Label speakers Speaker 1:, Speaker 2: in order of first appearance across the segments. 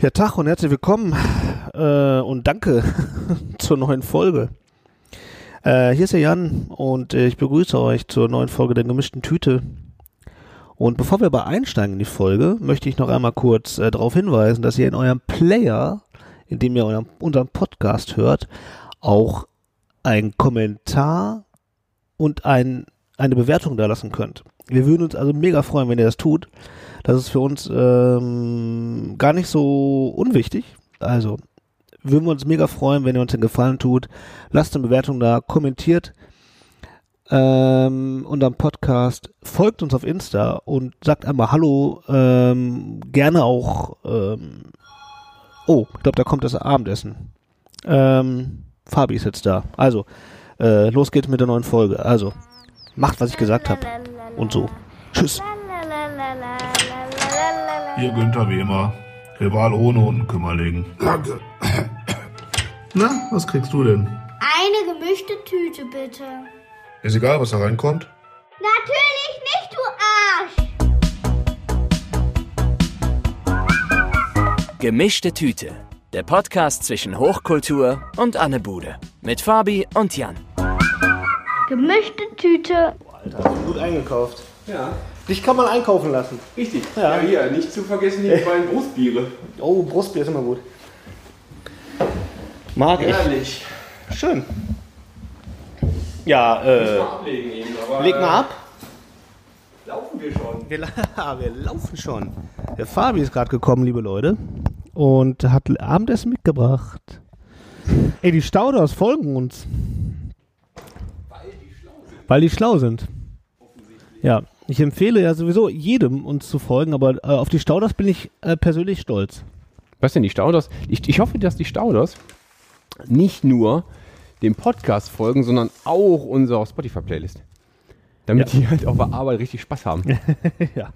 Speaker 1: Ja, Tag und herzlich willkommen äh, und danke zur neuen Folge. Äh, hier ist der Jan und äh, ich begrüße euch zur neuen Folge der gemischten Tüte. Und bevor wir aber einsteigen in die Folge, möchte ich noch einmal kurz äh, darauf hinweisen, dass ihr in eurem Player, in dem ihr euren, unseren Podcast hört, auch einen Kommentar und ein, eine Bewertung da lassen könnt. Wir würden uns also mega freuen, wenn ihr das tut. Das ist für uns ähm, gar nicht so unwichtig. Also würden wir uns mega freuen, wenn ihr uns den Gefallen tut. Lasst eine Bewertung da, kommentiert ähm, unseren Podcast, folgt uns auf Insta und sagt einmal Hallo. Ähm, gerne auch. Ähm, oh, ich glaube, da kommt das Abendessen. Ähm, Fabi ist jetzt da. Also, äh, los geht's mit der neuen Folge. Also, macht, was ich gesagt habe. Und so. Tschüss.
Speaker 2: Ihr Günther wie immer. Rival ohne Unkümmerling. Danke. Na, was kriegst du denn?
Speaker 3: Eine gemischte Tüte bitte. Natürlich
Speaker 2: Ist egal, was da reinkommt.
Speaker 3: nicht, du Arsch!
Speaker 4: Gemischte Tüte. Der Podcast zwischen Hochkultur und Anne Bude. Mit Fabi und Jan.
Speaker 3: Gemischte Tüte.
Speaker 1: Gut eingekauft. Dich kann man einkaufen lassen.
Speaker 5: Richtig. Ja. hier, nicht zu vergessen die beiden Brustbiere.
Speaker 1: Oh, Brustbier ist immer gut. Mag
Speaker 5: Herrlich.
Speaker 1: ich. Schön. Ja, äh,
Speaker 5: Ablegen eben, aber
Speaker 1: leg mal ab.
Speaker 5: laufen wir schon.
Speaker 1: Wir, la- Ah, wir laufen schon. Der Fabi ist gerade gekommen, liebe Leute. Und hat Abendessen mitgebracht. Ey, die Staudaus folgen uns. Weil die schlau sind. Ja, ich empfehle ja sowieso jedem, uns zu folgen, aber äh, auf die Staudaus bin ich äh, persönlich stolz.
Speaker 6: Was denn die Staudos? Ich, ich hoffe, dass die Staudos nicht nur dem Podcast folgen, sondern auch unserer Spotify-Playlist. Damit die halt auf der Arbeit richtig Spaß haben.
Speaker 1: Ja.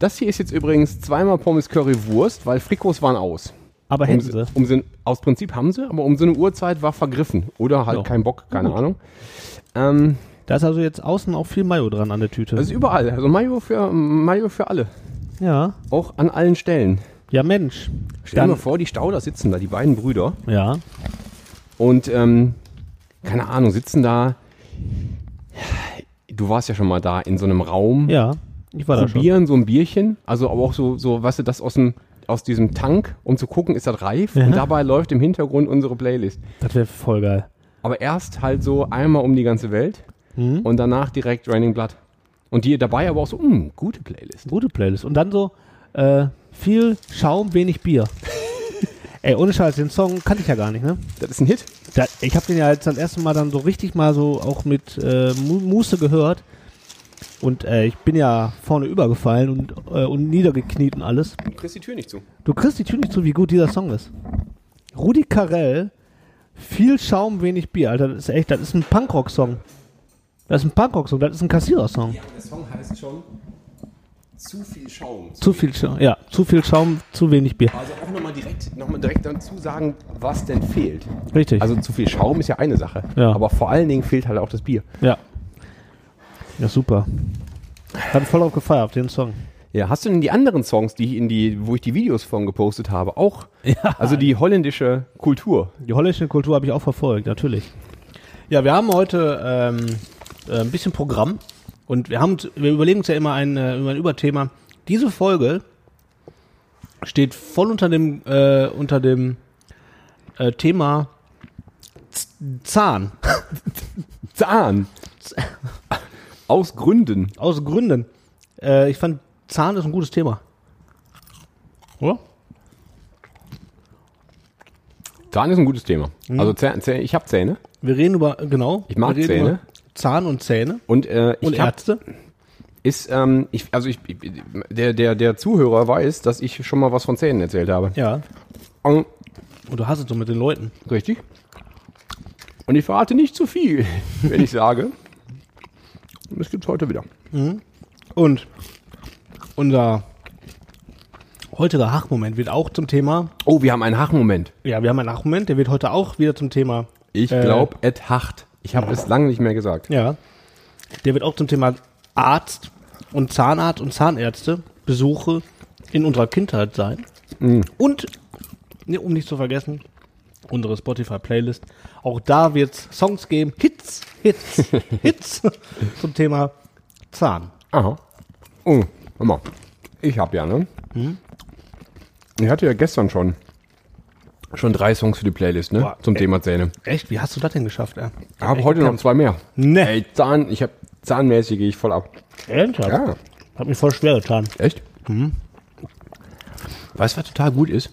Speaker 6: Das hier ist jetzt übrigens zweimal Pommes Curry Wurst, weil Frikos waren aus.
Speaker 1: Aber
Speaker 6: Um,
Speaker 1: hätten sie.
Speaker 6: um so, aus Prinzip haben sie, aber um so eine Uhrzeit war vergriffen. Oder halt
Speaker 1: Ja.
Speaker 6: kein Bock, keine Ahnung. Ähm,
Speaker 1: Da ist also jetzt außen auch viel Mayo dran an der Tüte.
Speaker 6: also überall. Also Mayo für, Mayo für alle.
Speaker 1: ja.
Speaker 6: Auch an allen Stellen.
Speaker 1: Ja, Mensch.
Speaker 6: Stell dir mal vor, die Staudos sitzen da, die beiden Brüder.
Speaker 1: ja.
Speaker 6: Und ähm, keine Ahnung, sitzen da. Du warst ja schon mal da in so einem Raum.
Speaker 1: Ja. Ich war da schon.
Speaker 6: probieren so ein Bierchen. Also aber auch so, so weißt du, das aus, dem, aus diesem Tank, um zu gucken, ist das reif.
Speaker 1: Ja.
Speaker 6: Und dabei läuft im Hintergrund unsere Playlist.
Speaker 1: Das wäre voll geil.
Speaker 6: Aber erst halt so einmal um die ganze Welt
Speaker 1: Mhm.
Speaker 6: und danach direkt Raining Blood. Und die dabei aber auch so, mh, gute Playlist.
Speaker 1: Gute Playlist. Und dann so äh, viel Schaum, wenig Bier. Ey, ohne Scheiß, den Song kannte ich ja gar nicht, ne?
Speaker 6: Das ist ein Hit.
Speaker 1: Da, ich habe den ja jetzt das erste Mal dann so richtig mal so auch mit äh, Mu- Muße gehört. Und äh, ich bin ja vorne übergefallen und, äh, und niedergekniet und alles.
Speaker 6: Du kriegst die Tür nicht zu.
Speaker 1: Du kriegst die Tür nicht zu, wie gut dieser Song ist. Rudi Carell, viel Schaum, wenig Bier. Alter, das ist echt, das ist ein Punkrock-Song. Das ist ein Punkrock-Song, das ist ein Kassierer-Song.
Speaker 6: der Song heißt schon zu viel Schaum.
Speaker 1: Zu viel Schaum, ja, zu viel Schaum, zu wenig Bier.
Speaker 6: Also auch nochmal direkt, noch mal direkt dazu sagen, was denn fehlt.
Speaker 1: Richtig.
Speaker 6: Also zu viel Schaum ist ja eine Sache,
Speaker 1: Ja.
Speaker 6: aber vor allen Dingen fehlt halt auch das Bier.
Speaker 1: Ja. Ja, super. Hat voll auf gefeiert, auf den Song.
Speaker 6: Ja, hast du denn die anderen Songs, die ich in die, wo ich die Videos von gepostet habe, auch? Ja. Also die holländische Kultur.
Speaker 1: Die holländische Kultur habe ich auch verfolgt, natürlich. Ja, wir haben heute ähm, äh, ein bisschen Programm und wir haben uns- wir überlegen uns ja immer ein, äh, über ein Überthema. Diese Folge steht voll unter dem äh, unter dem äh, Thema Z Zahn
Speaker 6: Zahn. Aus Gründen.
Speaker 1: aus Gründen. Äh, ich fand Zahn ist ein gutes Thema. Oder?
Speaker 6: Zahn ist ein gutes Thema. Also Zäh Zäh ich habe Zähne
Speaker 1: Wir reden über genau.
Speaker 6: Ich mag
Speaker 1: wir reden
Speaker 6: Zähne.
Speaker 1: über Zahn und Zähne
Speaker 6: und äh, ich
Speaker 1: und
Speaker 6: hab-
Speaker 1: Ärzte.
Speaker 6: ist ähm, ich, also ich, ich- der der der Zuhörer weiß, dass ich schon mal was von Zähnen erzählt habe.
Speaker 1: Ja.
Speaker 6: Ähm,
Speaker 1: Und du hast es so mit den Leuten.
Speaker 6: Richtig. Und ich verrate nicht zu viel, wenn ich sage, es gibt heute wieder.
Speaker 1: Und unser heutiger Hachmoment wird auch zum Thema.
Speaker 6: Oh, wir haben einen Hachmoment.
Speaker 1: Ja, wir haben einen Hachmoment, der wird heute auch wieder zum Thema.
Speaker 6: Ich
Speaker 1: Äh.
Speaker 6: glaube, Ed hacht. Ich habe es lange nicht mehr gesagt.
Speaker 1: Ja. Der wird auch zum Thema Arzt und Zahnarzt und Zahnärzte Besuche in unserer Kindheit sein. Und, ne, um nicht zu vergessen, unsere Spotify-Playlist. Auch da wird es Songs geben. Hits, Hits, Hits zum Thema Zahn.
Speaker 6: Aha. Oh, hör mal. Ich hab ja, ne?
Speaker 1: Hm?
Speaker 6: Ich hatte ja gestern schon schon drei Songs für die Playlist, ne?
Speaker 1: Boah,
Speaker 6: Zum
Speaker 1: ey.
Speaker 6: Thema Zähne.
Speaker 1: Echt? Wie hast du das denn geschafft? äh? Ey?
Speaker 6: Ich habe heute noch zwei mehr.
Speaker 1: Ne.
Speaker 6: Ey, Zahn, ich hab zahnmäßig gehe ich voll ab.
Speaker 1: Ernsthaft?
Speaker 6: Ja.
Speaker 1: Hat mich voll schwer getan.
Speaker 6: Echt? Weißt du, was total gut ist?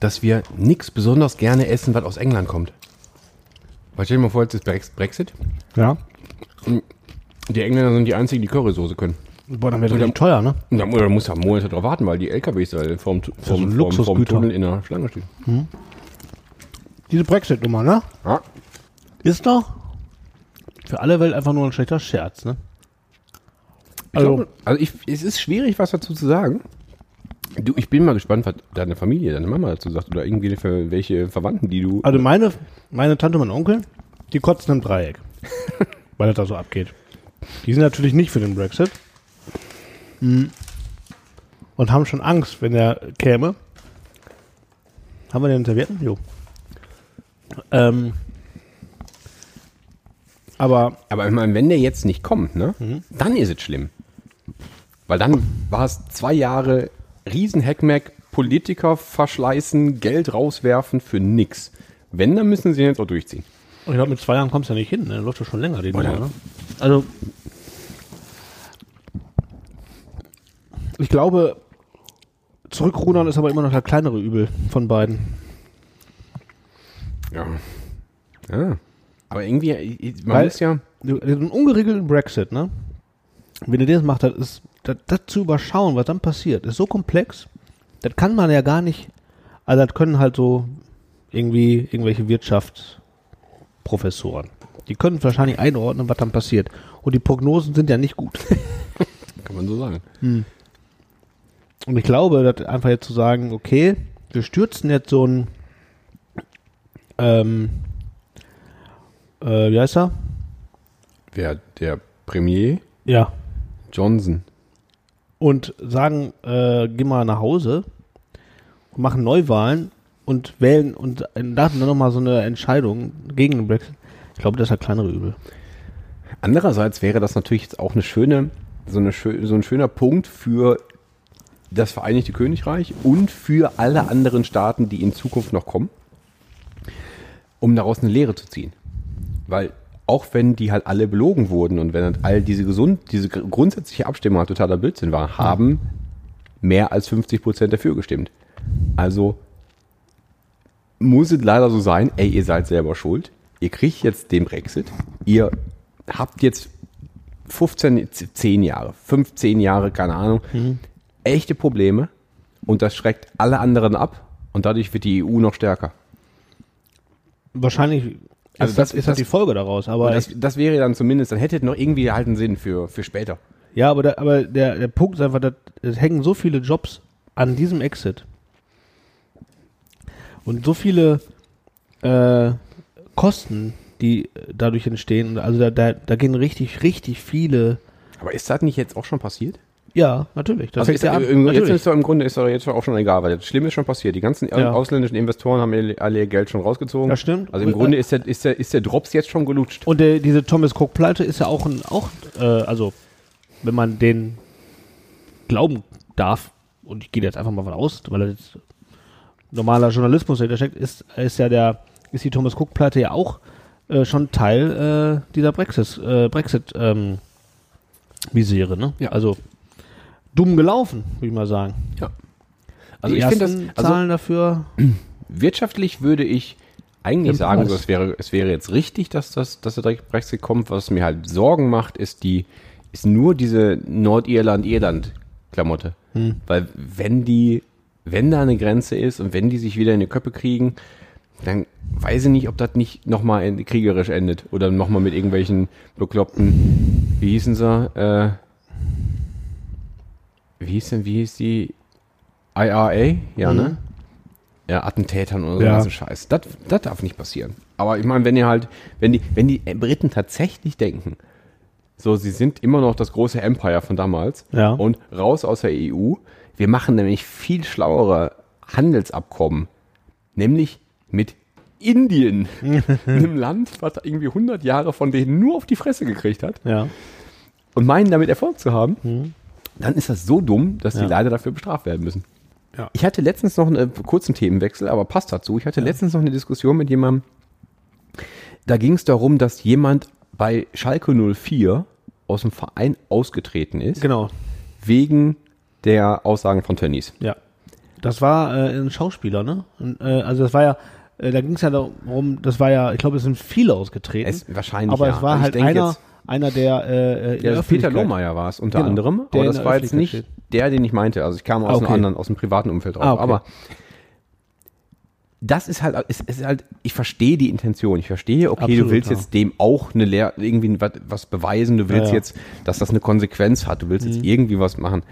Speaker 6: Dass wir nichts besonders gerne essen, was aus England kommt. Weil stell dir mal vor, jetzt ist Brex- Brexit.
Speaker 1: Ja.
Speaker 6: Die Engländer sind die einzigen, die Currysoße können.
Speaker 1: Boah, dann wird das richtig teuer, ne?
Speaker 6: Und dann, oder muss ja Monate drauf warten, weil die LKWs da vom, vom,
Speaker 1: so ein
Speaker 6: vom, vom,
Speaker 1: Luxusgüter.
Speaker 6: Tunnel in der Schlange stehen.
Speaker 1: Diese Brexit-Nummer, ne?
Speaker 6: Ja.
Speaker 1: Ist doch für alle Welt einfach nur ein schlechter Scherz, ne?
Speaker 6: Ich also, glaube, also ich, es ist schwierig, was dazu zu sagen. Du, ich bin mal gespannt, was deine Familie, deine Mama dazu sagt oder irgendwie für welche Verwandten, die du.
Speaker 1: Also meine, meine Tante und mein Onkel, die kotzen im Dreieck. weil das da so abgeht. Die sind natürlich nicht für den Brexit. Mhm. Und haben schon Angst, wenn er käme. Haben wir den Servietten? Jo. Ähm, aber
Speaker 6: Aber ich meine, wenn der jetzt nicht kommt, ne, dann ist es schlimm. Weil dann war es zwei Jahre Riesenhackmack, Politiker verschleißen, Geld rauswerfen für nix. Wenn, dann müssen sie ihn jetzt auch durchziehen.
Speaker 1: ich glaube, mit zwei Jahren kommst du ja nicht hin. Ne? Läuft ja schon länger, die Nummer, ne? Also, ich glaube, zurückrudern ist aber immer noch das kleinere Übel von beiden.
Speaker 6: Ja. ja. Aber irgendwie, ich- ich- man
Speaker 1: Weil-
Speaker 6: muss ja.
Speaker 1: so einen ungeregelten Brexit, ne? Wenn ihr das macht, das, ist, das, das zu überschauen, was dann passiert, ist so komplex, das kann man ja gar nicht. Also, das können halt so irgendwie irgendwelche Wirtschaftsprofessoren. Die können wahrscheinlich einordnen, was dann passiert. Und die Prognosen sind ja nicht gut.
Speaker 6: Kann man so sagen.
Speaker 1: Und ich glaube, dass einfach jetzt zu sagen, okay, wir stürzen jetzt so ein, ähm, äh, wie heißt er?
Speaker 6: Wer, der Premier
Speaker 1: Ja,
Speaker 6: Johnson.
Speaker 1: und sagen, äh, geh mal nach Hause, machen Neuwahlen und wählen und dann dann nochmal so eine Entscheidung gegen den Brexit. Ich glaube, das ist das kleinere Übel.
Speaker 6: Andererseits wäre das natürlich jetzt auch eine schöne, so, eine, schö- so ein schöner Punkt für das Vereinigte Königreich und für alle anderen Staaten, die in Zukunft noch kommen, um daraus eine Lehre zu ziehen. Weil auch wenn die halt alle belogen wurden und wenn halt all diese gesund, diese gr- grundsätzliche Abstimmung halt totaler Blödsinn war, haben mehr als 50 Prozent dafür gestimmt. Also muss es leider so sein, ey, ihr seid selber schuld. Ihr kriegt jetzt den Brexit. Ihr habt jetzt 15, 10 Jahre, 15 Jahre, keine Ahnung,
Speaker 1: Mhm.
Speaker 6: echte Probleme. Und das schreckt alle anderen ab. Und dadurch wird die EU noch stärker.
Speaker 1: Wahrscheinlich
Speaker 6: Also
Speaker 1: ist
Speaker 6: das-
Speaker 1: das, ist das die Folge daraus, aber
Speaker 6: Und das, das wäre dann zumindest, dann hätte es noch irgendwie halt einen Sinn für, für später.
Speaker 1: ja, aber, da, aber der, der Punkt ist einfach, dass- es hängen so viele Jobs an diesem Exit und so viele äh, Kosten, die äh, dadurch entstehen. Also da, da, da gehen richtig, richtig viele.
Speaker 6: Aber ist das nicht jetzt auch schon passiert?
Speaker 1: Ja, natürlich. Das
Speaker 6: Also ist
Speaker 1: fängt ja
Speaker 6: ja,
Speaker 1: an.
Speaker 6: im, jetzt
Speaker 1: Natürlich.
Speaker 6: ist doch im Grunde ist doch jetzt auch schon egal, weil das Schlimme ist schon passiert. Die ganzen
Speaker 1: Ja.
Speaker 6: ausländischen Investoren haben ihr- alle ihr Geld schon rausgezogen.
Speaker 1: Das stimmt.
Speaker 6: Also im Grunde ist der, ist der, ist der Drops jetzt schon gelutscht.
Speaker 1: Und der, diese Thomas Cook Pleite ist ja auch ein, auch, äh, also wenn man den glauben darf, und ich gehe jetzt einfach mal von aus, weil das jetzt normaler Journalismus dahinter steckt, ist, ist ja der, ist die Thomas Cook Pleite ja auch äh, schon Teil äh, dieser Brexit, äh, Brexit ähm, Misere, ne?
Speaker 6: Ja.
Speaker 1: Also dumm gelaufen, würde ich mal sagen.
Speaker 6: Also
Speaker 1: die
Speaker 6: ich
Speaker 1: ersten
Speaker 6: finde das, also
Speaker 1: Zahlen dafür
Speaker 6: wirtschaftlich würde ich eigentlich
Speaker 1: Im
Speaker 6: sagen,
Speaker 1: Preis.
Speaker 6: so, es wäre, es wäre jetzt richtig, dass das, dass der direkt Brexit kommt. Was mir halt Sorgen macht, ist die, ist nur diese Nordirland-Irland-Klamotte.
Speaker 1: Hm.
Speaker 6: Weil wenn die, wenn da eine Grenze ist und wenn die sich wieder in die Köpfe kriegen, dann weiß ich nicht, ob das nicht nochmal kriegerisch endet oder nochmal mit irgendwelchen bekloppten, wie hießen sie, äh, wie hieß denn, wie hieß die IRA? Ja, ne? Ja, Attentätern oder so
Speaker 1: Mhm. Ja.
Speaker 6: ganzen Scheiß. Das, das darf nicht passieren. Aber ich meine, wenn ihr halt, wenn die, wenn die Briten tatsächlich denken, so, sie sind immer noch das große Empire von damals
Speaker 1: Ja.
Speaker 6: und raus aus der EU, Wir machen nämlich viel schlauere Handelsabkommen, nämlich mit Indien, einem Land, was irgendwie 100 Jahre von denen nur auf die Fresse gekriegt hat
Speaker 1: Ja.
Speaker 6: und meinen damit Erfolg zu haben,
Speaker 1: Mhm.
Speaker 6: dann ist das so dumm, dass die leider dafür bestraft werden müssen.
Speaker 1: Ja.
Speaker 6: Ich hatte letztens noch einen äh, kurzen Themenwechsel, aber passt dazu. Ich hatte letztens noch eine Diskussion mit jemandem. Da ging es darum, dass jemand bei Schalke 04 aus dem Verein ausgetreten ist,
Speaker 1: Genau.
Speaker 6: wegen der Aussagen von Tönnies.
Speaker 1: Ja. Das war äh, ein Schauspieler, ne? Und, äh, also das war ja, äh, da ging es ja darum, das war ja, ich glaube, es sind viele ausgetreten.
Speaker 6: Es- wahrscheinlich,
Speaker 1: Mhm. Aber
Speaker 6: ja. Also
Speaker 1: es war
Speaker 6: Ich
Speaker 1: halt
Speaker 6: denke
Speaker 1: einer,
Speaker 6: jetzt-
Speaker 1: einer der, äh, äh, in
Speaker 6: Ja,
Speaker 1: der
Speaker 6: also Peter
Speaker 1: Öffentlichkeit.
Speaker 6: Lohmeier war es unter
Speaker 1: Genau,
Speaker 6: anderem,
Speaker 1: der
Speaker 6: aber
Speaker 1: in
Speaker 6: das
Speaker 1: der
Speaker 6: war jetzt nicht
Speaker 1: Öffentlichkeit
Speaker 6: der, den ich meinte. Also ich kam aus
Speaker 1: Ah,
Speaker 6: einem
Speaker 1: okay.
Speaker 6: anderen, aus dem privaten Umfeld drauf.
Speaker 1: Ah, okay.
Speaker 6: Aber das ist halt, es ist halt, ich verstehe die Intention. Ich verstehe, okay, du
Speaker 1: Absolut,
Speaker 6: willst
Speaker 1: ja.
Speaker 6: jetzt dem auch eine Lehr irgendwie was, was beweisen, du willst
Speaker 1: Ja, Mhm. ja.
Speaker 6: jetzt, dass das eine Konsequenz hat, du willst jetzt irgendwie was machen.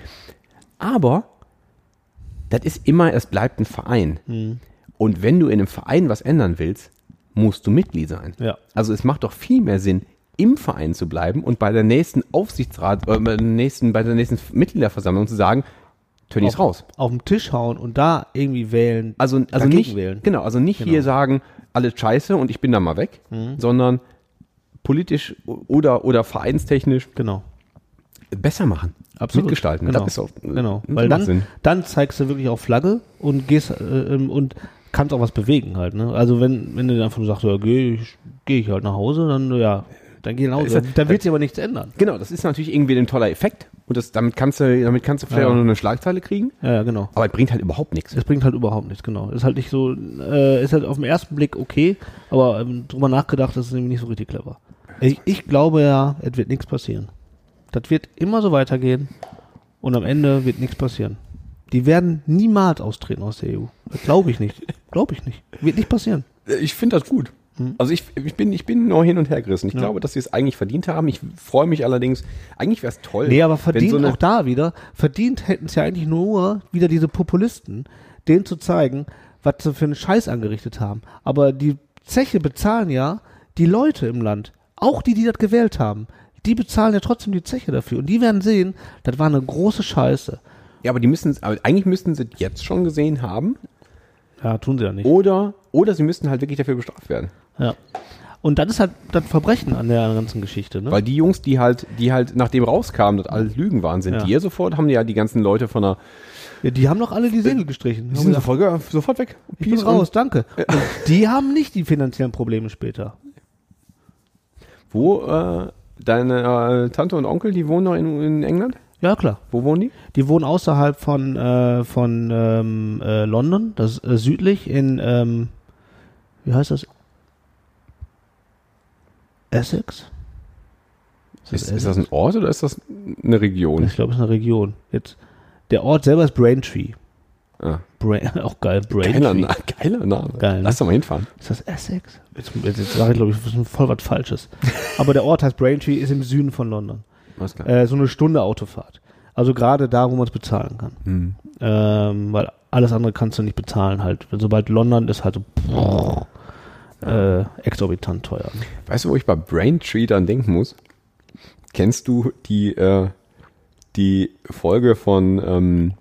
Speaker 6: Aber das ist immer, es bleibt ein Verein.
Speaker 1: Hm.
Speaker 6: Und wenn du in einem Verein was ändern willst, musst du Mitglied sein.
Speaker 1: Ja.
Speaker 6: Also es macht doch viel mehr Sinn, im Verein zu bleiben und bei der nächsten Aufsichtsrat, äh, bei, der nächsten, bei der nächsten Mitgliederversammlung zu sagen, Tönnies
Speaker 1: Auf-
Speaker 6: raus.
Speaker 1: Auf den Tisch hauen und da irgendwie wählen.
Speaker 6: Also, also
Speaker 1: dagegen
Speaker 6: nicht,
Speaker 1: wählen.
Speaker 6: genau, also nicht hier sagen, alle scheiße und ich bin da mal weg,
Speaker 1: Hm.
Speaker 6: sondern politisch oder, oder vereinstechnisch
Speaker 1: Genau.
Speaker 6: besser machen. Mitgestalten.
Speaker 1: Genau.
Speaker 6: Das ist auch, äh,
Speaker 1: genau.
Speaker 6: das
Speaker 1: Weil
Speaker 6: macht
Speaker 1: dann,
Speaker 6: Sinn.
Speaker 1: dann zeigst du wirklich auch Flagge und gehst äh, ähm, und kannst auch was bewegen halt. Ne? Also wenn, wenn du dann von sagst, ja, geh ich, geh ich halt nach Hause, dann ja, dann geh nach Hause.
Speaker 6: Ist das-
Speaker 1: Dann, dann wird sich aber nichts ändern.
Speaker 6: Genau, das ist natürlich irgendwie ein toller Effekt und das, damit, kannst du, damit kannst du vielleicht
Speaker 1: Ja.
Speaker 6: auch nur eine Schlagzeile kriegen,
Speaker 1: Ja, ja, genau.
Speaker 6: aber es bringt halt überhaupt nichts.
Speaker 1: Es bringt halt überhaupt nichts, genau. Ist halt nicht so, äh, ist halt auf den ersten Blick okay, aber ähm, drüber nachgedacht, das ist nämlich nicht so richtig clever. Ich, ich glaube ja, es wird nichts passieren. Das wird immer so weitergehen und am Ende wird nichts passieren. Die werden niemals austreten aus der EU. Das glaube ich nicht. Glaube ich nicht. Wird nicht passieren.
Speaker 6: äh, Ich finde das gut. Also ich, ich, bin, ich bin nur hin und her gerissen. Ich glaube, dass sie es eigentlich verdient haben. Ich freue mich allerdings, eigentlich wäre es toll.
Speaker 1: Nee, aber
Speaker 6: wenn
Speaker 1: verdient
Speaker 6: so eine-
Speaker 1: auch da wieder, verdient hätten es ja eigentlich nur wieder diese Populisten, denen zu zeigen, was sie für einen Scheiß angerichtet haben. Aber die Zeche bezahlen ja die Leute im Land, auch die, die das gewählt haben. Die bezahlen ja trotzdem die Zeche dafür. Und die werden sehen, das war eine große Scheiße.
Speaker 6: Ja, aber die müssen es- aber eigentlich müssten sie es jetzt schon gesehen haben.
Speaker 1: Ja, tun sie ja nicht.
Speaker 6: Oder, oder sie müssten halt wirklich dafür bestraft werden.
Speaker 1: Ja. Und das ist halt das Verbrechen an der ganzen Geschichte. Ne?
Speaker 6: Weil die Jungs, die halt, die halt nachdem rauskamen, dass alles Lügen waren, sind
Speaker 1: Ja.
Speaker 6: die ja sofort, haben ja die ganzen Leute von der.
Speaker 1: Ja, die haben doch alle die Segel gestrichen.
Speaker 6: Die
Speaker 1: Haben
Speaker 6: sind
Speaker 1: gesagt,
Speaker 6: sofort, sofort weg.
Speaker 1: ich bin
Speaker 6: Peace
Speaker 1: raus, danke. Und die haben nicht die finanziellen Probleme später.
Speaker 6: und- Wo, äh, deine äh, Tante und Onkel, die wohnen noch in, in England?
Speaker 1: Ja, klar.
Speaker 6: Wo wohnen die?
Speaker 1: Die wohnen außerhalb von, äh, von ähm, äh, London, das ist, äh, südlich in, ähm, wie heißt das? Essex?
Speaker 6: Ist, ist das ein Ort oder ist das eine Region?
Speaker 1: Ich glaube, es ist eine Region. Jetzt, der Ort selber ist Braintree.
Speaker 6: Ah.
Speaker 1: Bra auch geil,
Speaker 6: Geiler,
Speaker 1: Braintree.
Speaker 6: Na geiler Name.
Speaker 1: Geil, ne?
Speaker 6: Lass doch mal hinfahren.
Speaker 1: Ist das Essex? Jetzt, jetzt, jetzt sage ich, glaube ich, das ist voll was Falsches. Aber der Ort heißt Braintree, ist im Süden von London.
Speaker 6: Alles klar.
Speaker 1: Äh, so eine Stunde Autofahrt. Also gerade da, wo man es bezahlen kann.
Speaker 6: Hm.
Speaker 1: Ähm, weil alles andere kannst du nicht bezahlen halt. Sobald London ist halt so äh, exorbitant teuer.
Speaker 6: Weißt du, wo ich bei Braintree dann denken muss? Kennst du die, äh, die Folge von ähm,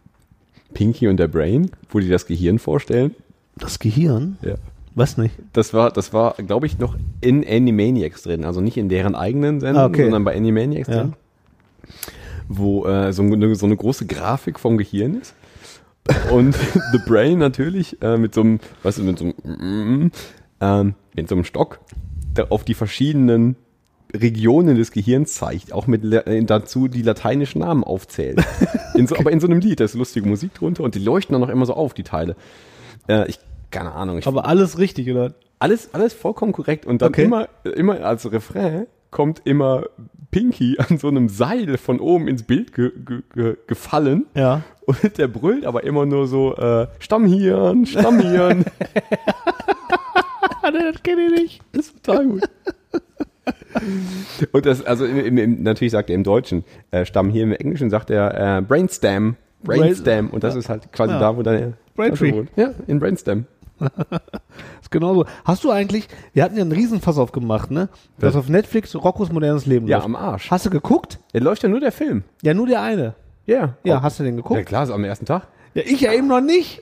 Speaker 6: Pinky und der Brain, wo die das Gehirn vorstellen?
Speaker 1: Das Gehirn?
Speaker 6: Ja.
Speaker 1: Weiß nicht.
Speaker 6: Das war, das war, glaube ich, noch in Animaniacs drin. Also nicht in deren eigenen Sendung,
Speaker 1: Ah, okay.
Speaker 6: sondern bei Animaniacs
Speaker 1: Ja.
Speaker 6: drin. Wo äh, so, eine, so eine große Grafik vom Gehirn ist. Und The Brain natürlich äh, mit so einem, weißt du, mit so einem, ähm, mit so einem Stock der auf die verschiedenen Regionen des Gehirns zeigt, auch mit La- äh, dazu die lateinischen Namen aufzählt. In so, aber in so einem Lied, da ist lustige Musik drunter und die leuchten dann noch immer so auf, die Teile. Äh, ich, keine Ahnung, ich
Speaker 1: Aber alles richtig, oder?
Speaker 6: alles, alles vollkommen korrekt und dann
Speaker 1: Okay.
Speaker 6: immer, immer als Refrain kommt immer Pinky an so einem Seil von oben ins Bild ge ge ge gefallen
Speaker 1: Ja.
Speaker 6: und der brüllt aber immer nur so äh, Stammhirn, Stammhirn.
Speaker 1: Ah, nee, das kenne ich nicht.
Speaker 6: Das ist total gut. Und das, also im, im, im, natürlich sagt er im Deutschen äh, Stamm, hier im Englischen sagt er äh, Brainstem, Brainstem und das ist halt quasi
Speaker 1: Ja.
Speaker 6: da, wo deine
Speaker 1: Braintree.
Speaker 6: Tante wohnt. Ja, in Brainstem.
Speaker 1: Ist genauso. Hast du eigentlich, wir hatten ja einen Riesenfass aufgemacht, ne? Dass auf Netflix Roccos modernes Leben
Speaker 6: Ja,
Speaker 1: läuft.
Speaker 6: am Arsch.
Speaker 1: Hast du geguckt?
Speaker 6: Da läuft ja nur der Film.
Speaker 1: Ja, nur der eine.
Speaker 6: Ja.
Speaker 1: Ja, hast du den
Speaker 6: Ja,
Speaker 1: geguckt?
Speaker 6: klar, so am ersten Tag.
Speaker 1: Ja, ich ja eben noch nicht.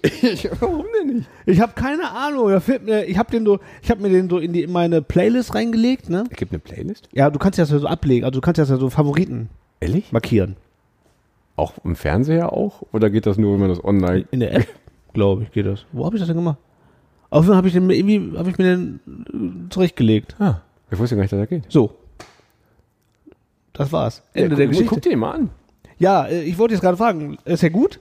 Speaker 6: Warum denn nicht?
Speaker 1: Ich habe keine Ahnung. Da fehlt mir- Ich habe den so, ich habe mir den so in die in meine Playlist reingelegt, ne?
Speaker 6: Es gibt eine Playlist.
Speaker 1: Ja, du kannst ja so ablegen, also du kannst ja so Favoriten
Speaker 6: Ehrlich?
Speaker 1: markieren
Speaker 6: Auch im Fernseher auch? Oder geht das nur, wenn man das online.
Speaker 1: in der App, glaube ich, geht das. Wo habe ich das denn gemacht? Auf jeden Fall habe ich den irgendwie habe ich mir den äh, zurechtgelegt.
Speaker 6: Ah, ich wusste gar nicht, dass das geht.
Speaker 1: So. Das war's. Ende
Speaker 6: guck,
Speaker 1: der
Speaker 6: guck-
Speaker 1: Geschichte.
Speaker 6: Guck dir den mal an.
Speaker 1: Ja, äh, ich wollte jetzt gerade fragen, ist er gut?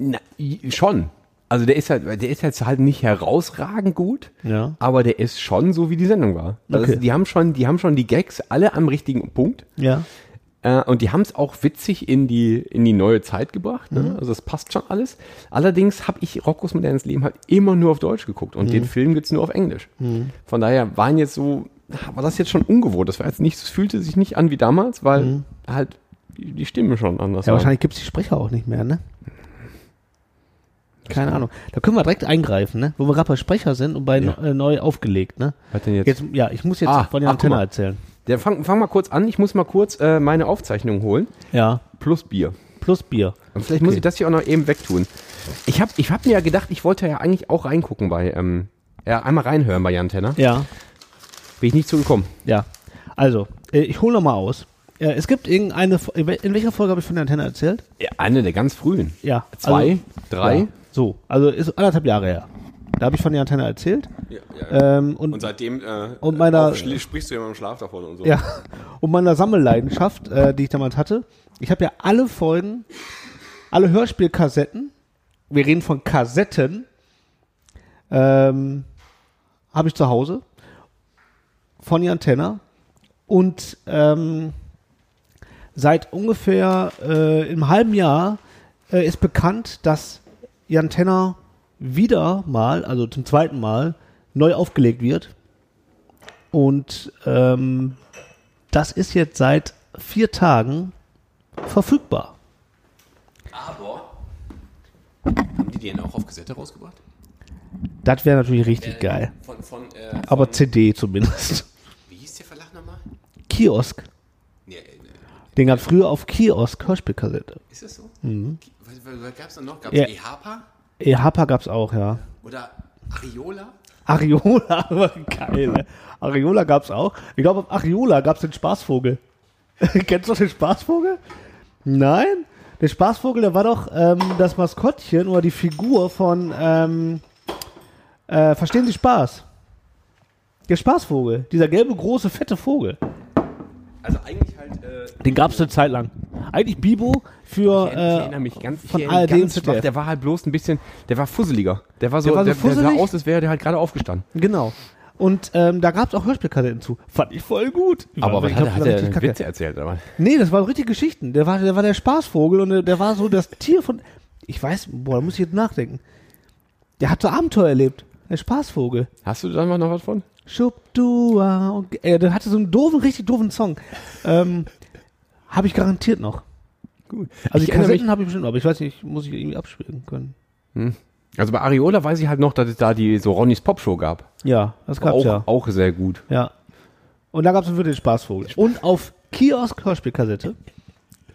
Speaker 6: Na, i- schon. Also der ist halt, der ist jetzt halt nicht herausragend gut,
Speaker 1: Ja.
Speaker 6: aber der ist schon so, wie die Sendung war. Also
Speaker 1: Okay.
Speaker 6: es- die haben schon, die haben schon die Gags alle am richtigen Punkt.
Speaker 1: Ja.
Speaker 6: Äh, und die haben es auch witzig in die, in die neue Zeit gebracht.
Speaker 1: Mhm.
Speaker 6: Ne? Also es passt schon alles. Allerdings habe ich Roccos modernes Leben halt immer nur auf Deutsch geguckt
Speaker 1: Mhm.
Speaker 6: und den Film gibt's nur auf Englisch. Von daher waren jetzt so, ah, war das jetzt schon ungewohnt. Das war jetzt nicht, es fühlte sich nicht an wie damals, weil halt die die Stimmen schon anders
Speaker 1: Mhm. Ja,
Speaker 6: waren.
Speaker 1: wahrscheinlich gibt es die Sprecher auch nicht mehr, ne? Keine Ahnung. Da können wir direkt eingreifen, ne? Wo wir gerade bei Sprecher sind und bei
Speaker 6: Ja.
Speaker 1: ne- äh, neu aufgelegt, ne?
Speaker 6: Was denn jetzt?
Speaker 1: Jetzt, ja, ich muss jetzt
Speaker 6: Ah,
Speaker 1: von der
Speaker 6: ach, guck
Speaker 1: Antenne
Speaker 6: mal.
Speaker 1: erzählen.
Speaker 6: Der, fang, fang mal kurz an. Ich muss mal kurz äh, meine Aufzeichnung holen.
Speaker 1: Ja,
Speaker 6: Plus Bier.
Speaker 1: plus Bier.
Speaker 6: Und vielleicht muss ich das hier auch noch eben wegtun. Ich habe ich hab mir ja gedacht, ich wollte ja eigentlich auch reingucken bei, ähm, ja, einmal reinhören bei Jan Tenner.
Speaker 1: Ja,
Speaker 6: Bin ich nicht zugekommen.
Speaker 1: ja. Also, äh, ich hole nochmal aus. Ja, es gibt irgendeine, Fo- in wel- in welcher Folge habe ich von der Antenne erzählt?
Speaker 6: Ja, eine der ganz frühen.
Speaker 1: Ja.
Speaker 6: Zwei,
Speaker 1: also,
Speaker 6: drei.
Speaker 1: Ja, so, also ist anderthalb Jahre her. Da habe ich von der Antenne erzählt. Ähm, und,
Speaker 7: Und seitdem äh,
Speaker 1: Und meiner-
Speaker 7: auch schli- sprichst du ja immer im Schlaf davon und so.
Speaker 1: Ja, und meiner Sammelleidenschaft, äh, die ich damals hatte. Ich habe ja alle Folgen, alle Hörspielkassetten, wir reden von Kassetten, ähm, habe ich zu Hause von Jan Tenner. Und ähm, seit ungefähr äh, im halben Jahr äh, ist bekannt, dass Jan Tenner wieder mal, also zum zweiten Mal, neu aufgelegt wird. Und ähm, das ist jetzt seit vier Tagen verfügbar.
Speaker 7: Aber haben die den auch auf Kassette rausgebracht?
Speaker 1: Das wäre natürlich richtig geil.
Speaker 7: Von, von, äh,
Speaker 1: Aber CD zumindest.
Speaker 7: wie hieß der Verlag nochmal?
Speaker 1: Kiosk.
Speaker 7: Nee, äh, nee.
Speaker 1: Den gab es früher auf Kiosk, Hörspielkassette.
Speaker 7: ist das so? Mhm. Was, was, was gab's denn noch? Gab's
Speaker 1: Ja.
Speaker 7: EHPA?
Speaker 1: EHPA gab es auch, ja.
Speaker 7: Oder Ariola?
Speaker 1: Ariola, aber geil. ne? Ariola gab es auch. Ich glaube, auf Ariola gab es den Spaßvogel. Kennst du den Spaßvogel? Nein? Der Spaßvogel, der war doch ähm, das Maskottchen oder die Figur von ähm, äh, Verstehen Sie Spaß? Der Spaßvogel, dieser gelbe, große, fette Vogel.
Speaker 6: Also eigentlich halt. Äh,
Speaker 1: Den gab es eine Zeit lang. Eigentlich Bibo für.
Speaker 6: ich
Speaker 1: Äh,
Speaker 6: erinnere mich ganz, ich
Speaker 1: von
Speaker 6: erinnere mich
Speaker 1: ARD
Speaker 6: ganz
Speaker 1: und
Speaker 6: schwach.
Speaker 1: ZDF.
Speaker 6: Der war halt bloß ein bisschen, der war fusseliger. Der war so,
Speaker 1: Der
Speaker 6: der,
Speaker 1: war so
Speaker 6: der, sah
Speaker 1: fusselig?
Speaker 6: aus, als wäre der halt gerade aufgestanden.
Speaker 1: genau. Und ähm, da gab es auch Hörspielkassetten zu. Fand ich voll gut.
Speaker 6: Aber was
Speaker 1: Ich
Speaker 6: hat,
Speaker 1: glaub,
Speaker 6: hat
Speaker 1: das war
Speaker 6: der
Speaker 1: richtig
Speaker 6: denn
Speaker 1: kacke.
Speaker 6: Witze erzählt? Aber
Speaker 1: Nee, das waren richtige Geschichten. Der war, der war der Spaßvogel und der, der war so das Tier von. Ich weiß, boah, da muss ich jetzt nachdenken. Der hat so Abenteuer erlebt. Der Spaßvogel.
Speaker 6: hast du da mal noch was von?
Speaker 1: Schubdua. und- Äh, der hatte so einen doofen, richtig doofen Song. Ähm, habe ich garantiert noch.
Speaker 6: Gut.
Speaker 1: Also die
Speaker 6: ich erinnere mich,
Speaker 1: Kassetten habe ich bestimmt, noch, aber ich weiß nicht, muss ich irgendwie abspielen können.
Speaker 6: also bei Ariola weiß ich halt noch, dass es da die so Ronnys Popshow gab.
Speaker 1: Ja, das gab's
Speaker 6: Auch,
Speaker 1: ja.
Speaker 6: auch sehr gut.
Speaker 1: Ja. Und da gab es den Spaßvogel. Und auf Kiosk Hörspielkassette.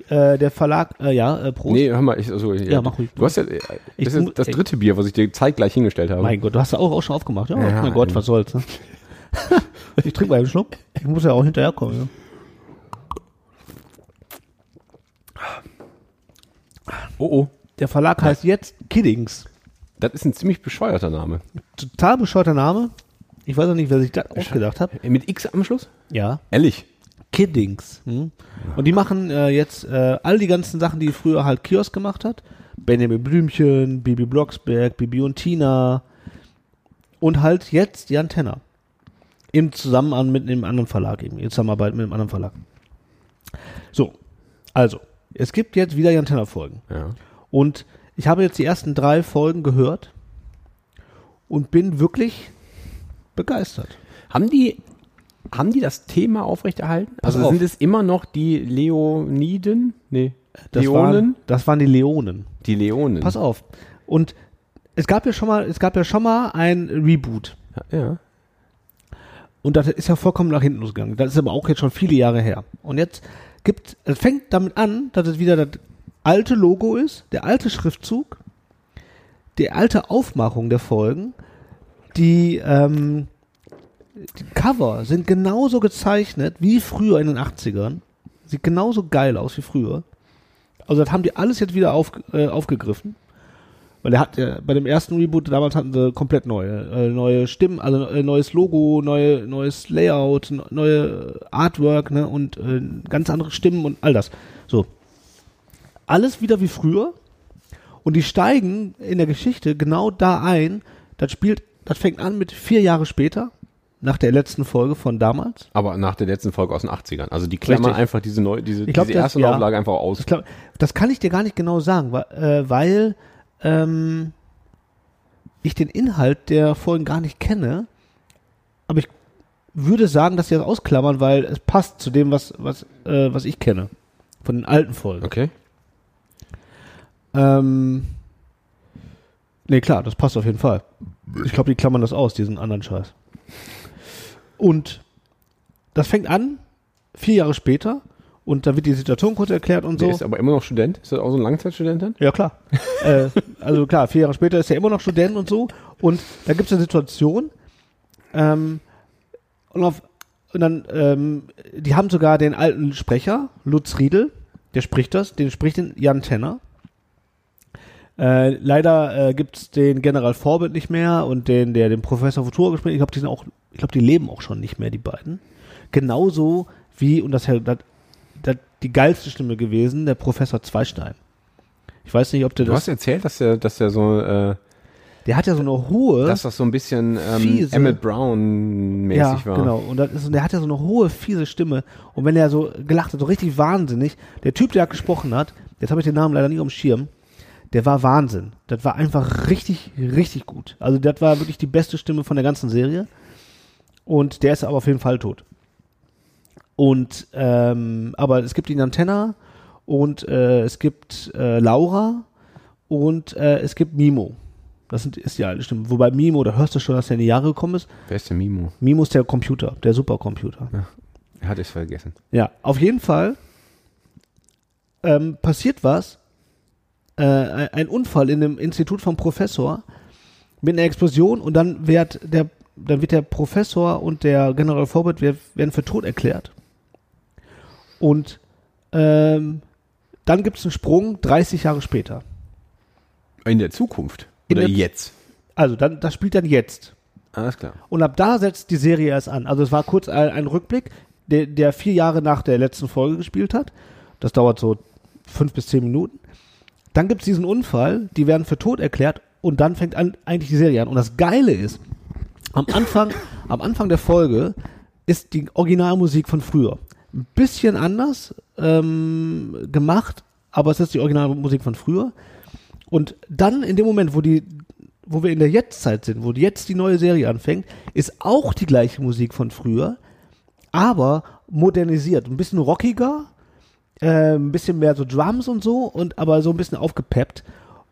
Speaker 1: Äh, der Verlag, äh, ja, äh, Prost.
Speaker 6: Nee, hör mal, ich, also, ja,
Speaker 1: mach ruhig.
Speaker 6: Du hast ja, äh,
Speaker 1: Ich
Speaker 6: das ist
Speaker 1: mu-
Speaker 6: das
Speaker 1: ich-
Speaker 6: dritte Bier, was ich dir zeitgleich hingestellt habe.
Speaker 1: Mein Gott, du hast ja auch, auch schon aufgemacht. Ja,
Speaker 6: Ja,
Speaker 1: mein Gott,
Speaker 6: ähm.
Speaker 1: was soll's. Ne? ich trinke mal einen Schluck. Ich muss ja auch hinterherkommen. Ja.
Speaker 6: Oh, oh.
Speaker 1: Der Verlag heißt jetzt Kiddings.
Speaker 6: Das ist ein ziemlich bescheuerter Name.
Speaker 1: Total bescheuerter Name. Ich weiß auch nicht, wer sich das ausgedacht hat.
Speaker 6: Äh, Mit X am Schluss?
Speaker 1: Ja.
Speaker 6: Ehrlich.
Speaker 1: Kiddings. Hm? Und die machen äh, jetzt äh, all die ganzen Sachen, die früher halt Kiosk gemacht hat. Benjamin Blümchen, Bibi Blocksberg, Bibi und Tina und halt jetzt die Antenna. Im Zusammenhang mit einem anderen Verlag eben. In Zusammenarbeit mit einem anderen Verlag. So, also, es gibt jetzt wieder die Antenna-Folgen.
Speaker 6: Ja.
Speaker 1: Und ich habe jetzt die ersten drei Folgen gehört und bin wirklich begeistert.
Speaker 6: Haben die, haben die das Thema aufrechterhalten?
Speaker 1: Pass
Speaker 6: also
Speaker 1: auf.
Speaker 6: sind es immer noch die Leoniden? Nee.
Speaker 1: Das Waren, das waren die Leonen.
Speaker 6: die Leonen.
Speaker 1: Pass auf. Und es gab ja schon mal, es gab ja schon mal ein Reboot.
Speaker 6: Ja.
Speaker 1: Und das ist ja vollkommen nach hinten losgegangen. Das ist aber auch jetzt schon viele Jahre her. Und jetzt gibt, es fängt damit an, dass es wieder das alte Logo ist, der alte Schriftzug, die alte Aufmachung der Folgen, die, ähm, die Cover sind genauso gezeichnet wie früher in den 80ern. Sieht genauso geil aus wie früher. Also das haben die alles jetzt wieder auf, äh, aufgegriffen. Weil der hat ja bei dem ersten Reboot damals hatten sie komplett neue, äh, neue Stimmen, also äh, neues Logo, neue, neues Layout, ne- neue Artwork, ne und äh, ganz andere Stimmen und all das. So alles wieder wie früher und die steigen in der Geschichte genau da ein. Das spielt, das fängt an mit vier Jahre später nach der letzten Folge von damals.
Speaker 6: Aber nach der letzten Folge aus den 80ern. Also die klammern
Speaker 1: Richtig.
Speaker 6: einfach diese, neu, diese,
Speaker 1: glaub,
Speaker 6: diese
Speaker 1: das-
Speaker 6: erste
Speaker 1: ja.
Speaker 6: Auflage einfach aus.
Speaker 1: Ich glaube, das kann ich dir gar nicht genau sagen, weil, äh, weil ähm, ich den Inhalt der Folgen gar nicht kenne. Aber ich würde sagen, dass sie das ausklammern, weil es passt zu dem, was, was, äh, was ich kenne. Von den alten Folgen.
Speaker 6: Okay.
Speaker 1: Ähm, nee, klar, das passt auf jeden Fall. Ich glaube, die klammern das aus, diesen anderen Scheiß. Und das fängt an, vier Jahre später, und da wird die Situation kurz erklärt und so.
Speaker 6: Der ist aber immer noch Student. Ist das auch so ein Langzeitstudent dann?
Speaker 1: Ja, klar. äh, also klar, vier Jahre später ist er immer noch Student und so. Und da gibt es eine Situation, ähm, und, auf, und dann, ähm, die haben sogar den alten Sprecher, Lutz Riedel, der spricht das, den spricht den Jan Tenner. Äh, leider äh, gibt es den General Forbit nicht mehr und den, der den Professor Futur gespielt hat. Ich glaube, die sind auch, ich glaube, die leben auch schon nicht mehr, die beiden. Genauso wie, und das ist die geilste Stimme gewesen, der Professor Zweistein. Ich weiß nicht, ob der
Speaker 6: Du
Speaker 1: das.
Speaker 6: hast erzählt, dass der, dass der so, äh,
Speaker 1: Der hat ja so eine hohe.
Speaker 6: dass das so ein bisschen ähm,
Speaker 1: Fiese.
Speaker 6: Emmett Brown-mäßig
Speaker 1: ja,
Speaker 6: war.
Speaker 1: genau. Und das ist, der hat ja so eine hohe, fiese Stimme. Und wenn er so gelacht hat, so richtig wahnsinnig, der Typ, der gesprochen hat, jetzt habe ich den Namen leider nicht auf dem Schirm, der war Wahnsinn. Das war einfach richtig, richtig gut. Also das war wirklich die beste Stimme von der ganzen Serie. Und der ist aber auf jeden Fall tot. Und ähm, aber es gibt ihn Antenna und äh, es gibt äh, Laura und äh, es gibt Mimo. Das sind, ist die alte Stimme. Wobei Mimo, da hörst du schon, dass er in die Jahre gekommen ist.
Speaker 6: Wer ist der Mimo?
Speaker 1: Mimus der Computer, der Supercomputer. Ja,
Speaker 6: Er hat es vergessen.
Speaker 1: auf jeden Fall ähm, passiert was. Äh, ein ein Unfall in dem Institut vom Professor mit einer Explosion und dann wird der, dann wird der Professor und der General Forbert wer- werden für tot erklärt. Und ähm, dann gibt es einen Sprung 30 Jahre später.
Speaker 6: In der Zukunft.
Speaker 1: In
Speaker 6: Oder
Speaker 1: der-
Speaker 6: jetzt.
Speaker 1: Also dann, das spielt dann jetzt.
Speaker 6: Alles klar.
Speaker 1: Und ab da setzt die Serie erst an. Also es war kurz ein, ein Rückblick, der, der vier Jahre nach der letzten Folge gespielt hat. Das dauert so fünf bis zehn Minuten. Dann gibt es diesen Unfall, die werden für tot erklärt und dann fängt an, eigentlich die Serie an. Und das Geile ist, am Anfang, am Anfang der Folge ist die Originalmusik von früher. Ein bisschen anders ähm, gemacht, aber es ist die Originalmusik von früher. Und dann in dem Moment, wo die, wo wir in der Jetztzeit sind, wo jetzt die neue Serie anfängt, ist auch die gleiche Musik von früher, aber modernisiert, ein bisschen rockiger, äh, ein bisschen mehr so Drums und so und aber so ein bisschen aufgepeppt,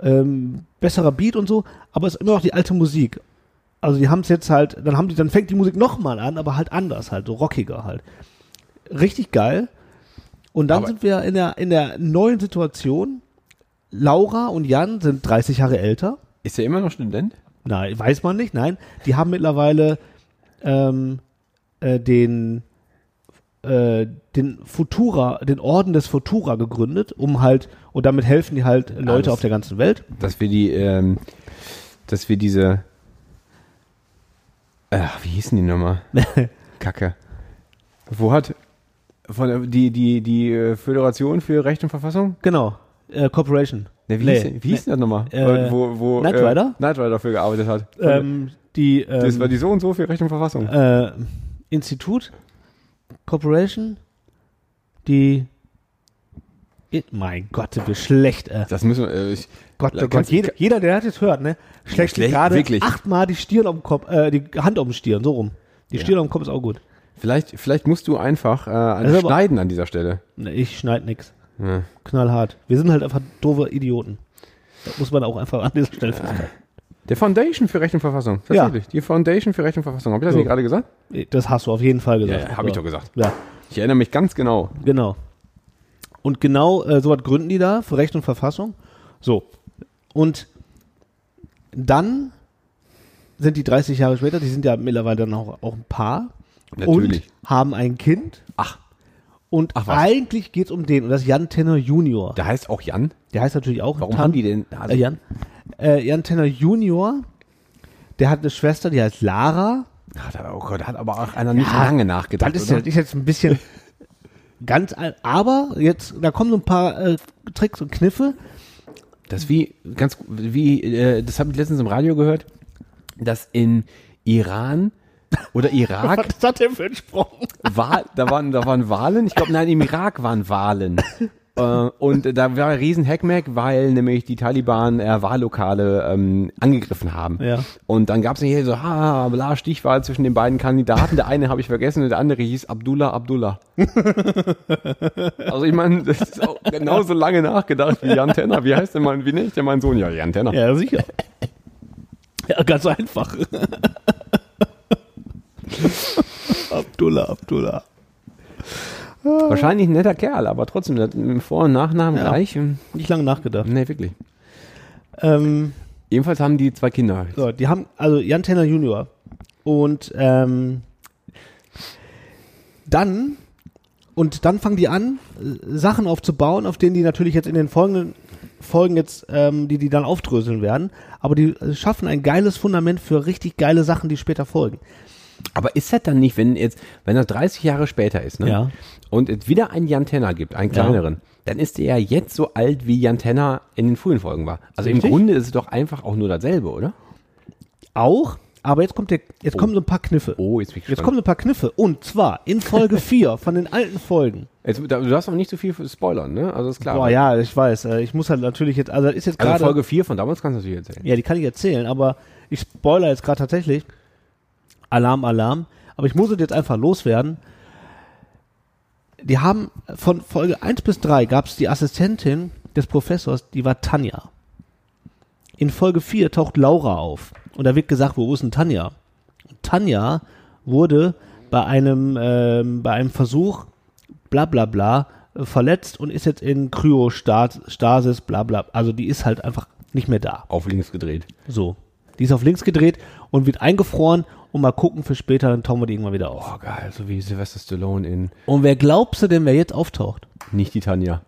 Speaker 1: ähm, besserer Beat und so, aber es ist immer noch die alte Musik. Also die haben es jetzt halt, dann haben die, dann fängt die Musik nochmal an, aber halt anders halt, so rockiger halt. Richtig geil. Und dann
Speaker 6: Aber-
Speaker 1: sind wir in der, in der neuen Situation, Laura und Jan sind 30 Jahre älter.
Speaker 6: Ist er immer noch Student?
Speaker 1: Nein, weiß man nicht. Nein, die haben mittlerweile ähm, äh, den äh, den Futura, den Orden des Futura gegründet, um halt und damit helfen die halt Leute
Speaker 6: Alles.
Speaker 1: auf der ganzen Welt.
Speaker 6: Dass wir die, ähm, dass wir diese, ach, wie hießen die nochmal? Kacke. Wo hat, von der, die, die, die äh, Föderation für Recht und Verfassung?
Speaker 1: Genau, äh, Corporation.
Speaker 6: Ne, wie
Speaker 1: Nee,
Speaker 6: hieß, wie hieß denn das nochmal?
Speaker 1: Äh,
Speaker 6: wo, wo,
Speaker 1: Knight Rider?
Speaker 6: Knight Rider dafür gearbeitet hat.
Speaker 1: Ähm, die
Speaker 6: das war
Speaker 1: ähm,
Speaker 6: die so und so für Recht und Verfassung.
Speaker 1: äh, Institut Corporation, die I- mein Gott, sind wir schlecht. Äh.
Speaker 6: Das müssen wir, äh, ich,
Speaker 1: Gott, oh Gott
Speaker 6: Kannst-
Speaker 1: jeder, jeder, der das jetzt hört, ne, schlägt sich
Speaker 6: Schlecht,
Speaker 1: gerade
Speaker 6: wirklich.
Speaker 1: achtmal die Stirn auf den Kopf, äh, die Hand auf den Stirn, so rum. Die Stirn auf den Kopf ist auch gut.
Speaker 6: vielleicht, vielleicht musst du einfach äh,
Speaker 1: Das
Speaker 6: an
Speaker 1: ist aber-
Speaker 6: schneiden an dieser Stelle.
Speaker 1: Ne, ich schneid nix. Knallhart. Wir sind halt einfach doofe Idioten. Das muss man auch einfach an dieser Stelle festhalten.
Speaker 6: Der Foundation für Recht und Verfassung.
Speaker 1: Ja.
Speaker 6: Tatsächlich. Die Foundation für Recht und Verfassung. Hab ich das
Speaker 1: So.
Speaker 6: nicht gerade gesagt?
Speaker 1: Das hast du auf jeden Fall gesagt.
Speaker 6: Ja, ja, hab ich doch gesagt.
Speaker 1: Ja,
Speaker 6: Ich erinnere mich ganz genau.
Speaker 1: genau. Und genau äh, sowas gründen die da für Recht und Verfassung. So. Und dann sind die 30 Jahre später, die sind ja mittlerweile dann auch, auch ein Paar.
Speaker 6: Natürlich.
Speaker 1: Und haben ein Kind.
Speaker 6: Ach.
Speaker 1: Und
Speaker 6: Ach was.
Speaker 1: eigentlich geht es um den. Und das ist Jan Tenner Junior.
Speaker 6: Da heißt auch Jan.
Speaker 1: Der heißt natürlich auch
Speaker 6: Warum
Speaker 1: Tan-
Speaker 6: haben die denn? Also,
Speaker 1: äh, Jan. Äh, Jan Tenner Junior. Der hat eine Schwester, die heißt Lara.
Speaker 6: Hat er- oh Gott, da hat aber auch einer nicht lange nachgedacht.
Speaker 1: Das ist,
Speaker 6: oder?
Speaker 1: ja, das ist jetzt ein bisschen ganz alt. Aber jetzt, da kommen so ein paar äh, Tricks und Kniffe.
Speaker 6: Das ist wie ganz wie äh, das habe ich letztens im Radio gehört, dass in Iran oder Irak
Speaker 1: hat der für entsprochen?
Speaker 6: Wahl, da waren da waren Wahlen. Ich glaube, nein, im Irak waren Wahlen. Äh, Und da war ein riesen Hackmack, weil nämlich die Taliban äh, Wahllokale ähm, angegriffen haben.
Speaker 1: Ja.
Speaker 6: Und dann gab es hier so, ha, bla, Stichwahl zwischen den beiden Kandidaten. Der eine habe ich vergessen und der andere hieß Abdullah Abdullah. also ich meine, das ist auch genauso lange nachgedacht wie Jan Tenner. Wie heißt denn mein, wie nicht? Der mein Sohn, ja, Jan Tenner.
Speaker 1: Ja, sicher. Ja, ganz einfach. Abdullah, Abdullah.
Speaker 6: Wahrscheinlich ein netter Kerl, aber trotzdem, der hat mit Vor- und Nachnamen
Speaker 1: Ja.
Speaker 6: gleich. ähm,
Speaker 1: Nicht lange nachgedacht.
Speaker 6: Nee, wirklich.
Speaker 1: Ähm,
Speaker 6: Jedenfalls haben die zwei Kinder.
Speaker 1: so, die haben, also Jan Tenner Junior. Und ähm, dann, und dann fangen die an, äh, Sachen aufzubauen, auf denen die natürlich jetzt in den folgenden Folgen jetzt, ähm, die die dann aufdröseln werden. Aber die äh, schaffen ein geiles Fundament für richtig geile Sachen, die später folgen.
Speaker 6: Aber ist das dann nicht, wenn jetzt, wenn das 30 Jahre später ist, ne?
Speaker 1: Ja.
Speaker 6: Und es wieder einen Jan Tenner gibt, einen kleineren, dann ist der ja jetzt so alt, wie Jan Tenner in den frühen Folgen war. Also
Speaker 1: Richtig.
Speaker 6: im Grunde ist es doch einfach auch nur dasselbe, oder?
Speaker 1: Auch, aber jetzt kommt der, jetzt kommen so ein paar Kniffe.
Speaker 6: Oh, jetzt bin ich
Speaker 1: Jetzt
Speaker 6: gespannt.
Speaker 1: kommen so ein paar Kniffe. Und zwar in Folge 4 von den alten Folgen.
Speaker 6: Jetzt, da- du darfst aber nicht so viel spoilern, ne? Also ist klar.
Speaker 1: Boah, ja, ich weiß. äh, Ich muss halt natürlich jetzt, also das ist jetzt
Speaker 6: also
Speaker 1: gerade.
Speaker 6: Folge 4 von damals kannst du natürlich erzählen.
Speaker 1: ja, die kann ich erzählen, aber ich spoiler jetzt gerade tatsächlich. Alarm, Alarm. Aber ich muss es jetzt einfach loswerden. Die haben von Folge 1 bis 3 gab es die Assistentin des Professors, die war Tanja. In Folge 4 taucht Laura auf und da wird gesagt, wo ist denn Tanja? Tanja wurde bei einem, ähm, bei einem Versuch bla bla bla äh, verletzt und ist jetzt in Kryostasis bla bla. Also die ist halt einfach nicht mehr da.
Speaker 6: Auf links gedreht.
Speaker 1: So. Die ist auf links gedreht und wird eingefroren und mal gucken für später, dann tauchen wir die irgendwann wieder auf.
Speaker 6: Oh, geil, so wie Sylvester Stallone in
Speaker 1: Und wer glaubst du denn, wer jetzt auftaucht?
Speaker 6: Nicht die Tanja.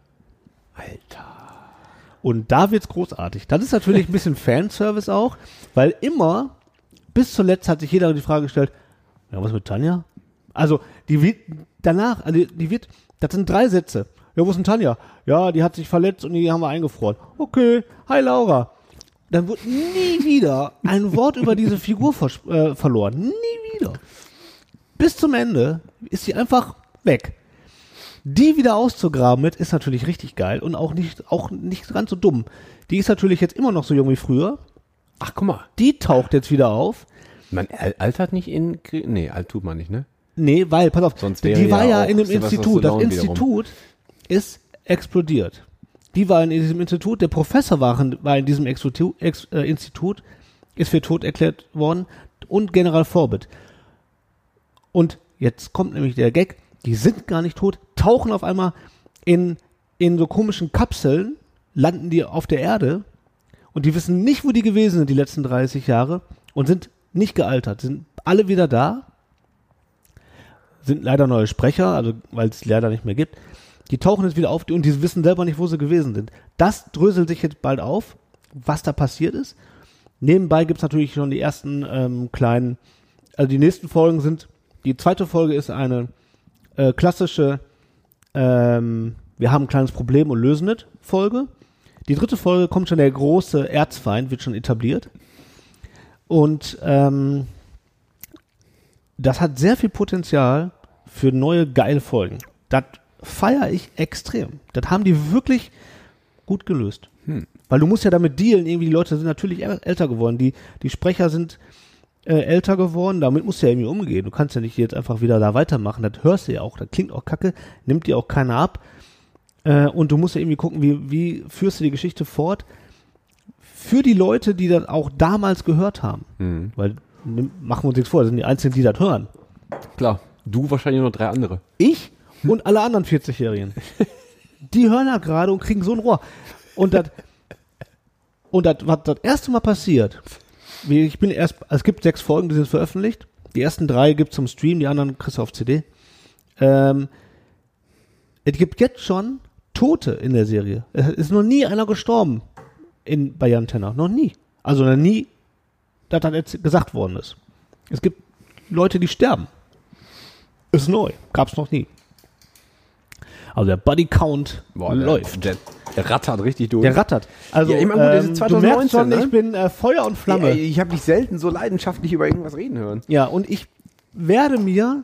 Speaker 1: Und da wird's großartig. Das ist natürlich ein bisschen Fanservice auch, weil immer, bis zuletzt hat sich jeder die Frage gestellt, ja, was mit Tanja? Also, die wird danach, also die wird, das sind drei Sätze. Ja, wo ist denn Tanja? Ja, die hat sich verletzt und die haben wir eingefroren. Okay, hi Laura. Dann wurde nie wieder ein Wort über diese Figur vers- äh, verloren. Nie wieder. Bis zum Ende ist sie einfach weg. Die wieder auszugraben mit, ist natürlich richtig geil und auch nicht, auch nicht ganz so dumm. Die ist natürlich jetzt immer noch so jung wie früher.
Speaker 6: Ach, guck mal.
Speaker 1: Die taucht jetzt wieder auf.
Speaker 6: Man al- altert nicht in Krieg. Nee, alt tut man nicht, ne?
Speaker 1: Nee, weil, pass auf,
Speaker 6: Sonst wäre
Speaker 1: die war
Speaker 6: ja
Speaker 1: ja
Speaker 6: auch
Speaker 1: in dem
Speaker 6: Sylvester
Speaker 1: Institut. Das
Speaker 6: Stallone wiederum.
Speaker 1: Institut ist explodiert. Die war in diesem Institut, der Professor war in, war in diesem Exotu- Ex, äh, Institut, ist für tot erklärt worden und General Forbit. Und jetzt kommt nämlich der Gag, die sind gar nicht tot, tauchen auf einmal in, in so komischen Kapseln, landen die auf der Erde und die wissen nicht, wo die gewesen sind die letzten 30 Jahre und sind nicht gealtert, sind alle wieder da, sind leider neue Sprecher, also weil es leider nicht mehr gibt. Die tauchen jetzt wieder auf und die wissen selber nicht, wo sie gewesen sind. Das dröselt sich jetzt bald auf, was da passiert ist. Nebenbei gibt es natürlich schon die ersten ähm, kleinen, also die nächsten Folgen sind, die zweite Folge ist eine äh, klassische, ähm, wir haben ein kleines Problem und lösen es Folge. Die dritte Folge kommt schon der große Erzfeind, wird schon etabliert. Und ähm, das hat sehr viel Potenzial für neue geile Folgen. Das feiere ich extrem. Das haben die wirklich gut gelöst. Weil du musst ja damit dealen, irgendwie die Leute sind natürlich äl- älter geworden, die, die Sprecher sind äh, älter geworden, damit musst du ja irgendwie umgehen. Du kannst ja nicht jetzt einfach wieder da weitermachen, das hörst du ja auch, das klingt auch kacke, nimmt dir auch keiner ab. Äh, und du musst ja irgendwie gucken, wie, wie führst du die Geschichte fort für die Leute, die das auch damals gehört haben. Weil, nimm- machen wir uns jetzt vor, das sind die Einzigen, die das hören.
Speaker 6: Klar. Du wahrscheinlich noch drei andere.
Speaker 1: Ich und alle anderen 40-Jährigen. die hören das gerade und kriegen so ein Rohr. Und das, und das, was das erste Mal passiert, wie ich bin erst, es gibt sechs Folgen, die sind veröffentlicht. Die ersten drei gibt's zum Stream, die anderen kriegst du auf CD. Ähm, es gibt jetzt schon Tote in der Serie. Es ist noch nie einer gestorben in, bei Jan Tenner. Noch nie. Also noch nie, dass das jetzt gesagt worden ist. Es gibt Leute, die sterben. Ist neu. Gab's noch nie. Also der Body Count läuft.
Speaker 6: Der, der rattert richtig durch.
Speaker 1: Der rattert. Also,
Speaker 6: Ja, ich mein, gut, das ist
Speaker 1: du merkst
Speaker 6: 2019,
Speaker 1: schon,
Speaker 6: ne?
Speaker 1: ich bin äh, Feuer und Flamme.
Speaker 6: Ey, Ich habe dich selten so leidenschaftlich über irgendwas reden hören.
Speaker 1: Ja, und ich werde mir,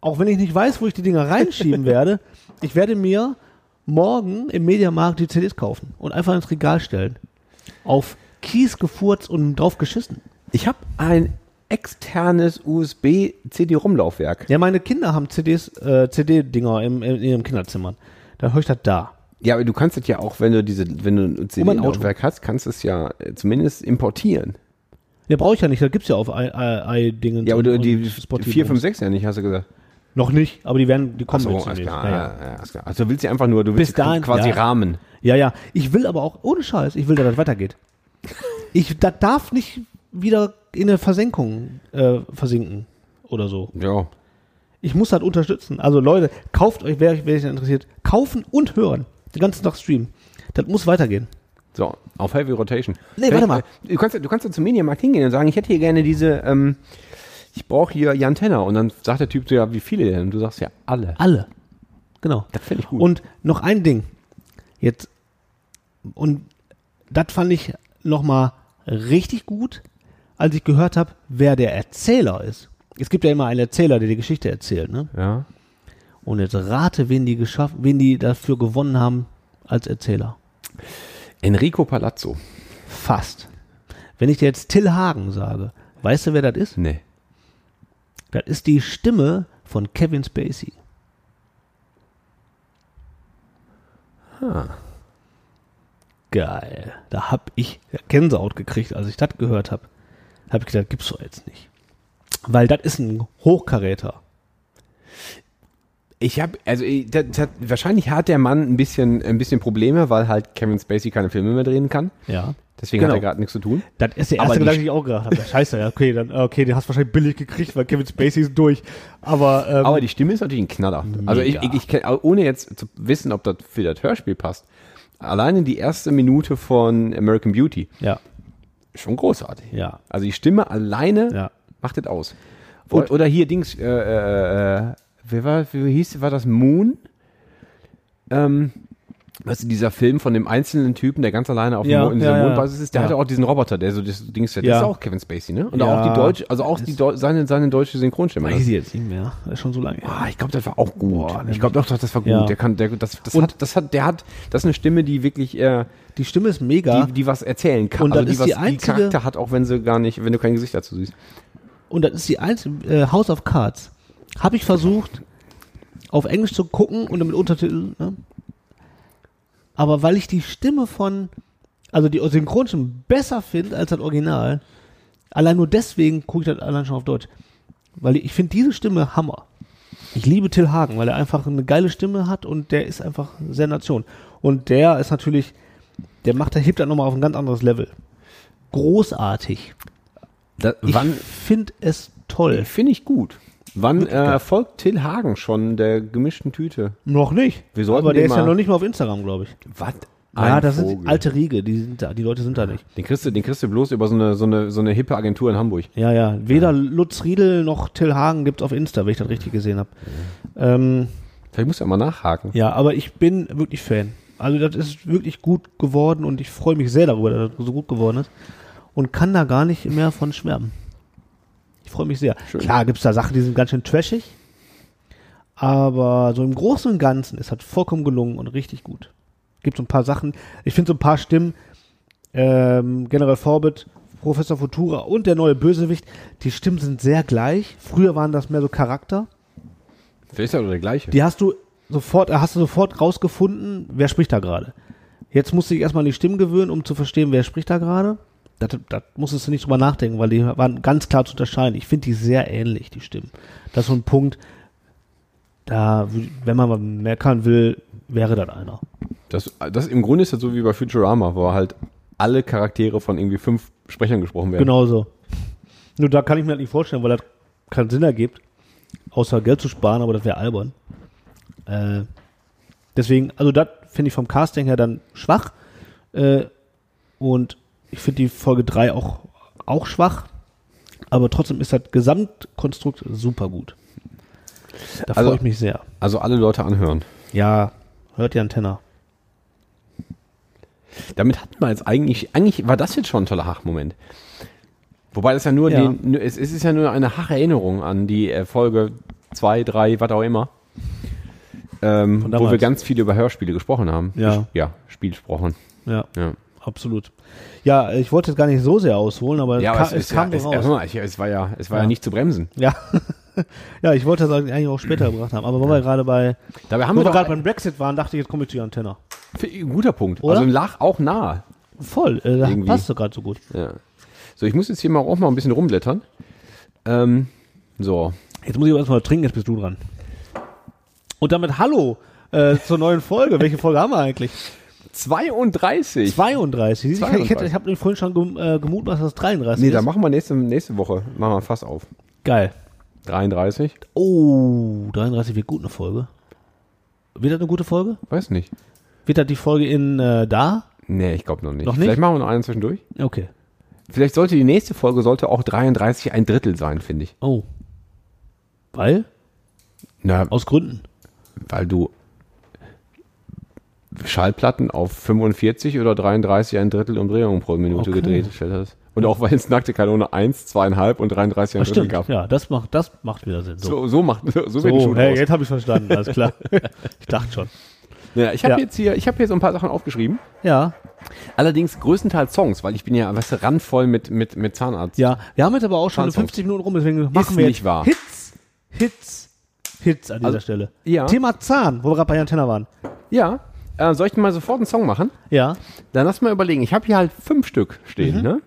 Speaker 1: auch wenn ich nicht weiß, wo ich die Dinger reinschieben werde, ich werde mir morgen im Mediamarkt die CDs kaufen und einfach ins Regal stellen. Auf Kies gefurzt und drauf geschissen.
Speaker 6: Ich habe ein externes USB-CD-ROM-Laufwerk.
Speaker 1: Ja, meine Kinder haben CDs, äh, CD-Dinger im, in ihrem Kinderzimmer. Dann höre ich das da.
Speaker 6: Ja, aber du kannst es ja auch, wenn du diese, wenn du
Speaker 1: Um
Speaker 6: ein CD-Laufwerk hast, kannst du es ja äh, zumindest importieren.
Speaker 1: Ja, brauche ich ja nicht, da gibt's ja auf i- i- i dingen
Speaker 6: Ja, aber du, die
Speaker 1: Spotify.
Speaker 6: 4, 5, 6 ja nicht, hast du gesagt.
Speaker 1: Noch nicht, aber die werden, die kommen
Speaker 6: Achso,
Speaker 1: jetzt
Speaker 6: alles
Speaker 1: demnächst.
Speaker 6: klar.
Speaker 1: Ja, ja.
Speaker 6: ja, ja, alles klar. Also du willst sie einfach nur, du willst
Speaker 1: Bis
Speaker 6: sie
Speaker 1: dahin,
Speaker 6: quasi
Speaker 1: ja.
Speaker 6: rahmen.
Speaker 1: Ja, ja. Ich will aber auch, ohne Scheiß, ich will, dass das weitergeht. Ich das darf nicht wieder in eine Versenkung äh, versinken oder so.
Speaker 6: Ja.
Speaker 1: Ich muss das unterstützen. Also Leute, kauft euch, wer, wer sich da interessiert, kaufen und hören. Den ganzen Tag streamen. Das muss weitergehen.
Speaker 6: So, auf Heavy Rotation. äh,
Speaker 1: Nee, warte mal.
Speaker 6: Du kannst, ja- du kannst ja zum Medienmarkt hingehen und sagen, ich hätte hier gerne diese, ähm, ich brauche hier Jan Tenner. Und dann sagt der Typ so, ja, wie viele denn? Und du sagst ja, alle.
Speaker 1: Alle. Genau.
Speaker 6: Das finde ich gut.
Speaker 1: Und noch ein Ding. Jetzt, und das fand ich nochmal richtig gut, als ich gehört habe, wer der Erzähler ist. Es gibt ja immer einen Erzähler, der die Geschichte erzählt, ne?
Speaker 6: ja.
Speaker 1: Und jetzt rate, wen die geschafft, wen die dafür gewonnen haben als Erzähler.
Speaker 6: Enrico Palazzo.
Speaker 1: Fast. Wenn ich dir jetzt Till Hagen sage, weißt du, wer das ist?
Speaker 6: Nee.
Speaker 1: Das ist die Stimme von Kevin Spacey. Geil. Da hab ich Gänsehaut gekriegt, als ich das gehört habe. Hab ich gedacht, gibt's doch jetzt nicht. Weil das ist ein Hochkaräter.
Speaker 6: Ich habe, also ich, das, das, wahrscheinlich hat der Mann ein bisschen, ein bisschen Probleme, weil halt Kevin Spacey keine Filme mehr drehen kann.
Speaker 1: Ja.
Speaker 6: Deswegen
Speaker 1: Genau.
Speaker 6: hat er gerade nichts zu tun.
Speaker 1: Das ist der
Speaker 6: Aber
Speaker 1: erste
Speaker 6: die
Speaker 1: Gedanke, den ich auch gedacht habe. Ja, Scheiße, ja, okay, dann, äh, okay, den hast du wahrscheinlich billig gekriegt, weil Kevin Spacey ist durch. Aber, ähm,
Speaker 6: Aber die Stimme ist natürlich ein Knaller. Also ich, ich, ich kenn, ohne jetzt zu wissen, ob das für das Hörspiel passt. Alleine die erste Minute von American Beauty.
Speaker 1: ja,
Speaker 6: Schon großartig.
Speaker 1: ja,
Speaker 6: Also die Stimme alleine
Speaker 1: ja.
Speaker 6: macht das aus. Und, oder hier Dings, äh, äh, äh, wer war, wie hieß, war das Moon? Ähm, weißt du, dieser Film von dem einzelnen Typen, der ganz alleine auf
Speaker 1: Ja,
Speaker 6: dem Mond, in dieser
Speaker 1: ja, ja.
Speaker 6: Mondbasis ist, der
Speaker 1: Ja.
Speaker 6: hatte auch diesen Roboter, der so das Dings, das
Speaker 1: Ja.
Speaker 6: ist auch Kevin Spacey, ne? Und
Speaker 1: Ja.
Speaker 6: auch die deutsche, also auch die Deu seine, seine deutsche Synchronstimme. ne?
Speaker 1: Weiß ich jetzt nicht mehr. Das ist schon so lange. her.
Speaker 6: Ah, ich glaube, das war auch gut. ich glaube doch, doch, das war gut.
Speaker 1: Ja.
Speaker 6: Der kann, der, das, das
Speaker 1: Und-
Speaker 6: hat, das hat, der hat, das ist eine Stimme, die wirklich, äh,
Speaker 1: Die Stimme ist mega.
Speaker 6: die, die was erzählen kann. Also
Speaker 1: Und das
Speaker 6: die
Speaker 1: ist
Speaker 6: was
Speaker 1: die einzige-
Speaker 6: Charakter hat, auch wenn sie gar nicht, wenn du kein Gesicht dazu siehst.
Speaker 1: und das ist die einzige, äh, House of Cards. Habe ich versucht, auf Englisch zu gucken und mit Untertiteln, ne? Aber weil ich die Stimme von, also die Synchronstimme besser finde als das Original, allein nur deswegen gucke ich das allein schon auf Deutsch. Weil ich finde diese Stimme Hammer. Ich liebe Till Hagen, weil er einfach eine geile Stimme hat und der ist einfach Sensation. Und der ist natürlich, der macht, der hebt dann nochmal auf ein ganz anderes Level. Großartig.
Speaker 6: Da,
Speaker 1: Ich
Speaker 6: wann,
Speaker 1: finde es toll.
Speaker 6: Äh, finde ich gut. Wann äh, folgt Till Hagen schon der gemischten Tüte?
Speaker 1: Noch nicht.
Speaker 6: Wir sollten
Speaker 1: Aber der
Speaker 6: den
Speaker 1: ist ja
Speaker 6: mal-
Speaker 1: noch nicht mal auf Instagram, glaube ich.
Speaker 6: Was?
Speaker 1: ja, Ah, das sind alte Riege, die, sind da, die Leute sind da nicht.
Speaker 6: Den kriegst du, den kriegst du bloß über so eine, so eine, so eine hippe Agentur in Hamburg.
Speaker 1: Ja, ja. Weder Lutz Riedel noch Till Hagen gibt es auf Insta, wenn ich das richtig gesehen habe. Ähm,
Speaker 6: Vielleicht musst du ja mal nachhaken.
Speaker 1: ja, aber ich bin wirklich Fan. Also das ist wirklich gut geworden und ich freue mich sehr darüber, dass das so gut geworden ist. Und kann da gar nicht mehr von schwärmen. Ich freue mich sehr. Klar gibt es da Sachen, die sind ganz schön trashig. Aber so im Großen und Ganzen ist hat vollkommen gelungen und richtig gut. Gibt so ein paar Sachen. Ich finde so ein paar Stimmen, ähm, General Forbit, Professor Futura und der neue Bösewicht, die Stimmen sind sehr gleich. Früher waren das mehr so Charakter.
Speaker 6: Vielleicht ist ja der gleiche.
Speaker 1: Die hast du sofort, hast du sofort rausgefunden, wer spricht da gerade. Jetzt musst du dich erstmal an die Stimmen gewöhnen, um zu verstehen, wer spricht da gerade. Da da musstest du nicht drüber nachdenken, weil die waren ganz klar zu unterscheiden. Ich finde die sehr ähnlich, die Stimmen. Das ist so ein Punkt, Da, wü- wenn man mal meckern will, wäre dann einer.
Speaker 6: Das, das im Grunde ist das so wie bei Futurama, wo halt alle Charaktere von irgendwie fünf Sprechern gesprochen werden.
Speaker 1: Genauso. Nur da kann ich mir halt nicht vorstellen, weil das keinen Sinn ergibt, außer Geld zu sparen, aber das wäre albern. Äh, deswegen, also das finde ich vom Casting her dann schwach. Äh, und ich finde die Folge 3 auch, auch schwach. Aber trotzdem ist das Gesamtkonstrukt super gut. Da
Speaker 6: Also-
Speaker 1: freue ich mich sehr.
Speaker 6: Also alle Leute anhören.
Speaker 1: Ja, hört die Antenne.
Speaker 6: Damit hatten wir jetzt eigentlich, eigentlich war das jetzt schon ein toller Hach-Moment. Wobei das ja nur,
Speaker 1: Ja.
Speaker 6: Den, es es ist ja nur eine Hach-Erinnerung an die äh, Folge 2, 3, was auch immer. Ähm, wo
Speaker 1: damals.
Speaker 6: wir ganz viel über Hörspiele gesprochen haben.
Speaker 1: Ja.
Speaker 6: Ja, Spiel gesprochen.
Speaker 1: Ja,
Speaker 6: Ja.
Speaker 1: absolut. Ja, ich wollte jetzt gar nicht so sehr ausholen, aber
Speaker 6: Ja,
Speaker 1: es,
Speaker 6: aber
Speaker 1: kam,
Speaker 6: es,
Speaker 1: es,
Speaker 6: ist
Speaker 1: kam so
Speaker 6: ja, es, äh,
Speaker 1: raus.
Speaker 6: hör mal, ich- es war ja, es war ja.
Speaker 1: Ja.
Speaker 6: nicht zu bremsen.
Speaker 1: Ja. ja, ich wollte das eigentlich auch später gebracht haben, aber weil wir gerade bei
Speaker 6: Dabei haben
Speaker 1: wo wir
Speaker 6: wir doch
Speaker 1: gerade beim Brexit waren, dachte ich, jetzt komme ich zu Antenne.
Speaker 6: ein guter Punkt.
Speaker 1: Oder?
Speaker 6: Also ein Lach auch nah.
Speaker 1: Voll, äh, da
Speaker 6: Irgendwie.
Speaker 1: passt doch gerade so gut.
Speaker 6: So, ich muss jetzt hier mal auch mal ein bisschen rumblättern. Ähm, so,
Speaker 1: Jetzt muss ich aber erstmal trinken, jetzt bist du dran. Und damit hallo äh, zur neuen Folge. Welche Folge haben wir eigentlich?
Speaker 6: 32.
Speaker 1: 32. Ich, ich, hätte-
Speaker 6: 32.
Speaker 1: ich habe vorhin schon gem, äh, gemutmaßt, dass es 33
Speaker 6: Nee,
Speaker 1: ist.
Speaker 6: da machen wir nächste, nächste Woche. Machen wir ein Fass auf.
Speaker 1: Geil.
Speaker 6: 33?
Speaker 1: Oh, 33 wird gut eine Folge. Wird das eine gute Folge?
Speaker 6: Weiß nicht.
Speaker 1: Wird das die Folge in äh, da?
Speaker 6: Nee, ich glaube noch nicht.
Speaker 1: Noch nicht?
Speaker 6: Vielleicht machen wir noch einen zwischendurch.
Speaker 1: Okay.
Speaker 6: Vielleicht sollte die nächste Folge sollte auch 33 ein Drittel sein, finde ich.
Speaker 1: Oh. Weil?
Speaker 6: Na,
Speaker 1: Aus Gründen.
Speaker 6: weil du Schallplatten auf 45 oder 33 ein Drittel Umdrehungen pro Minute
Speaker 1: Okay.
Speaker 6: gedreht hast. Und auch weil es nackte Kanone 1, 2,5 und 33 ein
Speaker 1: Das
Speaker 6: Drittel
Speaker 1: stimmt.
Speaker 6: gab.
Speaker 1: Ja, das macht, das macht wieder Sinn. So.
Speaker 6: So, so macht so, so wird ein
Speaker 1: So,
Speaker 6: Schuh
Speaker 1: hey,
Speaker 6: draus.
Speaker 1: jetzt habe ich verstanden, alles klar. ich dachte schon.
Speaker 6: Ja, ich habe
Speaker 1: Ja.
Speaker 6: jetzt hier, ich habe hier so ein paar Sachen aufgeschrieben.
Speaker 1: Ja,
Speaker 6: Allerdings größtenteils Songs, weil ich bin ja, weißt du, randvoll mit mit mit Zahnarzt.
Speaker 1: ja. Wir haben jetzt aber auch schon
Speaker 6: Tanzsongs.
Speaker 1: 50 Minuten rum, deswegen machen wir
Speaker 6: nicht
Speaker 1: jetzt
Speaker 6: wahr.
Speaker 1: Hits, Hits, Hits an dieser
Speaker 6: Also,
Speaker 1: Stelle.
Speaker 6: ja.
Speaker 1: Thema Zahn, wo wir gerade bei Antenna waren.
Speaker 6: Ja. Äh, soll ich denn mal sofort einen Song machen?
Speaker 1: Ja,
Speaker 6: Dann lass mal überlegen. Ich habe hier halt fünf Stück stehen,
Speaker 1: Mhm.
Speaker 6: ne?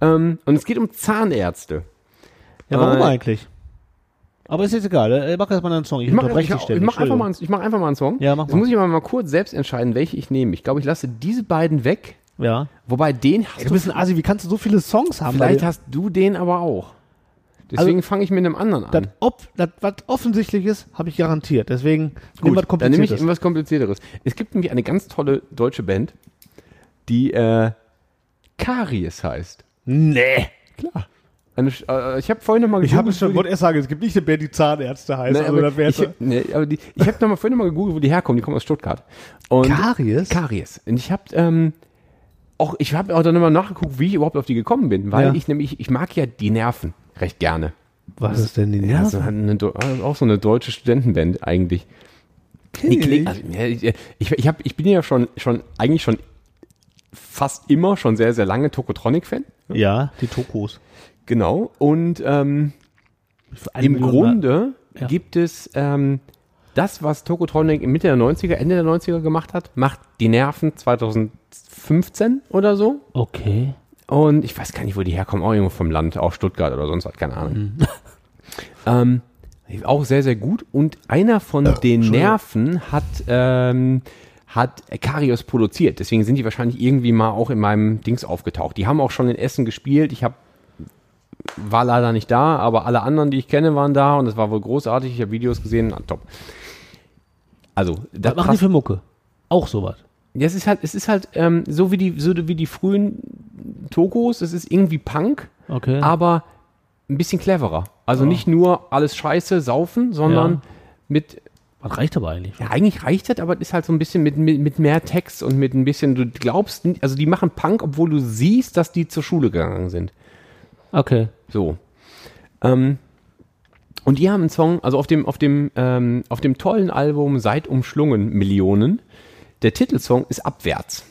Speaker 6: Ähm, und es geht um Zahnärzte.
Speaker 1: ja warum
Speaker 6: Äh,
Speaker 1: eigentlich? Aber ist jetzt egal, äh, mach erstmal einen Song. Ich,
Speaker 6: Ich mache
Speaker 1: unterbreche dich
Speaker 6: ich, ich
Speaker 1: ständig.
Speaker 6: mach einfach,
Speaker 1: Entschuldigung.
Speaker 6: mal einen- ich mach einfach mal einen Song.
Speaker 1: Ja, mach
Speaker 6: Jetzt
Speaker 1: mal.
Speaker 6: muss ich aber mal kurz selbst entscheiden, welche ich nehme. Ich glaube, ich lasse diese beiden weg.
Speaker 1: Ja.
Speaker 6: Wobei den hast
Speaker 1: Du bist ein Asi, wie kannst du so viele Songs haben?
Speaker 6: vielleicht
Speaker 1: weil-
Speaker 6: hast du den aber auch. Deswegen fange ich mit einem anderen
Speaker 1: das,
Speaker 6: an.
Speaker 1: ob, das, Also, was offensichtlich ist, habe ich garantiert. Deswegen nimm was
Speaker 6: dann nehme ich
Speaker 1: Kompliziertes.
Speaker 6: irgendwas Komplizierteres. Es gibt nämlich eine ganz tolle deutsche Band, die äh, Karies heißt.
Speaker 1: nee.
Speaker 6: Klar. Eine, Sch- äh, ich habe vorhin nochmal
Speaker 1: Ich habe es schon, wollte erst sagen, es gibt nicht eine Band, die Zahnärzte heißt.
Speaker 6: Nein,
Speaker 1: also das
Speaker 6: Ne, aber
Speaker 1: wäre
Speaker 6: ich, nee, aber die, ich habe nochmal vorhin nochmal gegoogelt, wo die herkommen. Die kommen aus Stuttgart. Und
Speaker 1: Karies?
Speaker 6: Karies. Und ich habe ähm, auch, ich habe auch dann nochmal nachgeguckt, wie ich überhaupt auf die gekommen bin, weil
Speaker 1: Ja.
Speaker 6: ich nämlich, ich mag ja die Nerven recht gerne.
Speaker 1: Was ist denn die
Speaker 6: Also eine, Do- auch so eine deutsche Studentenband eigentlich. Die klingt, also, ja, ich, ich, ich hab, ich bin ja schon, schon eigentlich schon fast immer schon sehr, sehr lange Tokotronic-Fan.
Speaker 1: Ja, die Tokos.
Speaker 6: Genau. Und ähm,
Speaker 1: Eine
Speaker 6: Im
Speaker 1: Million
Speaker 6: Grunde
Speaker 1: Ja.
Speaker 6: gibt es ähm, das, was Tokotronic in Mitte der 90er, Ende der 90er gemacht hat, macht die Nerven 2015 oder so.
Speaker 1: Mal- Okay.
Speaker 6: Und ich weiß gar nicht, wo die herkommen. Auch irgendwo vom Land, auch Stuttgart oder sonst was, keine Ahnung.
Speaker 1: Mhm.
Speaker 6: ähm, auch sehr, sehr gut. Und einer von den Nerven hat, ähm, hat Karius produziert. Deswegen sind die wahrscheinlich irgendwie mal auch in meinem Dings aufgetaucht. Die haben auch schon in Essen gespielt. Ich habe war leider nicht da, aber alle anderen, die ich kenne, waren da und es war wohl großartig. Ich habe Videos gesehen, na, top. Also, das
Speaker 1: Was machen die für Mucke? Auch sowas.
Speaker 6: ja, es ist halt, es ist halt ähm, so wie die, so wie die frühen Tokos. Es ist irgendwie Punk,
Speaker 1: Okay.
Speaker 6: aber ein bisschen cleverer. Also nicht nur alles Scheiße saufen, sondern
Speaker 1: Ja.
Speaker 6: mit
Speaker 1: Was reicht aber eigentlich?
Speaker 6: ja, eigentlich reicht das, aber es ist halt so ein bisschen mit, mit, mit mehr Text und mit ein bisschen, du glaubst, nicht- also die machen Punk, obwohl du siehst, dass die zur Schule gegangen sind.
Speaker 1: Okay.
Speaker 6: So. Ähm, und die haben einen Song, also auf dem, auf dem, ähm, auf dem tollen Album Seit umschlungen Millionen. Der Titelsong ist abwärts.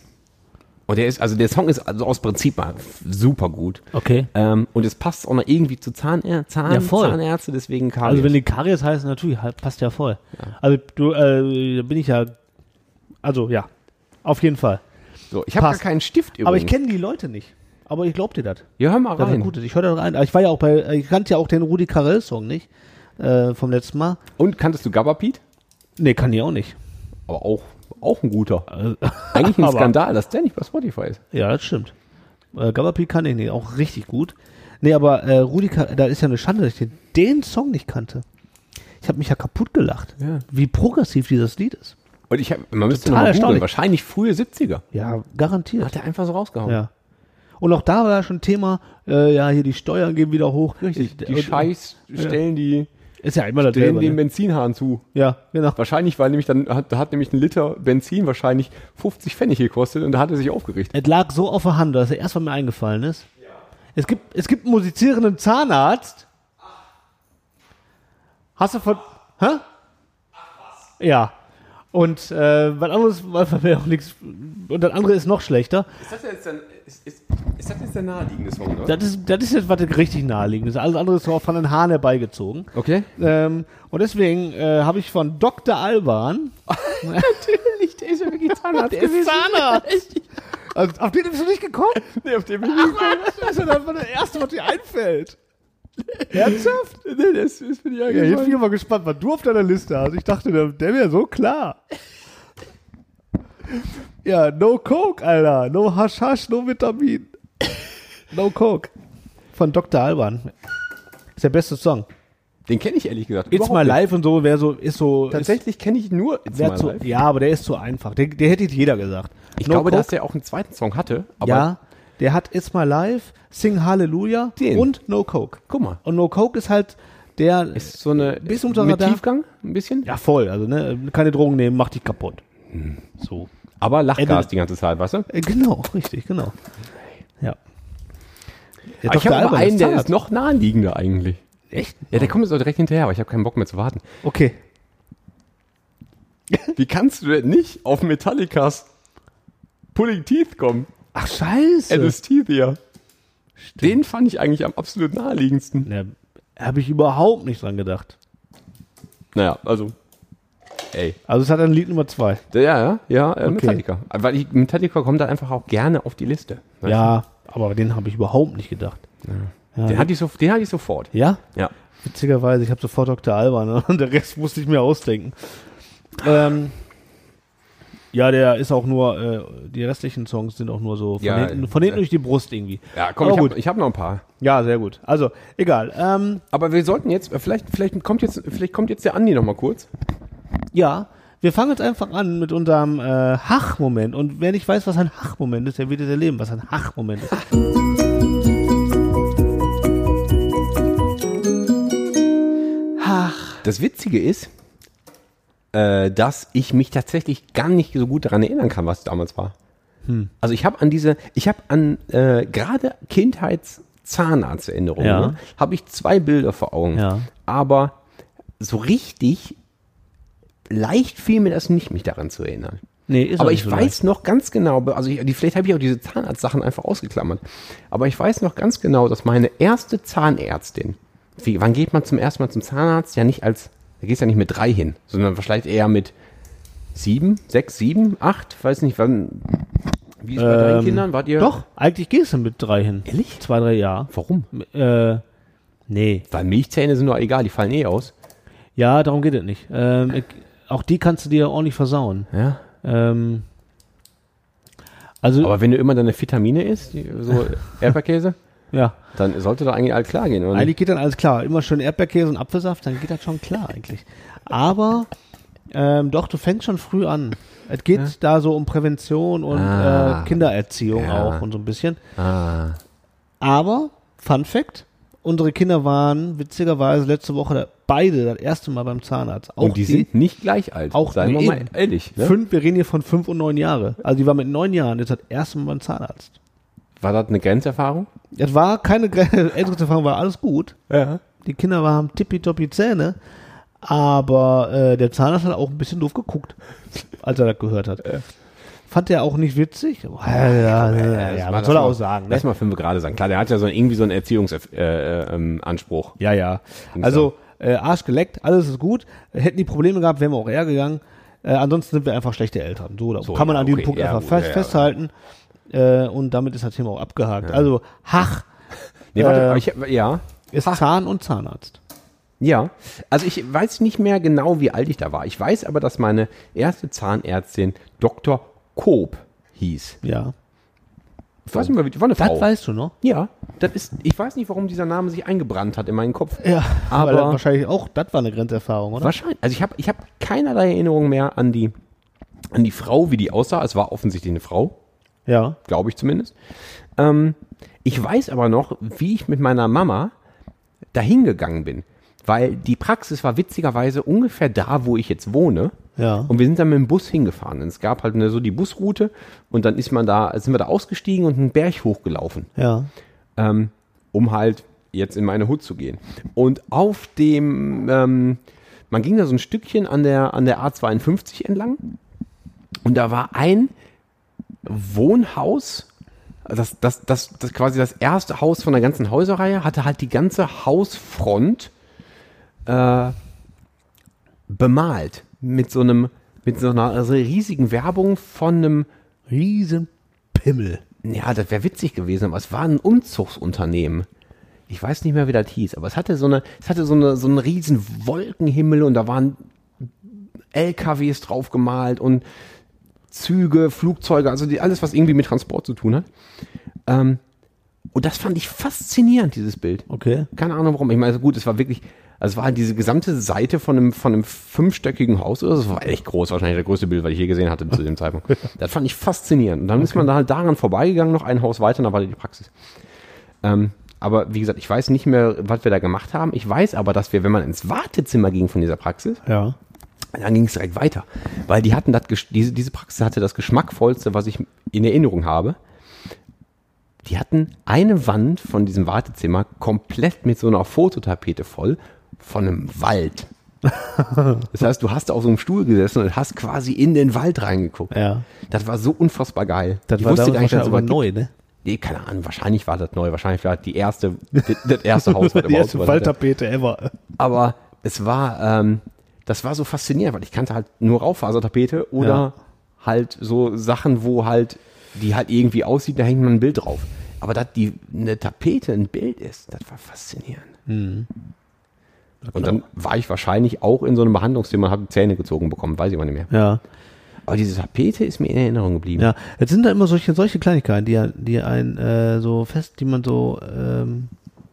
Speaker 6: Und der ist, also der Song ist also aus Prinzip mal f- super gut.
Speaker 1: Okay.
Speaker 6: Ähm, und es passt auch noch irgendwie zu Zahnär Zahn
Speaker 1: Ja, voll.
Speaker 6: Zahnärzte, deswegen kam
Speaker 1: Also wenn
Speaker 6: jetzt-
Speaker 1: die Karies heißen, natürlich, halt, passt ja voll. Also du, äh, da bin ich ja, also ja, auf jeden Fall.
Speaker 6: so, ich habe gar
Speaker 1: passt.
Speaker 6: keinen Stift übrigens.
Speaker 1: Aber ich kenne die Leute nicht. Aber ich glaub dir das.
Speaker 6: Ja, hör mal
Speaker 1: Das ist
Speaker 6: rein.
Speaker 1: gut. Ich höre da rein. Aber ich war ja auch bei, ich kannte ja auch den Rudi Carell Song nicht. äh, vom letzten Mal.
Speaker 6: Und kanntest du Gabba Pete?
Speaker 1: Nee, kann ich auch nicht.
Speaker 6: Aber auch, auch ein guter. Eigentlich ein
Speaker 1: Also, aber-
Speaker 6: Skandal, dass der nicht bei Spotify ist.
Speaker 1: Ja, das stimmt. Äh, Gabapi kann ich nicht, auch richtig gut. Nee, aber äh, Rudi, kann, da ist ja eine Schande, dass ich den, den Song nicht kannte. Ich habe mich ja kaputt gelacht,
Speaker 6: Ja.
Speaker 1: wie progressiv dieses Lied ist.
Speaker 6: Und ich hab, man müsste
Speaker 1: Total
Speaker 6: nochmal googeln,
Speaker 1: erstaunlich.
Speaker 6: wahrscheinlich frühe 70er.
Speaker 1: Ja, garantiert.
Speaker 6: Hat er einfach so rausgehauen.
Speaker 1: Ja. Und auch da war schon Thema, äh, ja, hier die Steuern gehen wieder hoch.
Speaker 6: Richtig,
Speaker 1: Ich-
Speaker 6: die
Speaker 1: und-
Speaker 6: Scheiß stellen die
Speaker 1: Ist ja immer
Speaker 6: drehen
Speaker 1: dasselbe.
Speaker 6: den
Speaker 1: Ne?
Speaker 6: Benzinhahn zu.
Speaker 1: Ja, genau.
Speaker 6: Wahrscheinlich, weil nämlich dann hat, da hat nämlich ein Liter Benzin wahrscheinlich 50 Pfennig gekostet und da hat er sich aufgeregt.
Speaker 1: Es lag so auf der Hand, dass er erst mal mir eingefallen ist. Es gibt, es gibt einen musizierenden Zahnarzt. Hast du von. Hä? Ja. Und äh, was anderes war mir auch nichts. Und das andere ist noch schlechter.
Speaker 7: Ist das jetzt dann, ist, ist, ist das jetzt der naheliegende Song, oder?
Speaker 1: Das ist, das ist jetzt was richtig naheliegendes. Alles andere ist so von den Haaren herbeigezogen.
Speaker 6: Okay.
Speaker 1: Ähm, und deswegen äh, habe ich von Dr. Alban.
Speaker 6: Natürlich, der ist ja wirklich Zahnarzt gewesen.
Speaker 1: Zahnarzt! Also, auf den bist du nicht gekommen?
Speaker 6: Nee, auf dem
Speaker 1: Das ist ja dann das Erste, was dir einfällt. Ernsthaft?
Speaker 6: Nee, das ist mir nicht
Speaker 1: Ja, jetzt
Speaker 6: eingefallen.
Speaker 1: bin ich mal gespannt, was du auf deiner Liste hast. Ich dachte, der, der wäre so klar. Ja, no Coke, Alter. No Hasch Hasch, no Vitamin. No Coke. Von Dr. Alban. Ist der beste Song.
Speaker 6: Den kenne ich ehrlich gesagt.
Speaker 1: It's
Speaker 6: überhaupt
Speaker 1: My
Speaker 6: nicht.
Speaker 1: Life und so wäre so, ist so.
Speaker 6: Tatsächlich kenne ich nur It's
Speaker 1: Ist, wär
Speaker 6: My
Speaker 1: zu,
Speaker 6: Life.
Speaker 1: ja, aber der ist zu einfach. Der, der hätte jeder gesagt.
Speaker 6: Ich
Speaker 1: No
Speaker 6: glaube,
Speaker 1: Coke,
Speaker 6: dass der auch einen zweiten Song hatte, aber
Speaker 1: Ja, der hat It's My Life, Sing Hallelujah
Speaker 6: Den.
Speaker 1: und No Coke.
Speaker 6: guck mal.
Speaker 1: Und No Coke ist halt der.
Speaker 6: Ist so eine
Speaker 1: Bisschen unter
Speaker 6: mit
Speaker 1: Radar.
Speaker 6: Tiefgang ein bisschen,
Speaker 1: ja, voll. Also, ne, keine Drogen nehmen, macht dich kaputt.
Speaker 6: Hm.
Speaker 1: So.
Speaker 6: aber Lachgas
Speaker 1: Ende-
Speaker 6: die ganze Zeit, weißt du?
Speaker 1: Äh, Genau, richtig, genau. Ja. ja
Speaker 6: Aber ich
Speaker 1: Dr.
Speaker 6: habe aber
Speaker 1: Alban
Speaker 6: einen,
Speaker 1: ist
Speaker 6: der
Speaker 1: Zahnarzt.
Speaker 6: ist noch naheliegender eigentlich.
Speaker 1: Echt?
Speaker 6: Ja, der kommt jetzt auch direkt hinterher, aber ich habe keinen Bock mehr zu warten.
Speaker 1: Okay.
Speaker 6: Wie kannst du denn nicht auf Metallicas Pulling Teeth kommen?
Speaker 1: Ach, scheiße.
Speaker 6: Anesthesia. Den fand ich eigentlich am absolut naheliegendsten.
Speaker 1: ja, Habe ich überhaupt nicht dran gedacht.
Speaker 6: Naja, also. Ey.
Speaker 1: Also, es hat ein Lied Nummer zwei.
Speaker 6: Ja, ja, ja, äh,
Speaker 1: Okay.
Speaker 6: Metallica. Weil ich, Metallica kommt da einfach auch gerne auf die Liste. Ne?
Speaker 1: Ja, aber den habe ich überhaupt nicht gedacht.
Speaker 6: Den hatte ich, so, den hatte ich sofort.
Speaker 1: Ja?
Speaker 6: Ja.
Speaker 1: Witzigerweise, ich habe sofort Dr. Alban ne? und der Rest musste ich mir ausdenken. Ähm, ja, der ist auch nur, äh, die restlichen Songs sind auch nur so von
Speaker 6: Ja,
Speaker 1: hinten, von hinten
Speaker 6: äh,
Speaker 1: durch die Brust irgendwie.
Speaker 6: Ja, komm,
Speaker 1: Aber
Speaker 6: ich
Speaker 1: gut.
Speaker 6: habe hab noch ein paar.
Speaker 1: Ja, sehr gut. Also, egal. Ähm,
Speaker 6: Aber wir sollten jetzt, äh, vielleicht, vielleicht kommt jetzt, vielleicht kommt jetzt der Andi noch mal kurz.
Speaker 1: ja, wir fangen jetzt einfach an mit unserem äh, Hach-Moment. Und wer nicht weiß, was ein Hach-Moment ist, der wird es erleben, was ein Hach-Moment ist.
Speaker 6: Das Witzige ist, äh, dass ich mich tatsächlich gar nicht so gut daran erinnern kann, was damals war.
Speaker 1: Hm.
Speaker 6: Also ich habe an diese, ich habe an äh, gerade Kindheitszahnarzterinnerungen,
Speaker 1: Ja.
Speaker 6: ne, habe ich zwei Bilder vor Augen.
Speaker 1: Ja.
Speaker 6: Aber so richtig leicht fiel mir das nicht, mich daran zu erinnern.
Speaker 1: Nee, ist auch
Speaker 6: aber
Speaker 1: nicht
Speaker 6: ich
Speaker 1: so
Speaker 6: weiß
Speaker 1: leicht.
Speaker 6: noch ganz genau, be- also ich, die, vielleicht habe ich auch diese Zahnarztsachen einfach ausgeklammert, aber ich weiß noch ganz genau, dass meine erste Zahnärztin, wie, wann geht man zum ersten Mal zum Zahnarzt? Ja, nicht als, da gehst du ja nicht mit drei hin, sondern vielleicht eher mit sieben, sechs, sieben, acht, weiß nicht, wann, wie ist bei deinen
Speaker 1: Ähm,
Speaker 6: Kindern? Wart ihr?
Speaker 1: Doch, eigentlich gehst du mit drei hin.
Speaker 6: Ehrlich?
Speaker 1: Zwei, drei Jahre.
Speaker 6: Warum?
Speaker 1: Äh, nee.
Speaker 6: Weil Milchzähne sind doch egal, die fallen eh aus.
Speaker 1: Ja, darum geht es nicht. Ähm, ich- auch die kannst du dir ordentlich versauen.
Speaker 6: Ja.
Speaker 1: Ähm, also,
Speaker 6: Aber wenn du immer deine Vitamine isst, die, so Erdbeerkäse,
Speaker 1: ja,
Speaker 6: dann sollte doch eigentlich alles klar gehen, oder?
Speaker 1: eigentlich geht dann alles klar. Immer schön Erdbeerkäse und Apfelsaft, dann geht das schon klar eigentlich. Aber ähm, doch, du fängst schon früh an. Es geht da so um Prävention und
Speaker 6: Ah.
Speaker 1: äh, Kindererziehung
Speaker 6: Ja.
Speaker 1: auch und so ein bisschen.
Speaker 6: Ah.
Speaker 1: Aber, Fun Fact, unsere Kinder waren witzigerweise letzte Woche da- beide das erste Mal beim Zahnarzt. Auch
Speaker 6: und die, sind nicht gleich alt.
Speaker 1: auch
Speaker 6: seien wir
Speaker 1: die
Speaker 6: mal
Speaker 1: eben.
Speaker 6: ehrlich. Ne?
Speaker 1: Fünf, wir reden hier von fünf und neun Jahre. Also die war mit neun Jahren jetzt das erste Mal beim Zahnarzt.
Speaker 6: War das eine Grenzerfahrung?
Speaker 1: Das war keine Ältesterfahrung, war alles gut.
Speaker 6: Ja.
Speaker 1: Die Kinder waren, haben tippitoppi Zähne, aber äh, der Zahnarzt hat auch ein bisschen doof geguckt, als er das gehört hat. Fand er auch nicht witzig? Oh, Ja, ja, ja, ja, ja, was soll er auch sagen? Ne?
Speaker 6: Lass mal fünf gerade sagen. Klar, der hat ja so einen- irgendwie so einen Erziehungsanspruch. Äh, ähm, Anspruch.
Speaker 1: Ja, ja. Also äh, Arsch geleckt, alles ist gut. Hätten die Probleme gehabt, wären wir auch eher gegangen. Äh, ansonsten sind wir einfach schlechte Eltern. So, da kann man
Speaker 6: ja,
Speaker 1: an diesem
Speaker 6: okay,
Speaker 1: Punkt
Speaker 6: ja,
Speaker 1: einfach
Speaker 6: gut,
Speaker 1: fest,
Speaker 6: ja, ja.
Speaker 1: festhalten. Äh, und damit ist das Thema auch abgehakt. Also Hach
Speaker 6: Nee, warte, aber ich, ja.
Speaker 1: ist Zahn und Zahnarzt.
Speaker 6: Ja, also ich weiß nicht mehr genau, wie alt ich da war. Ich weiß aber, dass meine erste Zahnärztin Dr. Koop hieß.
Speaker 1: Ja.
Speaker 6: Ich weiß nicht mehr, wie, war eine
Speaker 1: Das
Speaker 6: Frau.
Speaker 1: weißt du noch?
Speaker 6: ja, das ist, ich weiß nicht, warum dieser Name sich eingebrannt hat in meinen Kopf.
Speaker 1: Ja,
Speaker 6: Aber-
Speaker 1: aber wahrscheinlich auch, das war eine Grenzerfahrung, oder?
Speaker 6: Wahrscheinlich. Also ich habe ich hab keinerlei Erinnerung mehr an die, an die Frau, wie die aussah. Es war offensichtlich eine Frau,
Speaker 1: Ja.
Speaker 6: glaube ich zumindest. Ähm, ich weiß aber noch, wie ich mit meiner Mama dahin gegangen bin. Weil die Praxis war witzigerweise ungefähr da, wo ich jetzt wohne.
Speaker 1: Ja.
Speaker 6: Und wir sind dann mit dem Bus hingefahren. Und es gab halt ne, so die Busroute und dann ist man da, sind wir da ausgestiegen und einen Berg hochgelaufen
Speaker 1: Ja.
Speaker 6: ähm, um halt jetzt in meine Hut zu gehen. Und auf dem, ähm, man ging da so ein Stückchen an der, an der A52 entlang und da war ein Wohnhaus, das, das, das, das quasi das erste Haus von der ganzen Häuserreihe, hatte halt die ganze Hausfront äh, bemalt mit so einem, mit so einer riesigen Werbung von einem
Speaker 1: Riesenpimmel.
Speaker 6: ja, das wäre witzig gewesen, aber es war ein Umzugsunternehmen. Ich weiß nicht mehr, wie das hieß, aber es hatte so eine, es hatte so eine, so einen riesen Wolkenhimmel und da waren LKWs drauf gemalt und Züge, Flugzeuge, also die, alles, was irgendwie mit Transport zu tun hat. Ähm, und das fand ich faszinierend, dieses Bild.
Speaker 1: Okay.
Speaker 6: Keine Ahnung warum. Ich meine, gut, es war wirklich, also es war halt diese gesamte Seite von einem, von einem fünfstöckigen Haus oder so. Das war echt groß, wahrscheinlich der größte Bild, was ich je gesehen hatte zu dem Zeitpunkt. Das fand ich faszinierend. Und dann ist man da halt daran vorbeigegangen, noch ein Haus weiter, und da war die Praxis. Ähm, aber wie gesagt, ich weiß nicht mehr, was wir da gemacht haben. Ich weiß aber, dass wir, wenn man ins Wartezimmer ging von dieser Praxis,
Speaker 1: Ja.
Speaker 6: dann ging es direkt weiter. Weil die hatten das, gesch- diese, diese Praxis hatte das Geschmackvollste, was ich in Erinnerung habe. Die hatten eine Wand von diesem Wartezimmer komplett mit so einer Fototapete voll von einem Wald. Das heißt, du hast auf so einem Stuhl gesessen und hast quasi in den Wald reingeguckt.
Speaker 1: Ja.
Speaker 6: Das war so unfassbar geil.
Speaker 1: Das
Speaker 6: ich
Speaker 1: war
Speaker 6: wusste
Speaker 1: damals
Speaker 6: gar nicht, dass
Speaker 1: wahrscheinlich
Speaker 6: es
Speaker 1: aber
Speaker 6: sowas
Speaker 1: neu, ne?
Speaker 6: Nee, keine Ahnung, wahrscheinlich war das neu, wahrscheinlich war das die erste, das erste Haus, was überhaupt sowas hatte.
Speaker 1: ever.
Speaker 6: Aber es war, ähm, das war so faszinierend, weil ich kannte halt nur Raufasertapete oder
Speaker 1: Ja.
Speaker 6: halt so Sachen, wo halt, die halt irgendwie aussieht, da hängt man ein Bild drauf. Aber dass die eine Tapete ein Bild ist, das war faszinierend. Und dann war ich wahrscheinlich auch in so einem Behandlungszimmer und habe Zähne gezogen bekommen, weiß ich aber nicht mehr.
Speaker 1: Ja.
Speaker 6: Aber diese Tapete ist mir in Erinnerung geblieben.
Speaker 1: Ja. Jetzt sind da immer solche, solche Kleinigkeiten, die, ja- die ein äh, so fest, die man so ähm,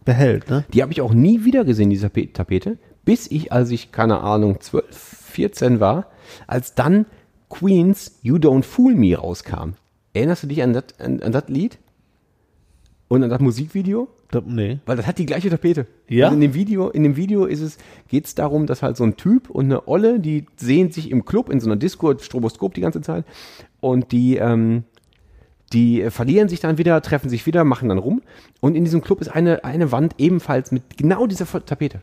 Speaker 1: behält, ne?
Speaker 6: Die habe ich auch nie wieder gesehen, diese Tape- Tapete, bis ich, als ich, keine Ahnung, 12, 14 war, als dann Queens You Don't Fool Me rauskam. Erinnerst du dich an das an, an das Lied? Und an das Musikvideo?
Speaker 1: Da, nee.
Speaker 6: Weil das hat die gleiche Tapete.
Speaker 1: Ja?
Speaker 6: Also in dem Video, in dem Video ist es, geht es darum, dass halt so ein Typ und eine Olle, die sehen sich im Club, in so einer Disco, Stroboskop die ganze Zeit. Und die, ähm, die äh, verlieren sich dann wieder, treffen sich wieder, machen dann rum. Und in diesem Club ist eine, eine Wand ebenfalls mit genau dieser Fo- Tapete.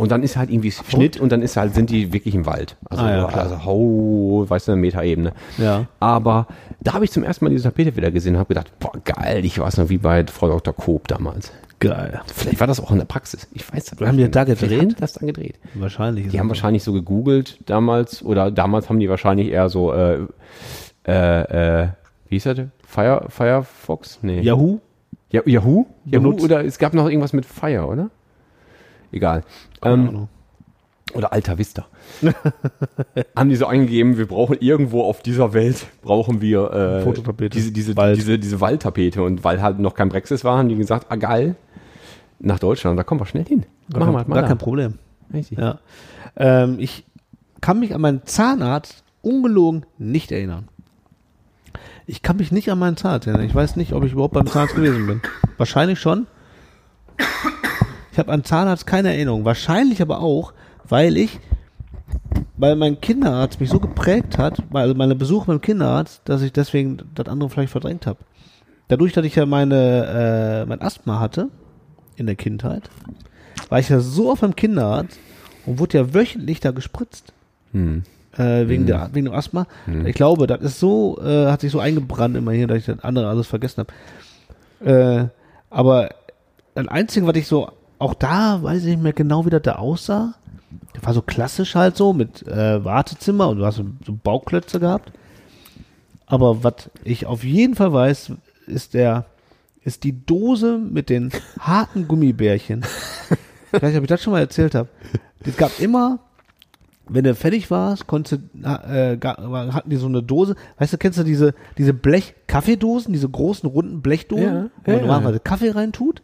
Speaker 6: Und dann ist halt irgendwie Schnitt und dann ist halt, sind die wirklich im Wald. Also,
Speaker 1: Ah, ja, klar.
Speaker 6: also hau, weißt du, eine Metaebene.
Speaker 1: Ja.
Speaker 6: Aber da habe ich zum ersten Mal diese Tapete wieder gesehen und habe gedacht, boah, geil, ich weiß noch wie bei Frau Dr. Koop damals.
Speaker 1: Geil.
Speaker 6: Vielleicht war das auch in der Praxis. Ich weiß das
Speaker 1: Haben die
Speaker 6: nicht.
Speaker 1: da
Speaker 6: Vielleicht
Speaker 1: gedreht?
Speaker 6: haben die Das dann gedreht.
Speaker 1: Wahrscheinlich. ist
Speaker 6: Die haben
Speaker 1: das so.
Speaker 6: wahrscheinlich so gegoogelt damals oder damals haben die wahrscheinlich eher so äh, äh, äh, wie hieß das? Fire, Firefox? Nee.
Speaker 1: Yahoo?
Speaker 6: Ja, Yahoo? Yahoo
Speaker 1: Benutzt.
Speaker 6: oder es gab noch irgendwas mit Fire, oder? Egal. Ähm,
Speaker 1: Ahnung.
Speaker 6: oder Alta Vista. haben die so eingegeben, wir brauchen irgendwo auf dieser Welt brauchen wir äh,
Speaker 1: Fototapete.
Speaker 6: diese diese
Speaker 1: Wald.
Speaker 6: diese diese Waldtapete und weil halt noch kein Brexit war, haben die gesagt, ah geil, nach Deutschland, da kommen wir schnell hin. Machen wir halt mal
Speaker 1: Gar
Speaker 6: da.
Speaker 1: kein Problem.
Speaker 6: Richtig.
Speaker 1: Ja. Ähm, ich kann mich an meinen Zahnarzt ungelogen nicht erinnern. Ich kann mich nicht an meinen Zahnarzt erinnern. Ich weiß nicht, ob ich überhaupt beim Zahnarzt gewesen bin. Wahrscheinlich schon. Ich habe an Zahnarzt keine Erinnerung. Wahrscheinlich aber auch, weil ich, weil mein Kinderarzt mich so geprägt hat, weil- also meine Besuche beim Kinderarzt, dass ich deswegen das andere vielleicht verdrängt habe. Dadurch, dass ich ja meine, äh, mein Asthma hatte in der Kindheit, war ich ja so auf beim Kinderarzt und wurde ja wöchentlich da gespritzt. Äh, wegen, der, wegen dem Asthma. Ich glaube, das ist so, äh, hat sich so eingebrannt immer hier, dass ich das andere alles vergessen habe. Äh, aber das Einzige, was ich so, auch da weiß ich nicht mehr genau, wie das da aussah. Das war so klassisch halt so mit äh, Wartezimmer und du hast so, so Bauklötze gehabt. Aber was ich auf jeden Fall weiß, ist der, ist die Dose mit den harten Gummibärchen Ich weiß nicht, ob ich das schon mal erzählt habe. Es gab immer, wenn du fertig warst, konntest, du, äh, ga- hatten die so eine Dose. Weißt du, kennst du diese, diese Blech-Kaffeedosen, diese großen runden Blechdosen,
Speaker 6: Ja,
Speaker 1: wo man
Speaker 6: ja,
Speaker 1: normalerweise Kaffee reintut?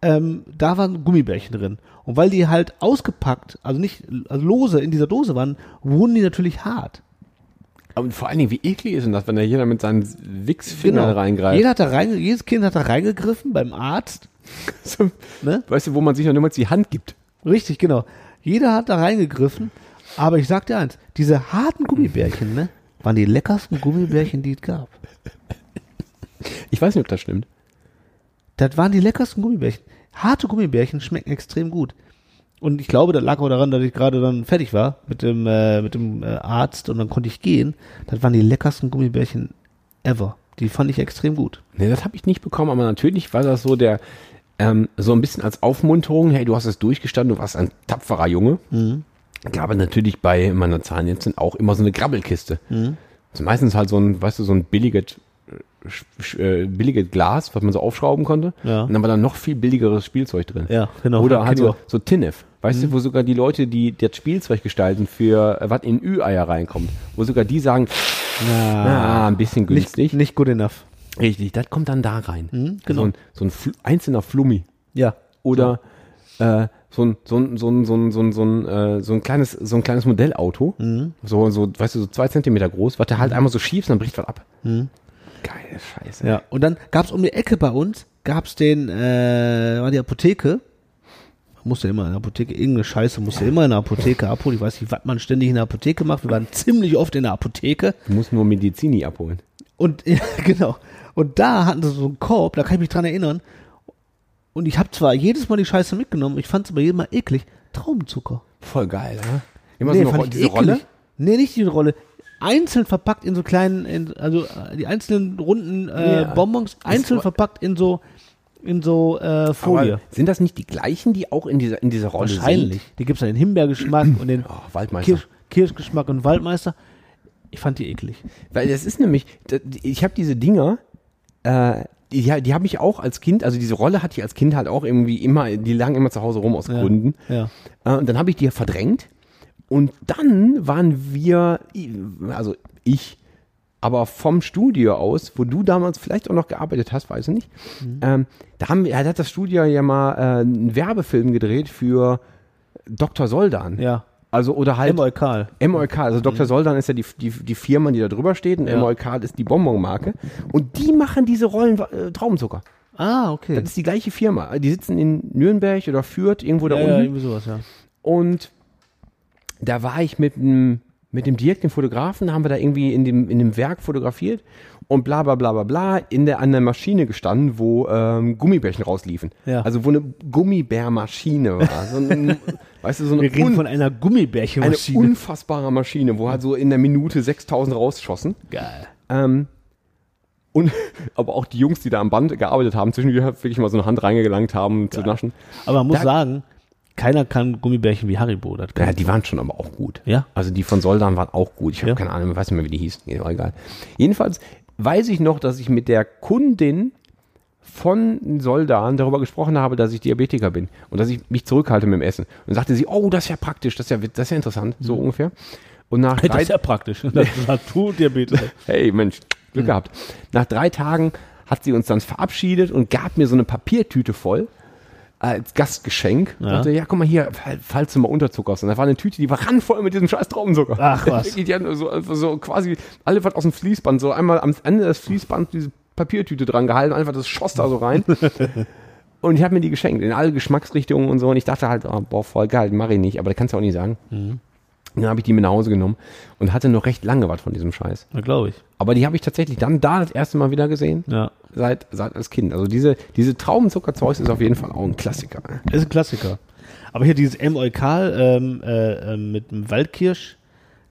Speaker 1: Ähm, da waren Gummibärchen drin. Und weil die halt ausgepackt, also nicht also lose in dieser Dose waren, wurden die natürlich hart.
Speaker 6: Und vor allen Dingen, wie eklig ist denn das, wenn da jeder mit seinen Wichsfingern
Speaker 1: Genau.
Speaker 6: reingreift?
Speaker 1: Jeder hat da reinge- jedes Kind hat da reingegriffen beim Arzt.
Speaker 6: So,
Speaker 1: Ne?
Speaker 6: Weißt du, wo man sich noch niemals die Hand gibt?
Speaker 1: Richtig, genau. Jeder hat da reingegriffen. Aber ich sag dir eins, diese harten Gummibärchen, ne, waren die leckersten Gummibärchen, die es gab.
Speaker 6: Ich weiß nicht, ob das stimmt.
Speaker 1: Das waren die leckersten Gummibärchen. Harte Gummibärchen schmecken extrem gut. Und ich glaube, das lag auch daran, dass ich gerade dann fertig war mit dem, äh, mit dem äh, Arzt und dann konnte ich gehen. Das waren die leckersten Gummibärchen ever. Die fand ich extrem gut.
Speaker 6: Nee, das habe ich nicht bekommen, aber natürlich war das so der, ähm, so ein bisschen als Aufmunterung, hey, du hast es durchgestanden, du warst ein tapferer Junge.
Speaker 1: Mhm.
Speaker 6: Gab es natürlich bei meiner Zahnärztin auch immer so eine Grabbelkiste.
Speaker 1: Mhm.
Speaker 6: Also meistens halt so ein, weißt du, so ein billiges, äh, sch- sch- äh, billiges Glas, was man so aufschrauben konnte.
Speaker 1: Ja.
Speaker 6: Und dann war da noch viel billigeres Spielzeug drin.
Speaker 1: Ja, genau. Mhm.
Speaker 6: Oder halt
Speaker 1: Kenn ich
Speaker 6: so,
Speaker 1: auch.
Speaker 6: so Tinef. Weißt du, wo sogar die Leute, die das Spielzeug gestalten, für äh, was in Ü-Eier reinkommt, wo sogar die sagen, ah, ein bisschen
Speaker 1: Nicht,
Speaker 6: günstig.
Speaker 1: nicht good enough.
Speaker 6: Richtig, das kommt dann da rein.
Speaker 1: genau.
Speaker 6: So ein, so ein Fl einzelner Flummi
Speaker 1: Ja.
Speaker 6: oder äh, so ein so ein so ein so ein so ein so ein, äh, so ein kleines so ein kleines Modellauto,
Speaker 1: Mhm.
Speaker 6: so so weißt du so zwei Zentimeter groß, was du halt einmal so schiebst, dann bricht was ab. Geile Scheiße.
Speaker 1: Mhm. Ja, und dann gab's um die Ecke bei uns, gab's den, äh, war die Apotheke. Man musste immer in der Apotheke, irgendeine Scheiße musste immer in der Apotheke abholen. Ich weiß nicht, was man ständig in der Apotheke macht. Wir waren ziemlich oft in der Apotheke.
Speaker 6: Du musst nur Medizini abholen.
Speaker 1: Und, ja, genau. Und da hatten sie so einen Korb, da kann ich mich dran erinnern. Und ich habe zwar jedes Mal die Scheiße mitgenommen, ich fand's aber jedes Mal eklig. Traubenzucker.
Speaker 6: Voll geil, ne? Immer so eine
Speaker 1: fand
Speaker 6: Ro-
Speaker 1: ich
Speaker 6: diese
Speaker 1: eklig.
Speaker 6: Rolle.
Speaker 1: Nee, nicht diese Rolle. Einzeln verpackt in so kleinen, in, also äh, die einzelnen runden äh,
Speaker 6: Ja.
Speaker 1: Bonbons, einzeln
Speaker 6: war-
Speaker 1: verpackt in so in so äh,
Speaker 6: Aber
Speaker 1: Folie.
Speaker 6: sind das nicht die gleichen, die auch in dieser in dieser Rolle
Speaker 1: Wahrscheinlich. Die gibt's dann den Himbeergeschmack und den
Speaker 6: Oh, Waldmeister.
Speaker 1: Kirsch, Kirschgeschmack und Waldmeister. Ich fand die eklig.
Speaker 6: Weil das ist nämlich, da- ich habe diese Dinger, äh, die, die habe ich auch als Kind, also diese Rolle hatte ich als Kind halt auch irgendwie immer, die lagen immer zu Hause rum aus
Speaker 1: Ja.
Speaker 6: Gründen.
Speaker 1: Ja.
Speaker 6: Äh, und dann habe ich die verdrängt. Und dann waren wir, i- also ich, aber vom Studio aus, wo du damals vielleicht auch noch gearbeitet hast, weiß ich nicht.
Speaker 1: Mhm.
Speaker 6: Ähm, da, haben, wir- da hat das Studio ja mal äh, einen Werbefilm gedreht für Dr. Soldan.
Speaker 1: Ja.
Speaker 6: Also, oder halt.
Speaker 1: Emma Karl.
Speaker 6: MOLK, also Dr. Soldan ist ja die, die, die Firma, die da drüber steht und
Speaker 1: Mhm. Ja.
Speaker 6: MOLK ist die Bonbonmarke. Und die machen diese Rollen äh, Traubenzucker.
Speaker 1: Ah, okay.
Speaker 6: Das ist die gleiche Firma. Die sitzen in Nürnberg oder Fürth, irgendwo da
Speaker 1: ja, ja,
Speaker 6: unten.
Speaker 1: irgendwie sowas, ja.
Speaker 6: Und da war ich mit dem, mit dem Dirk, dem Fotografen, haben wir da irgendwie in dem, in dem Werk fotografiert und bla bla bla bla bla in der, an der Maschine gestanden, wo ähm, Gummibärchen rausliefen.
Speaker 1: Ja.
Speaker 6: Also wo eine Gummibärmaschine war. So ein, weißt du, so eine
Speaker 1: Wir reden
Speaker 6: un-
Speaker 1: von einer
Speaker 6: eine
Speaker 1: Gummibärchenmaschine.
Speaker 6: unfassbare Maschine, wo halt so in der Minute 6000 rausschossen.
Speaker 1: Geil.
Speaker 6: Ähm, und aber auch die Jungs, die da am Band gearbeitet haben, zwischendurch hat wirklich mal so eine Hand reingelangt haben um zu naschen.
Speaker 1: Aber man muss
Speaker 6: Da-
Speaker 1: sagen, keiner kann Gummibärchen wie Haribo. Das kann
Speaker 6: Ja, die waren schon aber auch gut.
Speaker 1: Ja.
Speaker 6: Also die von Soldan waren auch gut. Ich habe
Speaker 1: Ja.
Speaker 6: keine Ahnung, weiß nicht mehr, wie die hießen. Nee, war egal. Jedenfalls weiß ich noch, dass ich mit der Kundin von Soldan darüber gesprochen habe, dass ich Diabetiker bin und dass ich mich zurückhalte mit dem Essen. Und dann sagte sie, oh, das ist ja praktisch, das ist ja, das ist ja interessant, so ungefähr. Und nach
Speaker 1: Das
Speaker 6: drei,
Speaker 1: ist ja praktisch. Das ist Naturdiabetes.
Speaker 6: Hey Mensch,
Speaker 1: Hm.
Speaker 6: Glück gehabt. Nach drei Tagen hat sie uns dann verabschiedet und gab mir so eine Papiertüte voll äh, als Gastgeschenk. Ja. Sagte, ja, guck mal hier, fall- falls du mal unterzuckerst. Und da war eine Tüte, die war randvoll mit diesem scheiß Traubenzucker.
Speaker 1: Ach, was.
Speaker 6: Wirklich, Die hatten so, einfach so quasi alle was aus dem Fließband, so einmal am Ende des Fließbands diese Papiertüte dran gehalten, einfach das schoss da so rein. und ich habe mir die geschenkt, in alle Geschmacksrichtungen und so. Und ich dachte halt, oh, boah, voll geil, mach ich nicht. Aber da kannst du auch nicht sagen.
Speaker 1: Mhm.
Speaker 6: Und Dann habe ich die mit nach Hause genommen und hatte noch recht lange was von diesem Scheiß.
Speaker 1: Ja, glaube ich.
Speaker 6: Aber die habe ich tatsächlich dann da das erste Mal wieder gesehen.
Speaker 1: Ja.
Speaker 6: Seit, seit als Kind. Also diese, diese Traubenzuckerzeugs ist auf jeden Fall auch ein Klassiker. ne?
Speaker 1: Ist ein Klassiker. Aber hier dieses M. Eukal ähm, äh, ähm, mit dem Waldkirsch.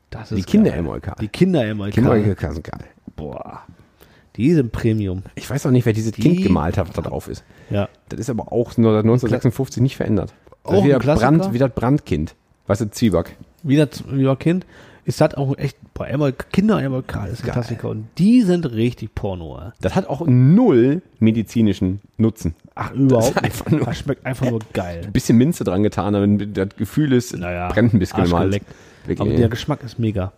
Speaker 1: Das ist
Speaker 6: Die Kinder
Speaker 1: geil.
Speaker 6: M. Eukal.
Speaker 1: Die Kinder M. Eukal.
Speaker 6: Kinderkirker sind geil.
Speaker 1: Boah. Die sind Premium.
Speaker 6: Ich weiß auch nicht, wer dieses
Speaker 1: Die-
Speaker 6: Kind gemalt hat, was da drauf ist.
Speaker 1: Ja.
Speaker 6: Das ist aber auch nur seit 1956 nicht verändert. Das
Speaker 1: Auch
Speaker 6: ist wie,
Speaker 1: ein
Speaker 6: das
Speaker 1: Klassiker?
Speaker 6: Brand, wie das Brandkind. Weißt du, Zwieback.
Speaker 1: Wieder wie war Kind. Ist das auch echt, boah, Emerald- Kinder Emerald Karl ist ein
Speaker 6: Geil.
Speaker 1: Klassiker und die sind richtig Porno. ey.
Speaker 6: Das hat auch null medizinischen Nutzen.
Speaker 1: Ach, überhaupt
Speaker 6: ist
Speaker 1: das
Speaker 6: einfach nur-
Speaker 1: Das schmeckt einfach nur geil.
Speaker 6: Ein bisschen Minze dran getan, aber das Gefühl ist, brennt ein bisschen im Hals.
Speaker 1: Arschgeleckt. Aber der Geschmack ist mega.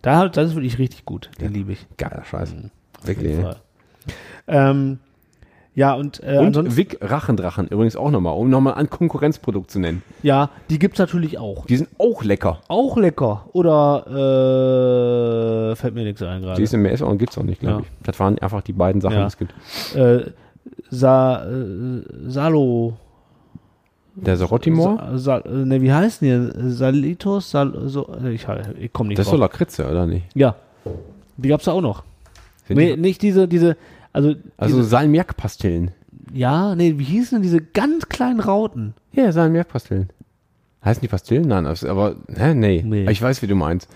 Speaker 1: Da, hat- das ist wirklich richtig gut. Den liebe ich.
Speaker 6: Geiler Scheiß.
Speaker 1: Hm, Auf
Speaker 6: Wirklich.
Speaker 1: jeden Fall. Ähm, ja, und, äh,
Speaker 6: Und
Speaker 1: ansonsten,
Speaker 6: Wick Rachendrachen übrigens auch nochmal, um nochmal ein Konkurrenzprodukt zu nennen.
Speaker 1: ja, die gibt's natürlich auch.
Speaker 6: Die sind auch lecker.
Speaker 1: Auch lecker. Oder äh, fällt mir nichts ein gerade.
Speaker 6: Die sind im US und gibt es auch nicht, glaube
Speaker 1: Ja.
Speaker 6: ich. Das waren einfach die beiden Sachen,
Speaker 1: Ja.
Speaker 6: die es gibt.
Speaker 1: Äh, Sa äh, Salo.
Speaker 6: Der Sarotimor,
Speaker 1: Sa Sa äh, ne, wie heißen die? Salitos? Sal so, äh, ich halt- ich komme nicht
Speaker 6: das ist
Speaker 1: drauf.
Speaker 6: doch Lakritze, oder nicht?
Speaker 1: ja. Die gab's da auch noch.
Speaker 6: Sind
Speaker 1: nee,
Speaker 6: die,
Speaker 1: nicht diese, diese, also,
Speaker 6: also Salmiak-Pastillen.
Speaker 1: diese, ja, nee, wie hießen denn diese ganz kleinen Rauten?
Speaker 6: Ja, Salmiak-Pastillen. Heißen die Pastillen? Nein, das, aber, hä, nee.
Speaker 1: Nee.
Speaker 6: Ich weiß, wie du meinst.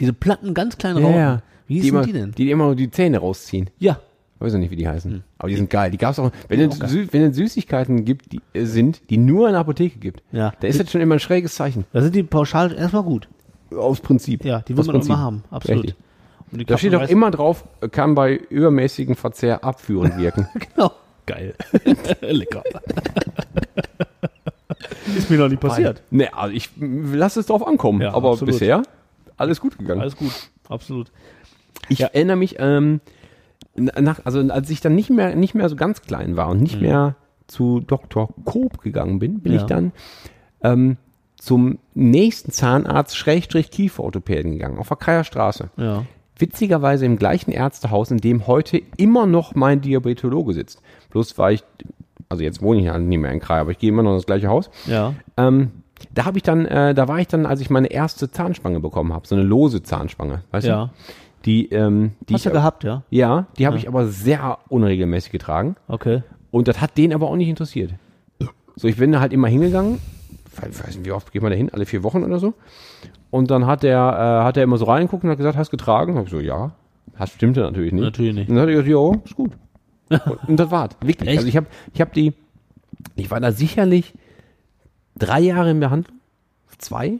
Speaker 1: Diese platten, ganz kleinen
Speaker 6: Ja,
Speaker 1: Rauten.
Speaker 6: ja.
Speaker 1: Wie
Speaker 6: die,
Speaker 1: hießen
Speaker 6: immer,
Speaker 1: die denn? Hm.
Speaker 6: Die, die immer nur die Zähne rausziehen.
Speaker 1: ja,
Speaker 6: Ich weiß noch nicht, wie die heißen. Aber die sind geil. Die gab's auch, wenn es Sü wenn es Süßigkeiten gibt, die äh, sind, die nur in der Apotheke gibt.
Speaker 1: Ja.
Speaker 6: Da ist jetzt schon immer ein schräges Zeichen.
Speaker 1: da sind die pauschal erstmal gut.
Speaker 6: Aus Prinzip.
Speaker 1: Ja, die will
Speaker 6: Aus
Speaker 1: man auch
Speaker 6: Prinzip.
Speaker 1: immer haben, absolut.
Speaker 6: Richtig.
Speaker 1: Und die
Speaker 6: Da steht auch
Speaker 1: Kapselreis-
Speaker 6: immer drauf, äh, kann bei übermäßigem Verzehr abführend wirken.
Speaker 1: Genau. Geil. Lecker. Ist mir noch nie passiert.
Speaker 6: ne, also ich lasse es drauf ankommen.
Speaker 1: Ja,
Speaker 6: aber
Speaker 1: absolut.
Speaker 6: bisher alles gut gegangen.
Speaker 1: Alles gut, absolut.
Speaker 6: ich
Speaker 1: ja.
Speaker 6: erinnere mich, ähm, na- nach, also als ich dann nicht mehr, nicht mehr so ganz klein war und nicht mehr zu Dr. Koop gegangen bin, bin
Speaker 1: Mhm. Ja.
Speaker 6: ich dann ähm, zum nächsten Zahnarzt Schrägstrich Kieferorthopäden gegangen, auf der Kreierstraße.
Speaker 1: Ja.
Speaker 6: witzigerweise im gleichen Ärztehaus, in dem heute immer noch mein Diabetologe sitzt. Bloß war ich, also jetzt wohne ich ja nicht mehr in Krai, aber ich gehe immer noch in das gleiche Haus.
Speaker 1: Ja.
Speaker 6: Ähm, da habe ich dann, äh, da war ich dann, als ich meine erste Zahnspange bekommen habe, so eine lose Zahnspange, weißt
Speaker 1: Ja.
Speaker 6: du? Die, ähm, die
Speaker 1: Hast du
Speaker 6: ich,
Speaker 1: gehabt, ja?
Speaker 6: ja, die habe ich aber sehr unregelmäßig getragen.
Speaker 1: Okay.
Speaker 6: Und das hat den aber auch nicht interessiert. So, ich bin da halt immer hingegangen. Ich weiß nicht, wie oft geht man da hin? Alle vier Wochen oder so. Und dann hat der, äh, hat er immer so reingeguckt und hat gesagt, hast getragen? Hab ich so, ja. Das stimmte natürlich nicht.
Speaker 1: Natürlich nicht.
Speaker 6: Und dann hat er gesagt, jo, ist gut. Und, und das war's. Wirklich.
Speaker 1: Echt?
Speaker 6: Also ich habe ich hab die, ich war da sicherlich drei Jahre in Behandlung. Zwei.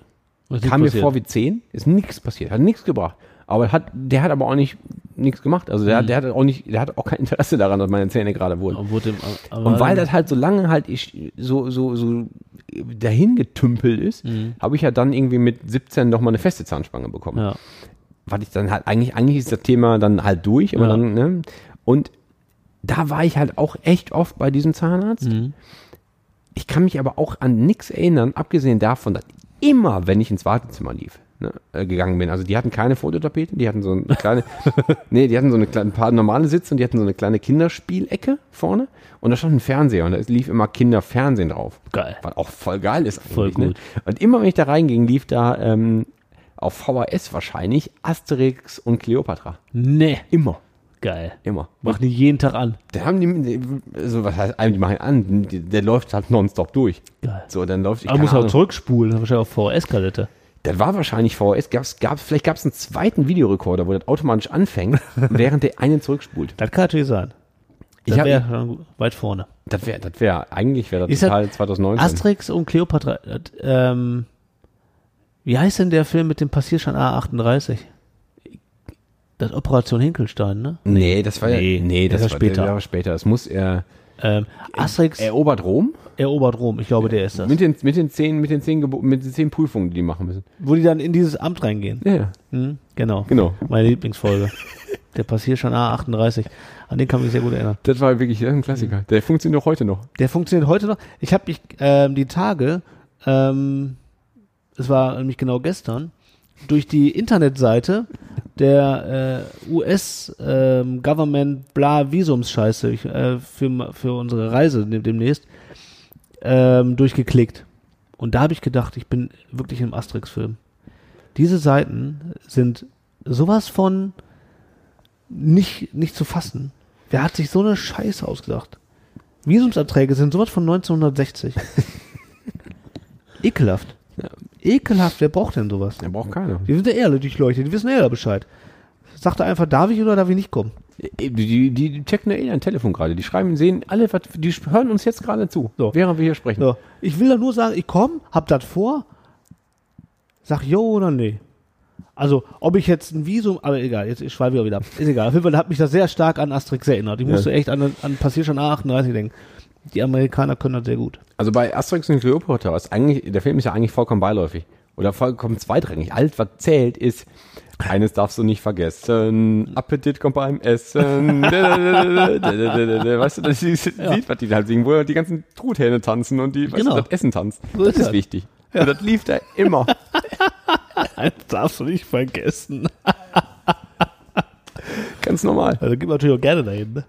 Speaker 1: Was ist
Speaker 6: Kam mir
Speaker 1: passiert?
Speaker 6: vor wie zehn. Ist nichts passiert. Hat nichts gebracht. Aber hat, der hat aber auch nicht nichts gemacht. Also
Speaker 1: Hm.
Speaker 6: der, der hat auch nicht, der hat auch kein Interesse daran, dass meine Zähne gerade wurden.
Speaker 1: Wurde dem- aber-
Speaker 6: Und weil das halt so lange halt ich so, so, so dahin getümpelt ist, habe ich ja dann irgendwie mit 17 noch mal eine feste Zahnspange bekommen.
Speaker 1: Mhm. Ja.
Speaker 6: Was ich dann halt eigentlich, eigentlich ist das Thema dann halt durch, aber
Speaker 1: Ja.
Speaker 6: dann, ne? Und da war ich halt auch echt oft bei diesem
Speaker 1: Mhm.
Speaker 6: Zahnarzt. Ich kann mich aber auch an nichts erinnern, abgesehen davon, dass immer, wenn ich ins Wartezimmer lief, ne, äh, gegangen bin. Also die hatten keine Fototapeten, die hatten so eine kleine, nee, die hatten so eine kleine, ein paar normale Sitze und die hatten so eine kleine Kinderspielecke vorne und da stand ein Fernseher und da ist- lief immer Kinderfernsehen drauf.
Speaker 1: Geil.
Speaker 6: Was auch voll geil ist eigentlich.
Speaker 1: Voll
Speaker 6: Ne?
Speaker 1: gut.
Speaker 6: Und immer wenn ich da reinging, lief da ähm, auf VHS wahrscheinlich Asterix und Cleopatra.
Speaker 1: Nee.
Speaker 6: Immer,
Speaker 1: Geil.
Speaker 6: immer.
Speaker 1: Mach die jeden Tag an.
Speaker 6: Da haben die, also was heißt, die machen an, die- der läuft halt nonstop durch.
Speaker 1: Geil.
Speaker 6: So, dann läuft ich
Speaker 1: Aber
Speaker 6: keine
Speaker 1: muss halt auch
Speaker 6: Ahnung.
Speaker 1: zurückspulen, dann wahrscheinlich auf VHS-Kalette.
Speaker 6: Das war wahrscheinlich VHS. Gab's, gab's, vielleicht gab es einen zweiten Videorekorder, wo das automatisch anfängt, während der einen zurückspult.
Speaker 1: Das kann natürlich sein.
Speaker 6: Ich
Speaker 1: Das
Speaker 6: hab,
Speaker 1: wäre schon weit vorne.
Speaker 6: das wäre, das wäre, eigentlich wäre das
Speaker 1: Ist das-
Speaker 6: total 2019.
Speaker 1: Asterix und Cleopatra. das, Ähm, wie heißt denn der Film mit dem Passierschein A38? Das Operation Hinkelstein, ne?
Speaker 6: nee, das war ja, nee, das, war später. Das war später. Es muss, er
Speaker 1: Ähm, Asterix
Speaker 6: erobert Rom
Speaker 1: erobert Rom. Ich glaube, der ist das.
Speaker 6: mit den, mit den zehn, mit den zehn, Gebo- mit den zehn Prüfungen, die die machen müssen.
Speaker 1: Wo die dann in dieses Amt reingehen.
Speaker 6: Ja, ja.
Speaker 1: Hm? Genau.
Speaker 6: Genau.
Speaker 1: Meine Lieblingsfolge. der Passierschein A38. An den kann ich mich sehr gut erinnern.
Speaker 6: Das war wirklich ein Klassiker. Der funktioniert auch heute noch.
Speaker 1: Der funktioniert heute noch. Ich habe mich ähm, die Tage, ähm, es war nämlich genau gestern, durch die Internetseite der äh, US-Government bla Visums-Scheiße ich, äh, für, für unsere Reise dem- demnächst ähm, durchgeklickt. Und da habe ich gedacht, ich bin wirklich im Asterix-Film. Diese Seiten sind sowas von nicht, nicht zu fassen. Wer hat sich so eine Scheiße ausgedacht? Visumsanträge sind sowas von 1960. Ekelhaft. Ekelhaft, wer braucht denn sowas?
Speaker 6: Der braucht keiner.
Speaker 1: Die sind ja ehrlich, die Leute, die wissen ja da Bescheid. Sagt er einfach, darf ich oder darf ich nicht kommen?
Speaker 6: Die, die, die checken ja eh ein Telefon gerade. Die schreiben, sehen alle, was- die hören uns jetzt gerade zu,
Speaker 1: So.
Speaker 6: während wir hier sprechen.
Speaker 1: So. Ich will da nur sagen, ich komme, hab das vor, sag jo oder nee. Also, ob ich jetzt ein Visum, aber egal, jetzt ich schweife ich auch wieder ab. Ist egal. Auf jeden Fall hat mich das sehr stark an Asterix erinnert. Ich musste echt an, an Passierschein 38 denken. Die Amerikaner können das sehr gut.
Speaker 6: Also bei Asterix und Cleopatra ist eigentlich, der Film ist ja eigentlich vollkommen beiläufig. Oder vollkommen zweitrangig. Alt, was zählt, ist, eines darfst du nicht vergessen. Appetit kommt beim Essen. weißt du, das ist, sieht, was die halt singen, wo die ganzen Truthähne tanzen und die, weißt
Speaker 1: Genau.
Speaker 6: du, das Essen tanzt.
Speaker 1: So
Speaker 6: das
Speaker 1: ist
Speaker 6: ist
Speaker 1: das.
Speaker 6: wichtig. Und das lief da immer.
Speaker 1: Das darfst du nicht vergessen.
Speaker 6: Ganz normal.
Speaker 1: Also, gib natürlich auch gerne dahin. Ne?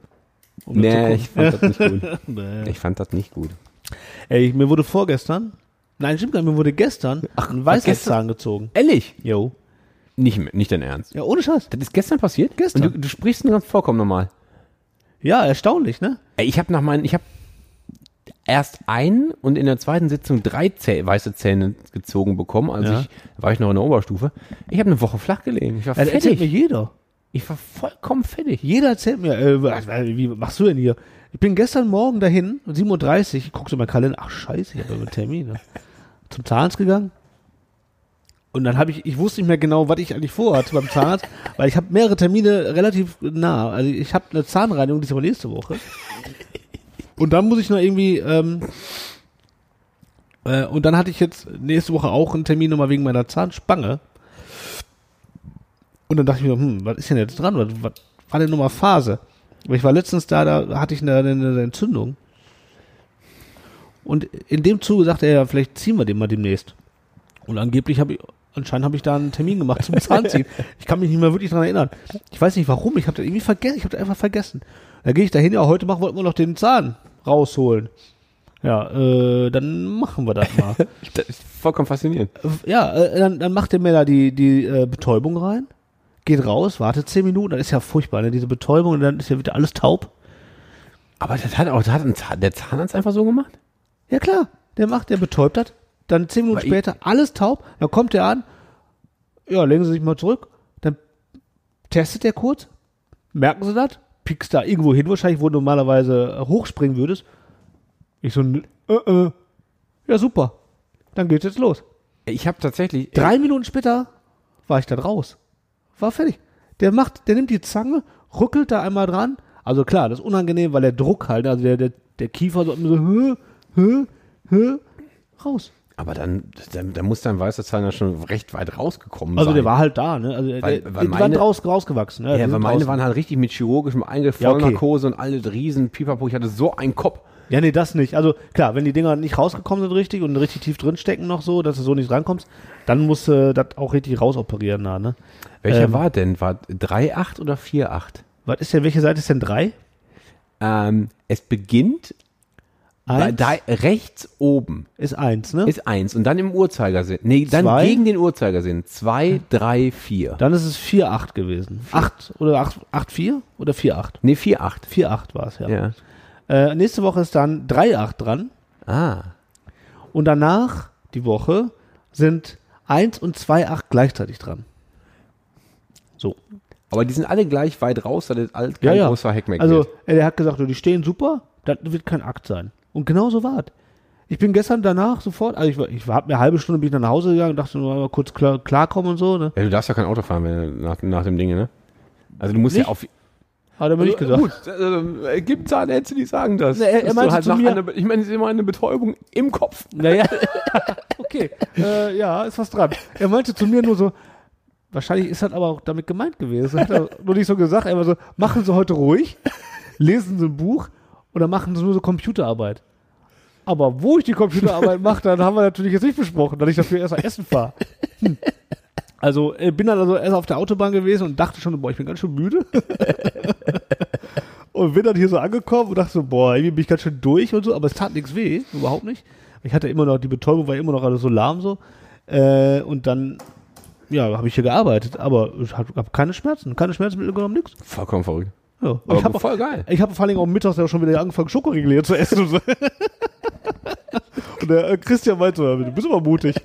Speaker 1: Um das zu
Speaker 6: Nee,
Speaker 1: gucken.
Speaker 6: ich fand das nicht gut. Ich fand das nicht gut.
Speaker 1: Ey, mir wurde vorgestern, nein, stimmt gar nicht, mir wurde gestern ein Weisheitszahn gezogen.
Speaker 6: Ehrlich?
Speaker 1: Jo.
Speaker 6: Nicht, nicht dein Ernst.
Speaker 1: Ja, ohne Scheiß.
Speaker 6: Das ist gestern passiert?
Speaker 1: Gestern.
Speaker 6: Und du, du sprichst nur ganz vollkommen normal.
Speaker 1: Ja, erstaunlich, ne?
Speaker 6: Ey, Ich habe nach meinen, ich habe erst einen und in der zweiten Sitzung drei Zäh weiße Zähne gezogen bekommen. Also
Speaker 1: Ja.
Speaker 6: ich war ich noch in der Oberstufe. Ich habe eine Woche flach gelegen. Ich war
Speaker 1: Das erzählt mir
Speaker 6: fertig.
Speaker 1: jeder.
Speaker 6: Ich war vollkommen fertig.
Speaker 1: Jeder erzählt mir, äh, was- wie machst du denn hier? Ich bin gestern Morgen dahin, um 7.30 Uhr, ich guckte in meinen Kalender, ach scheiße, ich habe einen Termin. Ne? Zum Zahnarzt gegangen. Und dann habe ich, ich wusste nicht mehr genau, was ich eigentlich vorhatte beim Zahnarzt, weil ich habe mehrere Termine relativ nah. Also ich habe eine Zahnreinigung, die ist aber nächste Woche. Und dann muss ich noch irgendwie, ähm, äh, und dann hatte ich jetzt nächste Woche auch einen Termin nochmal wegen meiner Zahnspange. Und dann dachte ich mir, hm, was ist denn jetzt dran? Was, was war denn nochmal Phase? Aber ich war letztens da, da hatte ich eine, eine, eine Entzündung. Und in dem Zuge sagte er, ja, vielleicht ziehen wir den mal demnächst. Und angeblich habe ich, anscheinend habe ich da einen Termin gemacht zum Zahnziehen. ich kann mich nicht mehr wirklich dran erinnern. Ich weiß nicht warum, ich habe das irgendwie vergessen, ich habe das einfach vergessen. Da gehe ich dahin, ja, heute machen, wollten wir noch den Zahn rausholen. Ja, äh, dann machen wir das mal.
Speaker 6: Das ist vollkommen faszinierend.
Speaker 1: Ja, äh, dann, dann macht der mir da die, die äh, Betäubung rein, geht raus, wartet 10 Minuten, das ist ja furchtbar, ne? diese Betäubung, und dann ist ja wieder alles taub.
Speaker 6: Aber das hat auch, das hat ein Zahn, der Zahnarzt einfach so gemacht?
Speaker 1: Ja klar, der macht, der betäubt hat, dann 10 Minuten
Speaker 6: Aber ich-
Speaker 1: später, alles taub, dann kommt der an, ja, legen Sie sich mal zurück, dann testet der kurz, merken Sie das, pickst da irgendwo hin wahrscheinlich, wo du normalerweise äh, hochspringen würdest. Ich so, n- äh, äh. ja super, dann geht's jetzt los.
Speaker 6: Ich habe tatsächlich.
Speaker 1: Drei Minuten später war ich dann raus. War fertig. Der macht, der nimmt die Zange, rückelt da einmal dran. Also klar, das ist unangenehm, weil der Druck halt, also der, der, der Kiefer so, immer so hö, hö, hö, raus.
Speaker 6: Aber dann, dann, dann muss dein weißer Zahn ja schon recht weit rausgekommen
Speaker 1: Also
Speaker 6: sein.
Speaker 1: der war halt da, ne? Also der,
Speaker 6: Weil-
Speaker 1: der,
Speaker 6: weil
Speaker 1: die waren
Speaker 6: meine-
Speaker 1: draus, rausgewachsen. Ne? Die
Speaker 6: ja,
Speaker 1: sind
Speaker 6: weil meine
Speaker 1: draußen.
Speaker 6: waren halt richtig mit chirurgischem Eingriff,
Speaker 1: Ja, okay.
Speaker 6: Vollnarkose und alle riesen Pipapo. Ich hatte so einen Kopf.
Speaker 1: Ja, nee, das nicht. Also klar, wenn die Dinger nicht rausgekommen sind richtig und richtig tief drinstecken noch so, dass du so nicht rankommst, dann musst du das auch richtig rausoperieren da, ne?
Speaker 6: Welcher
Speaker 1: Ähm.
Speaker 6: war denn? War 3,8 oder 4,8?
Speaker 1: Was ist denn, welche Seite ist denn drei?
Speaker 6: Ähm, es beginnt bei,
Speaker 1: Eins
Speaker 6: da, rechts oben
Speaker 1: ist eins, ne?
Speaker 6: ist eins und dann im Uhrzeigersinn. Nee, dann
Speaker 1: Zwei.
Speaker 6: gegen den Uhrzeigersinn. Zwei, drei, vier.
Speaker 1: Dann ist es 4-8 gewesen. 8 oder 8-4 oder 4-8?
Speaker 6: Nee, vier, acht.
Speaker 1: 4-8 war es, ja.
Speaker 6: Ja.
Speaker 1: Äh, nächste Woche ist dann 3-8 dran.
Speaker 6: Ah.
Speaker 1: Und danach, die Woche, sind 1 und 2-8 gleichzeitig dran. So.
Speaker 6: Aber die sind alle gleich weit raus, das ist alles kein großer Heckmeck.
Speaker 1: Also,
Speaker 6: wird.
Speaker 1: er hat gesagt, die stehen super, das wird kein Akt sein. Und genau so war es. Ich bin gestern danach sofort, also ich, war- ich habe mir eine halbe Stunde bin ich dann nach Hause gegangen, dachte nur mal kurz klar, klarkommen und so, ne?
Speaker 6: ja, du darfst ja kein Auto fahren wenn, du- nach, nach dem Ding, ne? Also du musst
Speaker 1: Nicht?
Speaker 6: ja auf.
Speaker 1: Hat er mir nicht gesagt.
Speaker 6: Also, Gut, äh, gibt Zahnärzte, die sagen das.
Speaker 1: Nee, er- er
Speaker 6: Dass du halt
Speaker 1: meinte zu
Speaker 6: nach
Speaker 1: mir-
Speaker 6: einer- ich meine, es ist immer eine Betäubung im Kopf.
Speaker 1: Naja, okay, äh, ja, ist was dran. Er meinte zu mir nur so, wahrscheinlich ist das aber auch damit gemeint gewesen. Hat er nur nicht so gesagt, er war so, machen Sie heute ruhig, lesen Sie ein Buch oder machen Sie nur so Computerarbeit. Aber wo ich die Computerarbeit mache, dann haben wir natürlich jetzt nicht besprochen, dass ich dafür erst mal essen fahre. Hm. Also äh, bin dann also erst auf der Autobahn gewesen und dachte schon, boah, ich bin ganz schön müde. Und bin dann hier so angekommen und dachte so, boah, irgendwie bin ich ganz schön durch und so, aber es tat nichts weh, überhaupt nicht. Ich hatte immer noch, die Betäubung war immer noch alles so lahm so. Äh, und dann, ja, habe ich hier gearbeitet, aber ich habe hab keine Schmerzen, keine Schmerzmittel genommen, nichts.
Speaker 6: Vollkommen verrückt.
Speaker 1: Ja. Und
Speaker 6: Aber
Speaker 1: ich habe
Speaker 6: voll geil.
Speaker 1: ich habe vor allen Dingen auch mittags ja schon wieder angefangen, Schokoriegel hier zu essen. Und, so. und der äh, Christian meinte, so, du bist immer mutig.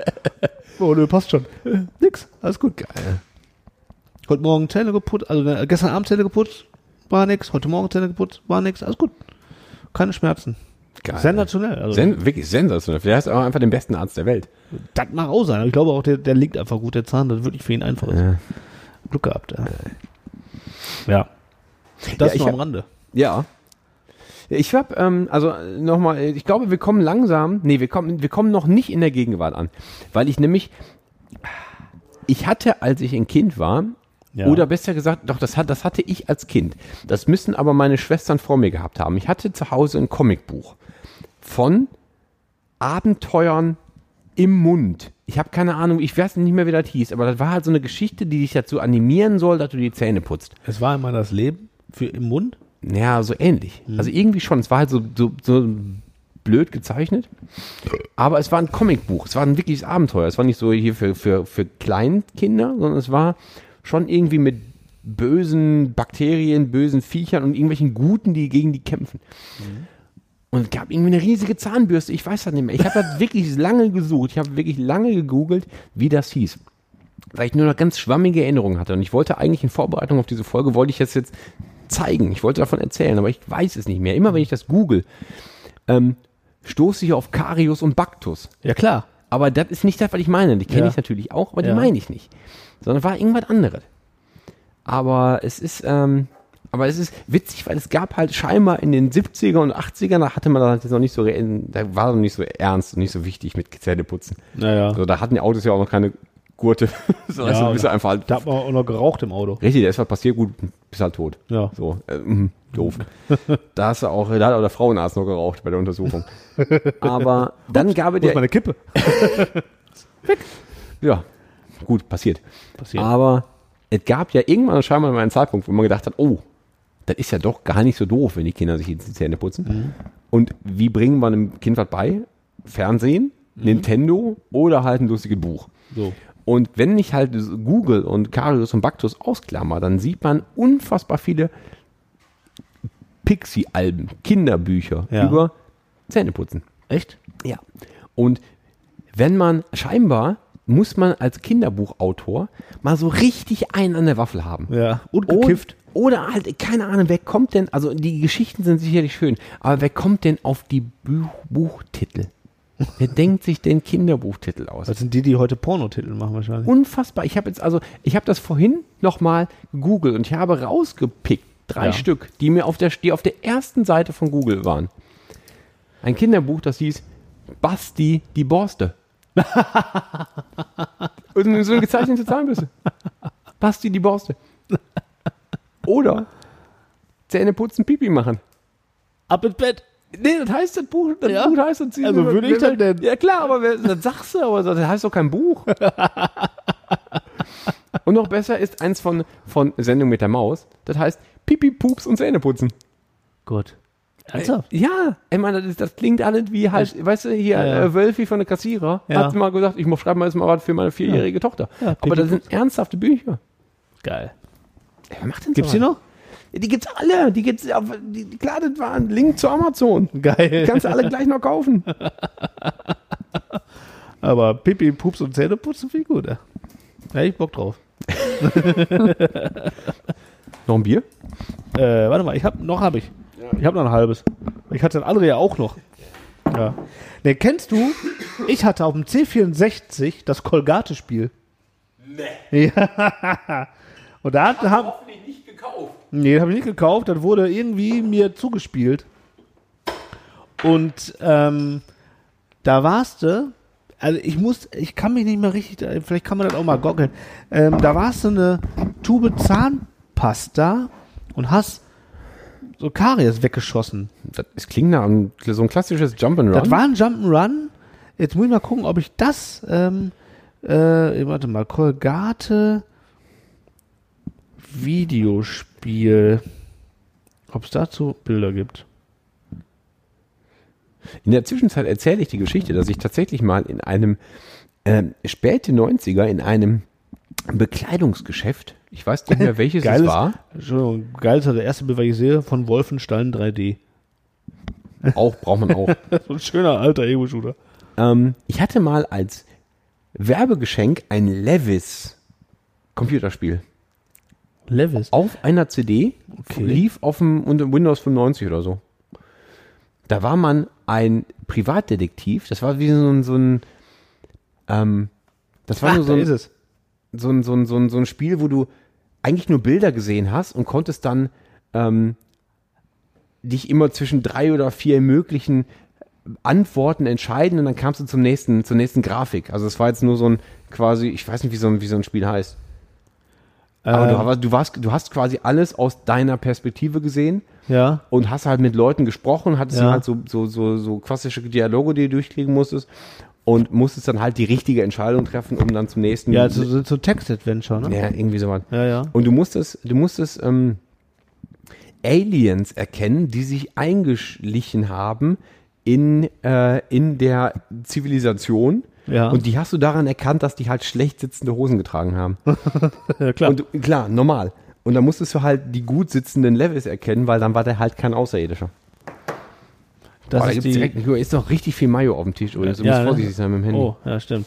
Speaker 1: Oh, nö, passt schon. Nix, alles gut. Geil. Heute Morgen Zähne geputzt, also äh, gestern Abend Zähne geputzt, war nix. Heute Morgen Zähne geputzt, war nix, alles gut. Keine Schmerzen.
Speaker 6: Geil.
Speaker 1: Sensationell. Also,
Speaker 6: Sen wirklich sensationell. Vielleicht hast du auch einfach den besten Arzt der Welt.
Speaker 1: das mag auch sein. Aber ich glaube auch, der, der liegt einfach gut, der Zahn, das wirklich für ihn einfach ist. Glück gehabt, ja. Ja. Das
Speaker 6: Ja, ich
Speaker 1: nur am
Speaker 6: hab-
Speaker 1: Rande.
Speaker 6: Ja. Ich hab, ähm, also nochmal, ich glaube, wir kommen langsam, nee, wir kommen, wir kommen noch nicht in der Gegenwart an. Weil ich nämlich, ich hatte, als ich ein Kind war,
Speaker 1: Ja.
Speaker 6: oder besser gesagt, doch, das, hat, das hatte ich als Kind. Das müssen aber meine Schwestern vor mir gehabt haben. Ich hatte zu Hause ein Comicbuch von Abenteuern im Mund. Ich habe keine Ahnung, ich weiß nicht mehr, wie das hieß, aber das war halt so eine Geschichte, die dich dazu animieren soll, dass du die Zähne putzt.
Speaker 1: Es war einmal das Leben für im Mund.
Speaker 6: Ja, so ähnlich. Also irgendwie schon. Es war halt so, so, so blöd gezeichnet. Aber es war ein Comicbuch. Es war ein wirkliches Abenteuer. Es war nicht so hier für, für, für Kleinkinder, sondern es war schon irgendwie mit bösen Bakterien, bösen Viechern und irgendwelchen Guten, die gegen die kämpfen. Und es gab irgendwie eine riesige Zahnbürste. Ich weiß das nicht mehr. Ich habe das wirklich lange gesucht. Ich habe wirklich lange gegoogelt, wie das hieß weil ich nur noch ganz schwammige Erinnerungen hatte. Und ich wollte eigentlich in Vorbereitung auf diese Folge, wollte ich das jetzt zeigen. Ich wollte davon erzählen, aber ich weiß es nicht mehr. Immer wenn ich das google, ähm, stoße ich auf Karius und Baktus.
Speaker 1: Ja, klar.
Speaker 6: Aber das ist nicht das, was ich meine. Die kenne
Speaker 1: Ja.
Speaker 6: ich natürlich auch, aber
Speaker 1: Ja.
Speaker 6: die meine ich nicht. Sondern war irgendwas anderes. Aber es ist, ähm, aber es ist witzig, weil es gab halt scheinbar in den 70er und 80ern, da hatte man das jetzt noch nicht so, re- da war noch nicht so ernst und nicht so wichtig mit Zähneputzen.
Speaker 1: Naja.
Speaker 6: So, da hatten die Autos ja auch noch keine Gurte. so, also
Speaker 1: und
Speaker 6: bist du einfach halt
Speaker 1: Da hat man auch noch geraucht im Auto.
Speaker 6: Richtig, da ist was passiert, gut, bist halt tot.
Speaker 1: Ja.
Speaker 6: So, äh, mm, doof. da hast du auch, da hat auch der Frauenarzt noch geraucht bei der Untersuchung. Aber dann gab es
Speaker 1: Wo ist
Speaker 6: ja,
Speaker 1: meine Kippe?
Speaker 6: ja, gut, passiert.
Speaker 1: Passiert.
Speaker 6: Aber es gab ja irgendwann scheinbar mal einen Zeitpunkt, wo man gedacht hat, oh, das ist ja doch gar nicht so doof, wenn die Kinder sich die Zähne putzen.
Speaker 1: Mhm.
Speaker 6: Und wie bringen wir einem Kind was bei? Fernsehen, Nintendo oder halt ein lustiges Buch.
Speaker 1: Mhm. So.
Speaker 6: Und wenn ich halt Google und Karius und Baktus ausklammer, dann sieht man unfassbar viele Pixie-Alben, Kinderbücher
Speaker 1: Ja.
Speaker 6: über Zähneputzen.
Speaker 1: Echt?
Speaker 6: Ja. Und wenn man scheinbar muss man als Kinderbuchautor mal so richtig einen an der Waffel haben.
Speaker 1: Ja. Und
Speaker 6: Und-
Speaker 1: gekifft.
Speaker 6: Oder halt, keine Ahnung, wer kommt denn, also die Geschichten sind sicherlich schön, aber wer kommt denn auf die Bü Buchtitel? Wer denkt sich den Kinderbuchtitel aus?
Speaker 1: Das sind die, die heute Pornotitel machen wahrscheinlich.
Speaker 6: unfassbar. Ich habe jetzt also, ich habe das vorhin nochmal gegoogelt und ich habe rausgepickt drei
Speaker 1: Ja.
Speaker 6: Stück, die mir auf der, die auf der ersten Seite von Google waren. Ein Kinderbuch, das hieß Basti die Borste. und so eine gezeichnete Zahnbürste. Basti die Borste. Oder Zähne putzen, Pipi machen.
Speaker 1: Ab ins Bett.
Speaker 6: Nee, das heißt das Buch, das
Speaker 1: Ja?
Speaker 6: Buch heißt das Ziel.
Speaker 1: Also würde ich das denn-
Speaker 6: Ja klar, aber wer, das sagst du, aber das heißt doch kein Buch. und noch besser ist eins von, von Sendung mit der Maus, das heißt Pipi, Pups und Zähneputzen.
Speaker 1: Gott. Ernsthaft?
Speaker 6: Äh, Ja, ich meine, das, ist, das klingt alles wie halt, weißt du, hier
Speaker 1: ja.
Speaker 6: Äh, Wölfi von der Kassierer
Speaker 1: Ja.
Speaker 6: hat mal gesagt, ich schreibe mal jetzt mal was für meine vierjährige Tochter.
Speaker 1: Ja, Pipi,
Speaker 6: aber das sind ernsthafte Bücher.
Speaker 1: Geil.
Speaker 6: Ey, Wer macht denn
Speaker 1: Gibt's die
Speaker 6: sowas?
Speaker 1: noch?
Speaker 6: Ja, die gibt's alle. Die gibt's auf, die, klar, das war ein Link zu Amazon. Die
Speaker 1: Geil.
Speaker 6: kannst du alle gleich noch kaufen.
Speaker 1: Aber Pipi, Pups und Zähne putzen viel gut. Ja. Da hätte ich Bock drauf.
Speaker 6: Noch ein Bier?
Speaker 1: Äh, warte mal, ich hab, noch habe ich. Ich habe noch ein halbes. Ich hatte das andere ja auch noch. Ja. Ne, kennst du? Ich hatte auf dem C64 das Colgate-Spiel. Nee. Ja. Und da hat, haben,
Speaker 7: Hoffentlich nicht gekauft.
Speaker 1: Nee, habe ich nicht gekauft. Das wurde irgendwie mir zugespielt. Und ähm, da warst du. Also ich muss, ich kann mich nicht mehr richtig, vielleicht kann man das auch mal goggeln. Ähm, da warst du eine Tube Zahnpasta und hast so Karies weggeschossen.
Speaker 6: Das, es klingt nach einem, so ein klassisches Jump'n'Run.
Speaker 1: Das war ein Jump'n'Run. Jetzt muss ich mal gucken, ob ich das, ähm, äh, warte mal, Colgate Videospiel, ob es dazu Bilder gibt.
Speaker 6: In der Zwischenzeit erzähle ich die Geschichte, dass ich tatsächlich mal in einem ähm, späte 90er in einem Bekleidungsgeschäft, ich weiß nicht mehr welches es war,
Speaker 1: Entschuldigung, geil
Speaker 8: also,
Speaker 1: ist ja der erste Bild, was ich sehe, von Wolfenstein 3D.
Speaker 6: auch braucht man auch.
Speaker 1: So ein schöner alter Ego-Shooter.
Speaker 6: ähm, ich hatte mal als Werbegeschenk ein Levis Computerspiel.
Speaker 1: Levis.
Speaker 6: Auf einer CD lief auf dem unter Windows 95 oder so. Da war man ein Privatdetektiv, das war wie so ein, so ein ähm, das war
Speaker 8: Ach,
Speaker 6: nur so
Speaker 8: da
Speaker 6: ein,
Speaker 8: ist es.
Speaker 6: so ein, so ein, so ein, so ein Spiel, wo du eigentlich nur Bilder gesehen hast und konntest dann ähm, dich immer zwischen drei oder vier möglichen Antworten entscheiden und dann kamst du zum nächsten, zur nächsten Grafik. Also es war jetzt nur so ein quasi, ich weiß nicht, wie so ein, wie so ein Spiel heißt. Aber du,
Speaker 8: Ähm.
Speaker 6: warst- du, warst, du hast quasi alles aus deiner Perspektive gesehen
Speaker 8: Ja.
Speaker 6: und hast halt mit Leuten gesprochen, hattest
Speaker 8: Ja.
Speaker 6: dann halt so, so, so, so klassische Dialoge, die du durchkriegen musstest und musstest dann halt die richtige Entscheidung treffen, um dann zum nächsten
Speaker 8: Ja, also, so, so, so Text-Adventure, ne?
Speaker 6: ja, irgendwie so was.
Speaker 8: Ja, ja.
Speaker 6: Und du musstest, du musstest ähm, Aliens erkennen, die sich eingeschlichen haben in, äh, in der Zivilisation.
Speaker 8: Ja.
Speaker 6: Und die hast du daran erkannt, dass die halt schlecht sitzende Hosen getragen haben.
Speaker 8: ja klar.
Speaker 6: Und du, klar, normal. Und dann musstest du halt die gut sitzenden Levels erkennen, weil dann war der halt kein Außerirdischer.
Speaker 8: das
Speaker 6: Boah, da
Speaker 8: ist
Speaker 6: gibt's
Speaker 8: die.
Speaker 6: direkt, ist noch richtig viel Mayo auf dem Tisch, übrigens. Du musst
Speaker 8: ne?
Speaker 6: vorsichtig sein mit dem Handy.
Speaker 8: Oh, ja, stimmt.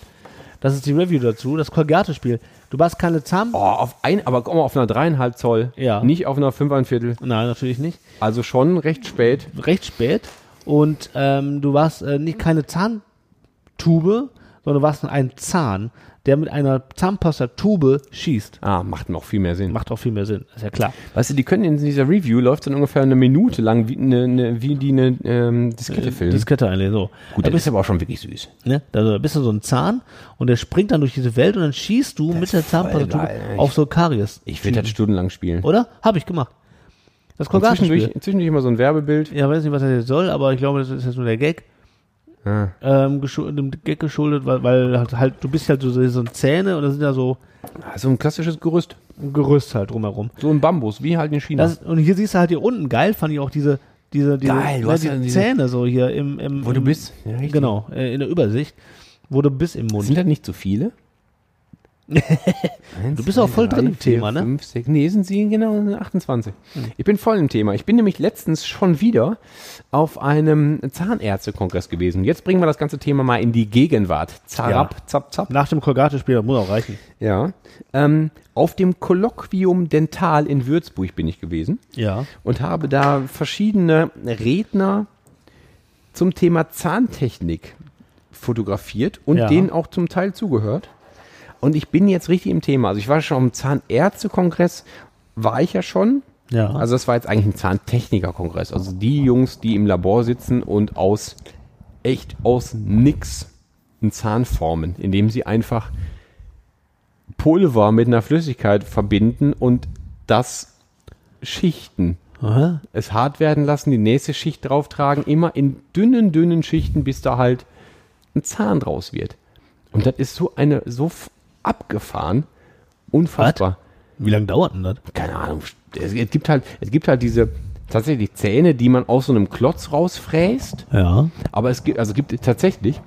Speaker 8: Das ist die Review dazu, das Kolgate-Spiel. Du warst keine Zahn.
Speaker 6: Oh, auf ein, aber komm mal, auf einer dreieinhalb Zoll.
Speaker 8: Ja.
Speaker 6: Nicht auf einer fünfeinviertel.
Speaker 8: Nein, natürlich nicht.
Speaker 6: Also schon recht spät.
Speaker 8: Recht spät. Und ähm, du warst äh, nicht keine Zahntube, sondern du warst ein Zahn, der mit einer Zahnpasta-Tube schießt.
Speaker 6: Ah, macht noch viel mehr Sinn.
Speaker 8: Macht auch viel mehr Sinn, ist ja klar.
Speaker 6: Weißt du, die können in dieser Review läuft dann ungefähr eine Minute lang wie, eine, eine, wie die eine ähm, Diskette filmen.
Speaker 8: Diskette eigentlich so.
Speaker 6: Gut,
Speaker 8: da
Speaker 6: das ist
Speaker 8: bist,
Speaker 6: aber auch schon wirklich süß.
Speaker 8: ne, da bist du so ein Zahn und der springt dann durch diese Welt und dann schießt du mit der
Speaker 6: ist voll geil,
Speaker 8: Zahnpasta-Tube
Speaker 6: ey.
Speaker 8: auf so Karies.
Speaker 6: Ich will das stundenlang spielen.
Speaker 8: Oder? Habe ich gemacht. Das
Speaker 6: Und zwischendurch,
Speaker 8: Kolgate-Spiel.
Speaker 6: zwischendurch immer so ein Werbebild.
Speaker 8: Ja, weiß nicht, was das jetzt soll, aber ich glaube, das ist jetzt nur der Gag.
Speaker 6: Ah.
Speaker 8: Ähm, geschu- dem Gag geschuldet, weil, weil halt, halt, du bist halt so, so ein Zähne und da sind ja so
Speaker 6: Ah, So ein klassisches Gerüst.
Speaker 8: ein Gerüst halt drumherum.
Speaker 6: So ein Bambus, wie halt in China.
Speaker 8: Das, und hier siehst du halt hier unten, geil fand ich auch diese, diese, diese,
Speaker 6: Geil, du
Speaker 8: ne,
Speaker 6: hast
Speaker 8: diese
Speaker 6: ja diese-
Speaker 8: Zähne so hier im, im
Speaker 6: Wo du
Speaker 8: im,
Speaker 6: bist. Ja, richtig.
Speaker 8: genau, äh, in der Übersicht, wo du bist im Mund.
Speaker 6: Sind das nicht so viele? Eins,
Speaker 8: Du bist auch
Speaker 6: zwei,
Speaker 8: voll
Speaker 6: drei,
Speaker 8: drin im
Speaker 6: vier,
Speaker 8: Thema, ne? Hm.
Speaker 6: Fünf, sechs, nee, sind sie genau sind 28. Ich bin voll im Thema. Ich bin nämlich letztens schon wieder auf einem Zahnärztekongress gewesen. Jetzt bringen wir das ganze Thema mal in die Gegenwart. Zarab, zap, zap.
Speaker 8: Nach dem Kolgate-Spiel, das muss auch reichen.
Speaker 6: Ja. Ähm, auf dem Kolloquium Dental in Würzburg bin ich gewesen
Speaker 8: Ja.
Speaker 6: und habe da verschiedene Redner zum Thema Zahntechnik fotografiert und
Speaker 8: Ja.
Speaker 6: denen auch zum Teil zugehört. Und ich bin jetzt richtig im Thema. Also ich war schon am Zahnärztekongress, war ich ja schon.
Speaker 8: Ja.
Speaker 6: Also das war jetzt eigentlich ein Zahntechnikerkongress. Also die Jungs, die im Labor sitzen und aus echt aus nix einen Zahn formen, indem sie einfach Pulver mit einer Flüssigkeit verbinden und das schichten
Speaker 8: Aha.
Speaker 6: es hart werden lassen, die nächste Schicht drauftragen, immer in dünnen, dünnen Schichten, bis da halt ein Zahn draus wird. Und das ist so eine, so f- abgefahren, unfassbar.
Speaker 8: Wie lange dauert denn das?
Speaker 6: Keine Ahnung. Es, es gibt halt, es gibt halt diese tatsächlich Zähne, die man aus so einem Klotz rausfräst.
Speaker 8: Ja.
Speaker 6: Aber es gibt, also gibt tatsächlich,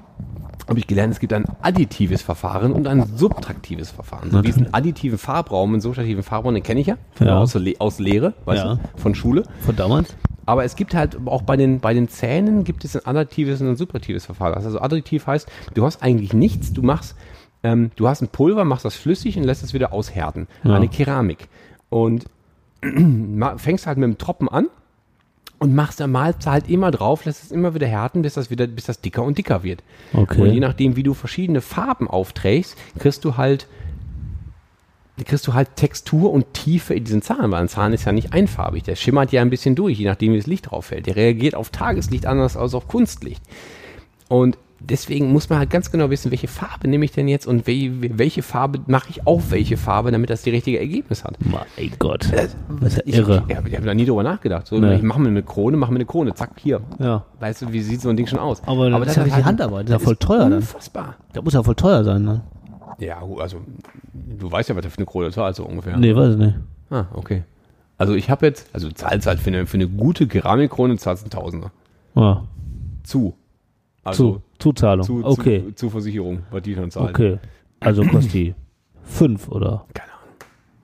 Speaker 6: habe ich gelernt, es gibt ein additives Verfahren und ein subtraktives Verfahren. So diesen additiven Farbraum, einen subtraktiven Farbraum, den kenne ich ja,
Speaker 8: Ja.
Speaker 6: Aus, der Le- aus Lehre, weißt
Speaker 8: Ja.
Speaker 6: du, von Schule.
Speaker 8: Von damals?
Speaker 6: Aber es gibt halt auch bei den, bei den Zähnen gibt es ein additives und ein subjektives Verfahren. Also additiv heißt, du hast eigentlich nichts, du machst, ähm, du hast ein Pulver, machst das flüssig und lässt es wieder aushärten. Eine Keramik. Und ma- fängst halt mit dem Tropfen an und machst dann malst halt immer drauf, lässt es immer wieder härten, bis das wieder, bis das dicker und dicker wird.
Speaker 8: Okay.
Speaker 6: Und je nachdem, wie du verschiedene Farben aufträgst, kriegst du halt kriegst du halt Textur und Tiefe in diesen Zahn, weil ein Zahn ist ja nicht einfarbig, der schimmert ja ein bisschen durch, je nachdem, wie das Licht drauf fällt. Der reagiert auf Tageslicht anders als auf Kunstlicht. Und deswegen muss man halt ganz genau wissen, welche Farbe nehme ich denn jetzt und wel- welche Farbe mache ich auf welche Farbe, damit das die richtige Ergebnis hat.
Speaker 8: Mein Gott. Das ist ja
Speaker 6: Also, Ich,
Speaker 8: irre.
Speaker 6: Ich, ich habe da nie drüber nachgedacht. So,
Speaker 8: Nee.
Speaker 6: Ich mache mir eine Krone, mache mir eine Krone, zack, hier.
Speaker 8: Ja.
Speaker 6: Weißt du, wie sieht so ein Ding schon aus?
Speaker 8: Aber das ist ja richtig Handarbeit, das ist ja voll teuer ne? dann.
Speaker 6: halt Unfassbar.
Speaker 8: Das muss ja voll teuer sein, ne?
Speaker 6: Ja, hu- also du weißt ja, was das für eine Krone zahlt, so ungefähr.
Speaker 8: Nee, weiß ich nicht.
Speaker 6: Ah, okay. Also ich habe jetzt, also zahlst halt für eine, für eine gute Keramikkrone zahlst ein Tausender.
Speaker 8: Ja.
Speaker 6: Zu. Also
Speaker 8: Zu, Zuzahlung.
Speaker 6: zu,
Speaker 8: okay.
Speaker 6: zu, zu Versicherung, was die schon zahlen.
Speaker 8: Okay. Also kostet die fünf oder
Speaker 6: Keine Ahnung.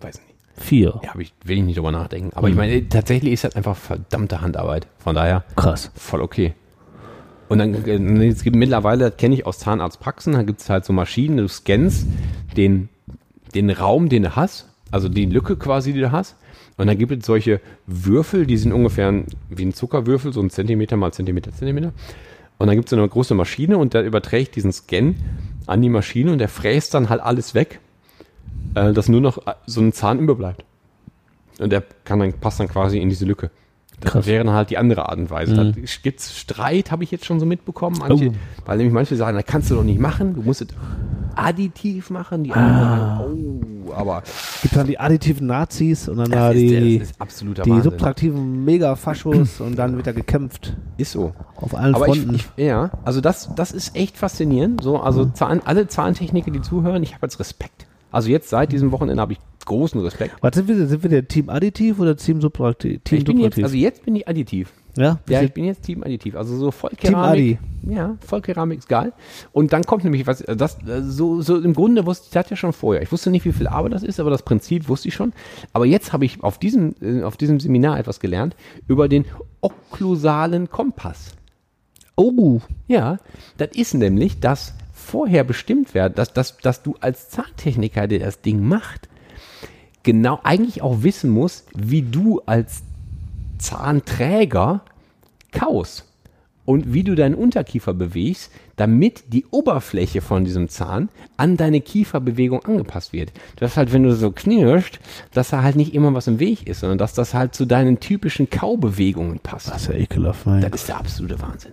Speaker 6: Weiß nicht.
Speaker 8: vier.
Speaker 6: Ja, hab ich, will ich nicht drüber nachdenken. Aber
Speaker 8: Hm.
Speaker 6: ich meine, tatsächlich ist das einfach verdammte Handarbeit. Von daher.
Speaker 8: Krass.
Speaker 6: voll okay. Und dann, äh, es gibt mittlerweile, das kenne ich aus Zahnarztpraxen, da gibt es halt so Maschinen, du scannst den, den Raum, den du hast, also die Lücke quasi, die du hast. Und dann gibt es solche Würfel, die sind ungefähr ein- wie ein Zuckerwürfel, so ein Zentimeter mal Zentimeter, Zentimeter. Und dann gibt es so eine große Maschine und der überträgt diesen Scan an die Maschine und der fräst dann halt alles weg, äh, dass nur noch äh, so ein Zahn überbleibt. Und der kann dann, passt dann quasi in diese Lücke. Das wäre dann halt die andere Art und Weise.
Speaker 8: Mhm.
Speaker 6: Da gibt es Streit, habe ich jetzt schon so mitbekommen. Manche,
Speaker 8: Oh.
Speaker 6: Weil nämlich manche sagen, das kannst du doch nicht machen, du musst es additiv machen. Die
Speaker 8: Ah.
Speaker 6: anderen sagen, oh, aber
Speaker 8: Gibt dann die additiven Nazis und dann da
Speaker 6: ist,
Speaker 8: die,
Speaker 6: das ist absoluter
Speaker 8: die
Speaker 6: Wahnsinn.
Speaker 8: subtraktiven Megafaschos und dann wird da gekämpft
Speaker 6: ist so.
Speaker 8: auf allen
Speaker 6: Aber ich,
Speaker 8: Fronten. Mhm.
Speaker 6: ich, ja, also das, das ist echt faszinierend. So, also Zahn, alle Zahntechniker, die zuhören, ich habe jetzt Respekt. Also jetzt seit diesem Wochenende habe ich großen Respekt.
Speaker 8: Was sind wir? Sind wir der Team Additiv oder Team Subtraktiv? Team
Speaker 6: Ich bin jetzt,
Speaker 8: Subtraktiv.
Speaker 6: also jetzt bin ich additiv.
Speaker 8: ja,
Speaker 6: Ja,
Speaker 8: Wir
Speaker 6: ich
Speaker 8: sind-
Speaker 6: bin jetzt Team Additiv. Also so Vollkeramik. Ja, Vollkeramik ist geil. Und dann kommt nämlich was, äh, das, so, so im Grunde wusste ich das ja schon vorher. Ich wusste nicht, wie viel Arbeit das ist, aber das Prinzip wusste ich schon. Aber jetzt habe ich auf diesem, äh, auf diesem Seminar etwas gelernt über den okklusalen Kompass.
Speaker 8: oh,
Speaker 6: Ja, das ist nämlich, dass vorher bestimmt wird, dass, dass, dass du als Zahntechniker, der das Ding macht, genau eigentlich auch wissen musst, wie du als Zahnträger kaust und wie du deinen Unterkiefer bewegst, damit die Oberfläche von diesem Zahn an deine Kieferbewegung angepasst wird. Dass halt, wenn du so knirschst, dass da halt nicht immer was im Weg ist, sondern dass das halt zu deinen typischen Kaubewegungen passt.
Speaker 8: das ist ja ekelhaft. Mein.
Speaker 6: Das ist der absolute Wahnsinn.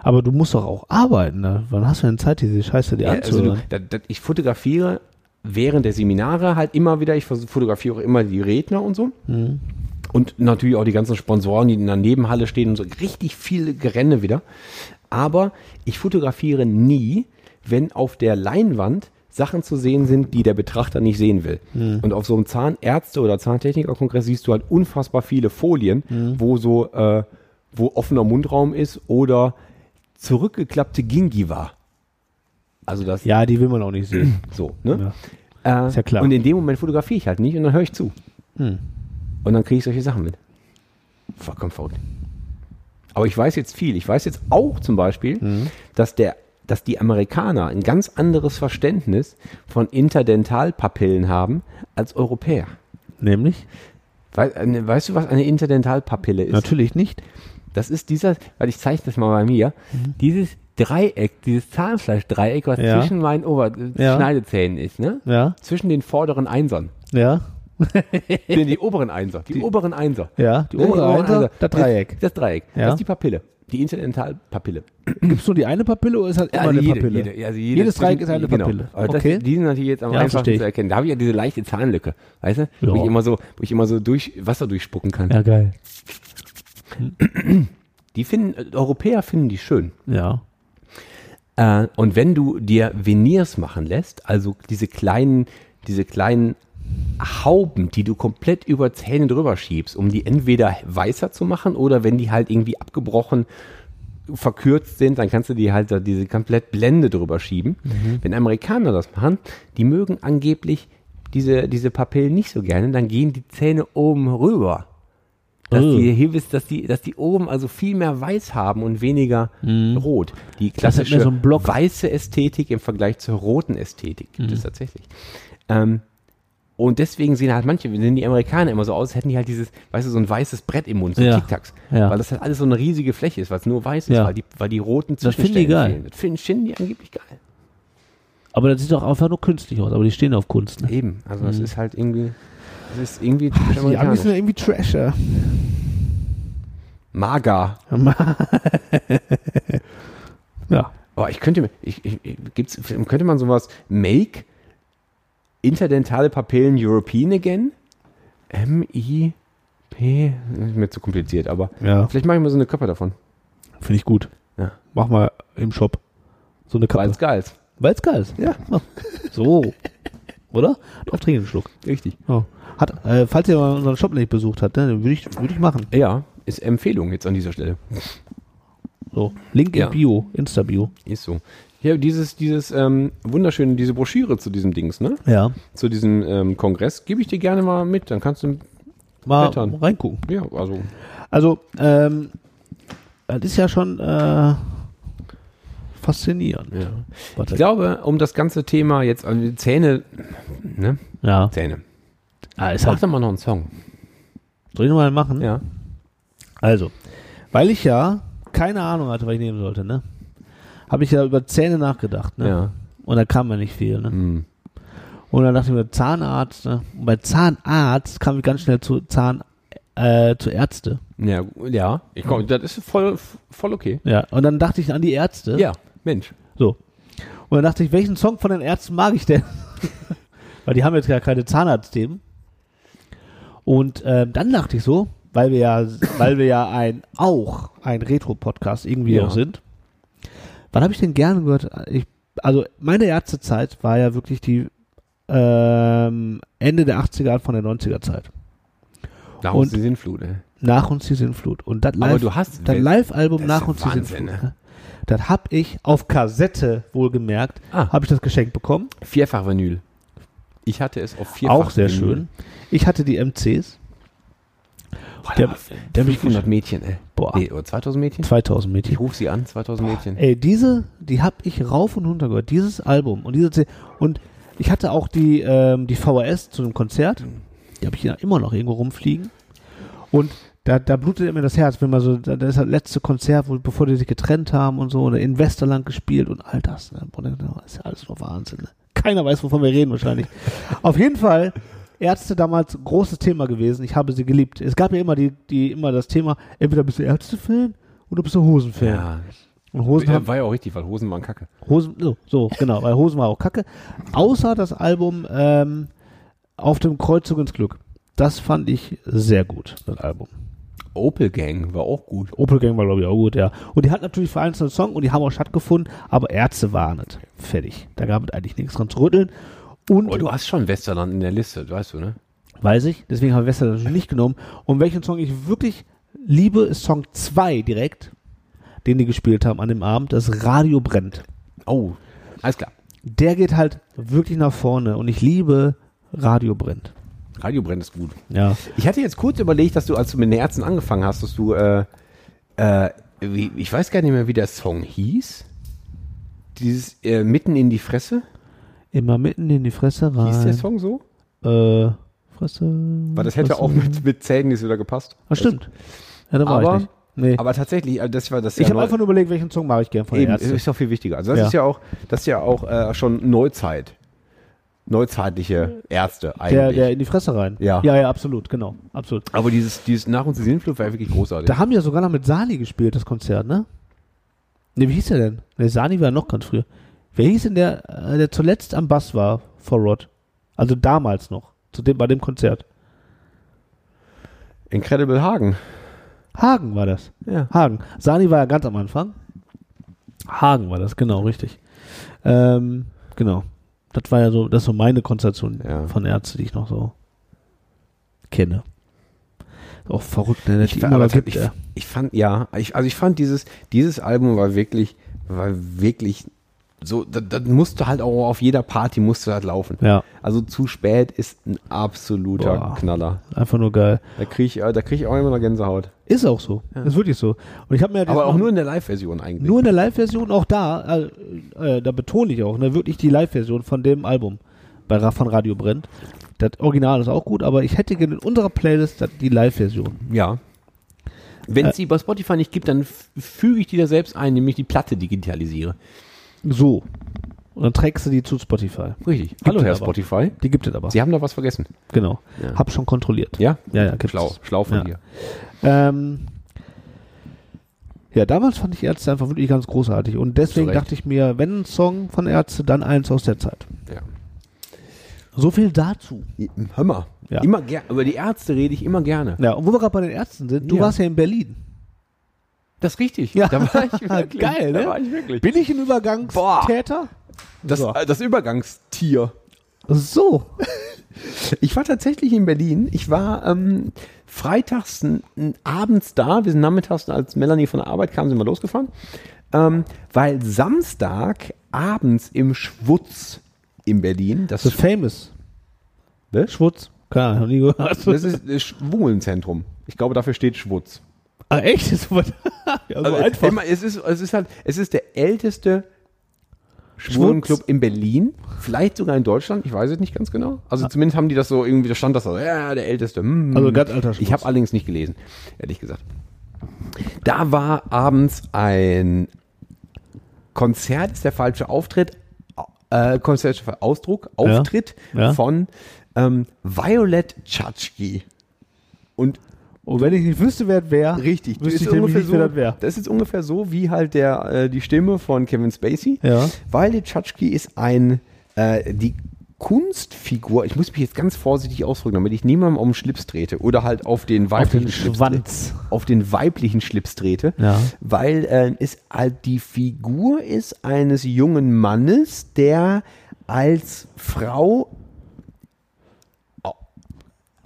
Speaker 8: Aber du musst doch auch arbeiten. Ne? Wann hast du denn Zeit, diese Scheiße dir
Speaker 6: Ja, also du,
Speaker 8: anzuhören?
Speaker 6: da, da, ich fotografiere während der Seminare halt immer wieder, ich vers- fotografiere immer die Redner und so. Und natürlich auch die ganzen Sponsoren, die in der Nebenhalle stehen und so. Richtig viel Gerenne wieder. Aber ich fotografiere nie, wenn auf der Leinwand Sachen zu sehen sind, die der Betrachter nicht sehen will. Und auf so einem Zahnärzte- oder Zahntechnikerkongress siehst du halt unfassbar viele Folien, wo so, äh, wo offener Mundraum ist oder zurückgeklappte Gingiva. Also das
Speaker 8: ja, die will man auch nicht sehen.
Speaker 6: so, ne? Äh,
Speaker 8: Ist ja klar. Hm.
Speaker 6: Und in dem Moment fotografiere ich halt nicht und dann höre ich zu. Und dann kriege ich solche Sachen mit. Vollkommen verrückt. Aber ich weiß jetzt viel. Ich weiß jetzt auch zum Beispiel,
Speaker 8: Mhm.
Speaker 6: dass, der, dass die Amerikaner ein ganz anderes Verständnis von Interdentalpapillen haben als Europäer.
Speaker 8: Nämlich?
Speaker 6: Wei- äh, Weißt du, was eine Interdentalpapille ist?
Speaker 8: Natürlich nicht.
Speaker 6: Das ist dieser, weil ich zeichne das mal bei mir, dieses Dreieck, dieses Zahnfleischdreieck, was
Speaker 8: Mhm. Ja.
Speaker 6: zwischen meinen Ober
Speaker 8: Ja.
Speaker 6: Schneidezähnen ist, ne?
Speaker 8: Ja,
Speaker 6: Zwischen den vorderen Einsern.
Speaker 8: ja,
Speaker 6: Nee, die oberen Einser. Die, oberen Einser.
Speaker 8: ja. also
Speaker 6: Die oberen Einser.
Speaker 8: Ne, das Dreieck.
Speaker 6: Das, das Dreieck.
Speaker 8: Ja.
Speaker 6: Das ist die Papille. Die Interdentalpapille.
Speaker 8: Gibt es nur die eine Papille oder ist halt immer eine Papille?
Speaker 6: Jede, also jede
Speaker 8: Jedes Dreieck
Speaker 6: zwischen-
Speaker 8: ist eine
Speaker 6: genau.
Speaker 8: Papille.
Speaker 6: Aber das,
Speaker 8: Okay.
Speaker 6: Die sind natürlich jetzt am
Speaker 8: Ja,
Speaker 6: einfachsten
Speaker 8: verstehe ich.
Speaker 6: zu erkennen. Da habe ich ja diese leichte Zahnlücke. Weißt du? Wo
Speaker 8: Ja.
Speaker 6: ich immer so, wo ich immer so durch Wasser durchspucken kann.
Speaker 8: Ja, geil.
Speaker 6: Die finden, äh, Europäer finden die schön.
Speaker 8: Ja.
Speaker 6: Äh, und wenn du dir Veneers machen lässt, also diese kleinen, diese kleinen Hauben, die du komplett über Zähne drüber schiebst, um die entweder weißer zu machen oder wenn die halt irgendwie abgebrochen verkürzt sind, dann kannst du die halt da diese komplett Blende drüber schieben.
Speaker 8: Mhm.
Speaker 6: Wenn Amerikaner das machen, die mögen angeblich diese, diese Papillen nicht so gerne, dann gehen die Zähne oben rüber. Dass
Speaker 8: Oh.
Speaker 6: die Hebis, dass die, dass die oben also viel mehr weiß haben und weniger rot. Die
Speaker 8: Mhm. hat mir
Speaker 6: klassische
Speaker 8: so einen Block. Mhm.
Speaker 6: weiße Ästhetik im Vergleich zur roten Ästhetik gibt es tatsächlich. Ähm, und deswegen sehen halt manche, sehen die Amerikaner immer so aus, als hätten die halt dieses, weißt du, so ein weißes Brett im Mund, so
Speaker 8: Ja.
Speaker 6: Tic-Tacs.
Speaker 8: Ja.
Speaker 6: Weil das halt alles so eine riesige Fläche ist, weil es nur weiß ist,
Speaker 8: Ja.
Speaker 6: weil, die, weil die roten
Speaker 8: Das finden die
Speaker 6: Zwischenstellen
Speaker 8: geil.
Speaker 6: fehlen. Das finden, finden die angeblich geil.
Speaker 8: Aber das sieht doch einfach nur künstlich aus, aber die stehen auf Kunst. Ne?
Speaker 6: Eben, also das ist halt irgendwie, das ist irgendwie typisch
Speaker 8: Die Amis
Speaker 6: amerikanisch.
Speaker 8: sind ja irgendwie Trasher.
Speaker 6: Mager.
Speaker 8: Ja.
Speaker 6: Oh, ich könnte mir, ich, ich, ich- gibt's, könnte man sowas make interdentale Papillen European again? M-I-P, ist mir zu kompliziert, aber
Speaker 8: Ja,
Speaker 6: vielleicht mache ich mal so eine Köpfe davon.
Speaker 8: finde ich gut.
Speaker 6: Ja.
Speaker 8: Mach mal im Shop. So eine Kappe.
Speaker 6: Weil's geil ist.
Speaker 8: Weil's geil ist. Ja. So. Oder? Drauf trinken einen Schluck.
Speaker 6: Richtig.
Speaker 8: Ja. Hat, äh, falls ihr mal unseren Shop nicht besucht habt, ne, würde ich, würd ich machen.
Speaker 6: Ja, ist Empfehlung jetzt an dieser Stelle.
Speaker 8: So. Link
Speaker 6: Ja.
Speaker 8: in Bio, Insta-Bio.
Speaker 6: Ist so. Ja, dieses, dieses ähm, wunderschöne, diese Broschüre zu diesem Dings, ne?
Speaker 8: Ja.
Speaker 6: Zu diesem ähm, Kongress gebe ich dir gerne mal mit. Dann kannst du,
Speaker 8: Mal
Speaker 6: Blättern.
Speaker 8: reingucken.
Speaker 6: ja, also
Speaker 8: Also, ähm, das ist ja schon äh, faszinierend.
Speaker 6: Ja.
Speaker 8: Warte.
Speaker 6: Ich glaube, um das ganze Thema jetzt, also Zähne, ne?
Speaker 8: ja.
Speaker 6: Zähne.
Speaker 8: Ah, ist
Speaker 6: Mach
Speaker 8: halt,
Speaker 6: doch mal noch einen Song.
Speaker 8: soll ich nochmal machen?
Speaker 6: Ja.
Speaker 8: Also, weil ich ja keine Ahnung hatte, was ich nehmen sollte, ne? Habe ich ja über Zähne nachgedacht, ne?
Speaker 6: Ja. Hm.
Speaker 8: Und da kam mir nicht viel, ne? Und dann dachte ich mir, Zahnarzt, ne? Und bei Zahnarzt kam ich ganz schnell zu Zahn, äh, zu Ärzte.
Speaker 6: Ja, ja. Ich komm, das ist voll, voll okay.
Speaker 8: Ja. Und dann dachte ich an die Ärzte.
Speaker 6: Ja, Mensch.
Speaker 8: So. Und dann dachte ich, welchen Song von den Ärzten mag ich denn? weil die haben jetzt ja keine Zahnarztthemen. Und ähm, dann dachte ich so, weil wir ja, weil wir ja ein auch ein Retro-Podcast irgendwie
Speaker 6: Ja.
Speaker 8: auch sind. Wann habe ich denn gerne gehört? Ich, also meine Ärztezeit war ja wirklich die ähm, Ende der 80er, Anfang der 90er Zeit.
Speaker 6: Nach
Speaker 8: Und-
Speaker 6: uns die Sinnflut, ey.
Speaker 8: Nach uns die Sinnflut. Und das
Speaker 6: Aber
Speaker 8: Live-
Speaker 6: du hast-
Speaker 8: das Live-Album
Speaker 6: Das ist
Speaker 8: Nach
Speaker 6: ja
Speaker 8: uns die
Speaker 6: Wahnsinn,
Speaker 8: Sinnflut.
Speaker 6: ne?
Speaker 8: ne? Das habe ich auf Kassette wohlgemerkt,
Speaker 6: Ah.
Speaker 8: habe ich das geschenkt bekommen.
Speaker 6: Vierfach Vinyl. Ich hatte es auf vierfach
Speaker 8: Auch sehr
Speaker 6: Vinyl.
Speaker 8: schön. Ich hatte die MCs,
Speaker 6: Boah,
Speaker 8: Der-
Speaker 6: da waren
Speaker 8: der mich
Speaker 6: 500 Mädchen, ey.
Speaker 8: Boah.
Speaker 6: Nee, oder 2000 Mädchen?
Speaker 8: 2000 Mädchen.
Speaker 6: Ich rufe sie an, 2000 Mädchen.
Speaker 8: Ey, diese, die hab ich rauf und runter gehört. Dieses Album und diese C und ich hatte auch die ähm, die VHS zu einem Konzert.
Speaker 6: Mhm.
Speaker 8: Die habe ich ja immer noch irgendwo rumfliegen. Und da, da blutet mir das Herz, wenn man so, da, da ist das letzte Konzert, wo, bevor die sich getrennt haben und so, oder in Westerland gespielt und all das. Ne? Boah, das ist ja alles nur Wahnsinn. Ne? Keiner weiß, wovon wir reden wahrscheinlich. Auf jeden Fall, Ärzte damals großes Thema gewesen. Ich habe sie geliebt. Es gab ja immer die, die immer das Thema, entweder bist du Ärzte-Fan oder bist du Hosen-Fan.
Speaker 6: Ja.
Speaker 8: Und Hosen haben
Speaker 6: War ja auch richtig, weil Hosen waren kacke.
Speaker 8: Hosen, so, so genau, weil Hosen war auch kacke. Außer das Album ähm, auf dem Kreuzzug ins Glück. Das fand ich sehr gut, das Album.
Speaker 6: Opel Gang war auch gut.
Speaker 8: Opel Gang war, glaube ich, auch gut, ja. Und die hat natürlich vereinzelte Song und die haben auch stattgefunden, aber Ärzte waren es. Fertig. Da gab es eigentlich nichts dran zu rütteln. Und,
Speaker 6: Oh, du hast schon Westerland in der Liste, das weißt du, ne?
Speaker 8: weiß ich, deswegen habe ich Wester natürlich nicht genommen. Und welchen Song ich wirklich liebe, ist Song 2 direkt, den die gespielt haben an dem Abend, das Radio brennt.
Speaker 6: Oh, alles klar.
Speaker 8: der geht halt wirklich nach vorne und ich liebe Radio brennt.
Speaker 6: Radio brennt ist gut.
Speaker 8: Ja.
Speaker 6: Ich hatte jetzt kurz überlegt, dass du, als du mit den Ärzten angefangen hast, dass du, äh, äh, wie, ich weiß gar nicht mehr, wie der Song hieß. Dieses äh, Mitten in die Fresse,
Speaker 8: Immer mitten in die Fresse rein.
Speaker 6: hieß der Song so?
Speaker 8: Äh, Fresse.
Speaker 6: Weil das hätte
Speaker 8: Fresse.
Speaker 6: auch mit, mit Zähnen jetzt wieder gepasst.
Speaker 8: Ah, stimmt. Ja, da war
Speaker 6: Aber-
Speaker 8: ich nicht. Nee.
Speaker 6: Aber tatsächlich, also das war das
Speaker 8: ich habe
Speaker 6: neu-
Speaker 8: einfach nur überlegt, welchen Song mache ich gern von
Speaker 6: eben,
Speaker 8: der Ärzte.
Speaker 6: ist doch viel wichtiger. Also das
Speaker 8: Ja.
Speaker 6: ist ja auch, das ist ja auch äh, schon Neuzeit. Neuzeitliche Ärzte
Speaker 8: Der,
Speaker 6: eigentlich.
Speaker 8: der in die Fresse rein.
Speaker 6: Ja.
Speaker 8: Ja, ja, absolut, genau. Absolut.
Speaker 6: Aber dieses, dieses Nach uns die Sinnflut war wirklich großartig.
Speaker 8: Da haben wir sogar noch mit Sani gespielt, das Konzert, ne? Ne, wie hieß der denn? Ne, Sani war noch ganz früh. Wer hieß denn der, äh, der zuletzt am Bass war vor Rod? Also damals noch, zu dem, bei dem Konzert.
Speaker 6: Incredible Hagen.
Speaker 8: Hagen war das.
Speaker 6: Ja.
Speaker 8: Hagen. Sani war ja ganz am Anfang. Hagen war das, genau, richtig. Ähm, genau. Das war ja so, das ist so meine Konstellation
Speaker 6: Ja.
Speaker 8: von Ärzte, die ich noch so kenne. Auch verrückt, ne? dass die
Speaker 6: Ich, war,
Speaker 8: immer
Speaker 6: aber
Speaker 8: was gibt,
Speaker 6: ich,
Speaker 8: ja.
Speaker 6: ich fand, ja, ich, also ich fand dieses, dieses Album war wirklich, war wirklich so, das, das musste halt auch auf jeder Party musste das laufen.
Speaker 8: Ja.
Speaker 6: Also zu spät ist ein absoluter
Speaker 8: Boah.
Speaker 6: Knaller.
Speaker 8: Einfach nur geil.
Speaker 6: Da kriege ich, äh, da krieg ich auch immer noch Gänsehaut.
Speaker 8: Ist auch so. Ist wirklich so. Und ich habe mir ja
Speaker 6: Aber
Speaker 8: dieses
Speaker 6: auch
Speaker 8: Mal-
Speaker 6: nur in der Live-Version eigentlich.
Speaker 8: nur in der Live-Version, auch da, äh, äh, da betone ich auch, ne, wirklich die Live-Version von dem Album bei Ra- von Radio Brennt. Das Original ist auch gut, aber ich hätte gerne in unserer Playlist das- die Live-Version.
Speaker 6: Ja. Wenn es die bei Spotify nicht gibt, dann f- füge ich die da selbst ein, indem ich die Platte digitalisiere.
Speaker 8: So. Und dann trägst du die zu Spotify.
Speaker 6: Richtig.
Speaker 8: Hallo,
Speaker 6: Hallo,
Speaker 8: Herr
Speaker 6: Herr Spotify.
Speaker 8: Die gibt es aber.
Speaker 6: Sie haben da was vergessen.
Speaker 8: Genau.
Speaker 6: Ja.
Speaker 8: Hab schon kontrolliert.
Speaker 6: Ja?
Speaker 8: Ja, ja, gibt's.
Speaker 6: Schlau, schlau von
Speaker 8: Ja.
Speaker 6: dir.
Speaker 8: Ähm, ja, damals fand ich Ärzte einfach wirklich ganz großartig. Und deswegen
Speaker 6: Zu Recht.
Speaker 8: dachte ich mir, wenn ein Song von Ärzte, dann eins aus der Zeit.
Speaker 6: Ja.
Speaker 8: So viel dazu.
Speaker 6: Hör mal.
Speaker 8: Ja.
Speaker 6: Immer ger- über die Ärzte rede ich immer gerne.
Speaker 8: Ja, und wo wir gerade bei den Ärzten sind, du
Speaker 6: Ja.
Speaker 8: warst ja in Berlin.
Speaker 6: Das ist richtig.
Speaker 8: Ja.
Speaker 6: Da war ich wirklich.
Speaker 8: Geil, ne?
Speaker 6: Da war ich wirklich.
Speaker 8: Bin ich ein Übergangstäter?
Speaker 6: Das,
Speaker 8: So.
Speaker 6: äh, das Übergangstier.
Speaker 8: So.
Speaker 6: Ich war tatsächlich in Berlin. Ich war ähm, freitags n- n- abends da. Wir sind nachmittags, als Melanie von der Arbeit kam, sind wir losgefahren. Ähm, weil Samstag abends im Schwutz in Berlin, das,
Speaker 8: The Famous.
Speaker 6: ne?
Speaker 8: Schwutz. Keine Ahnung, noch nie
Speaker 6: das
Speaker 8: gehört.
Speaker 6: ist das Schwulenzentrum. Ich glaube, dafür steht Schwutz.
Speaker 8: ah, echt? Das war, ja, so
Speaker 6: Also,
Speaker 8: einfach.
Speaker 6: immer, es, ist, es ist halt, es ist der älteste Schwulenclub in Berlin, vielleicht sogar in Deutschland, ich weiß es nicht ganz genau. Also zumindest haben die das so irgendwie, da stand das so, ja, der Älteste. mm.
Speaker 8: Also ganz alter Schmutz.
Speaker 6: Ich habe allerdings nicht gelesen, ehrlich gesagt. Da war abends ein Konzert, ist der falsche Auftritt, äh, Konzert ist der falsche Ausdruck, Auftritt
Speaker 8: ja.
Speaker 6: von ähm, Violet Chachki. Und
Speaker 8: Und wenn ich nicht wüsste, wer das wäre,
Speaker 6: Richtig,
Speaker 8: wüsste ich nämlich nicht,
Speaker 6: so,
Speaker 8: wer das wäre.
Speaker 6: das ist ungefähr so wie halt der, äh, die Stimme von Kevin Spacey.
Speaker 8: Ja.
Speaker 6: Violet Chachki ist ein, äh, die Kunstfigur, ich muss mich jetzt ganz vorsichtig ausdrücken, damit ich niemandem auf den Schlips trete oder halt auf den weiblichen
Speaker 8: den
Speaker 6: Schlips
Speaker 8: Schwanz.
Speaker 6: Trete, auf den weiblichen Schlips trete,
Speaker 8: Ja.
Speaker 6: weil äh, es halt die Figur ist eines jungen Mannes, der als Frau au-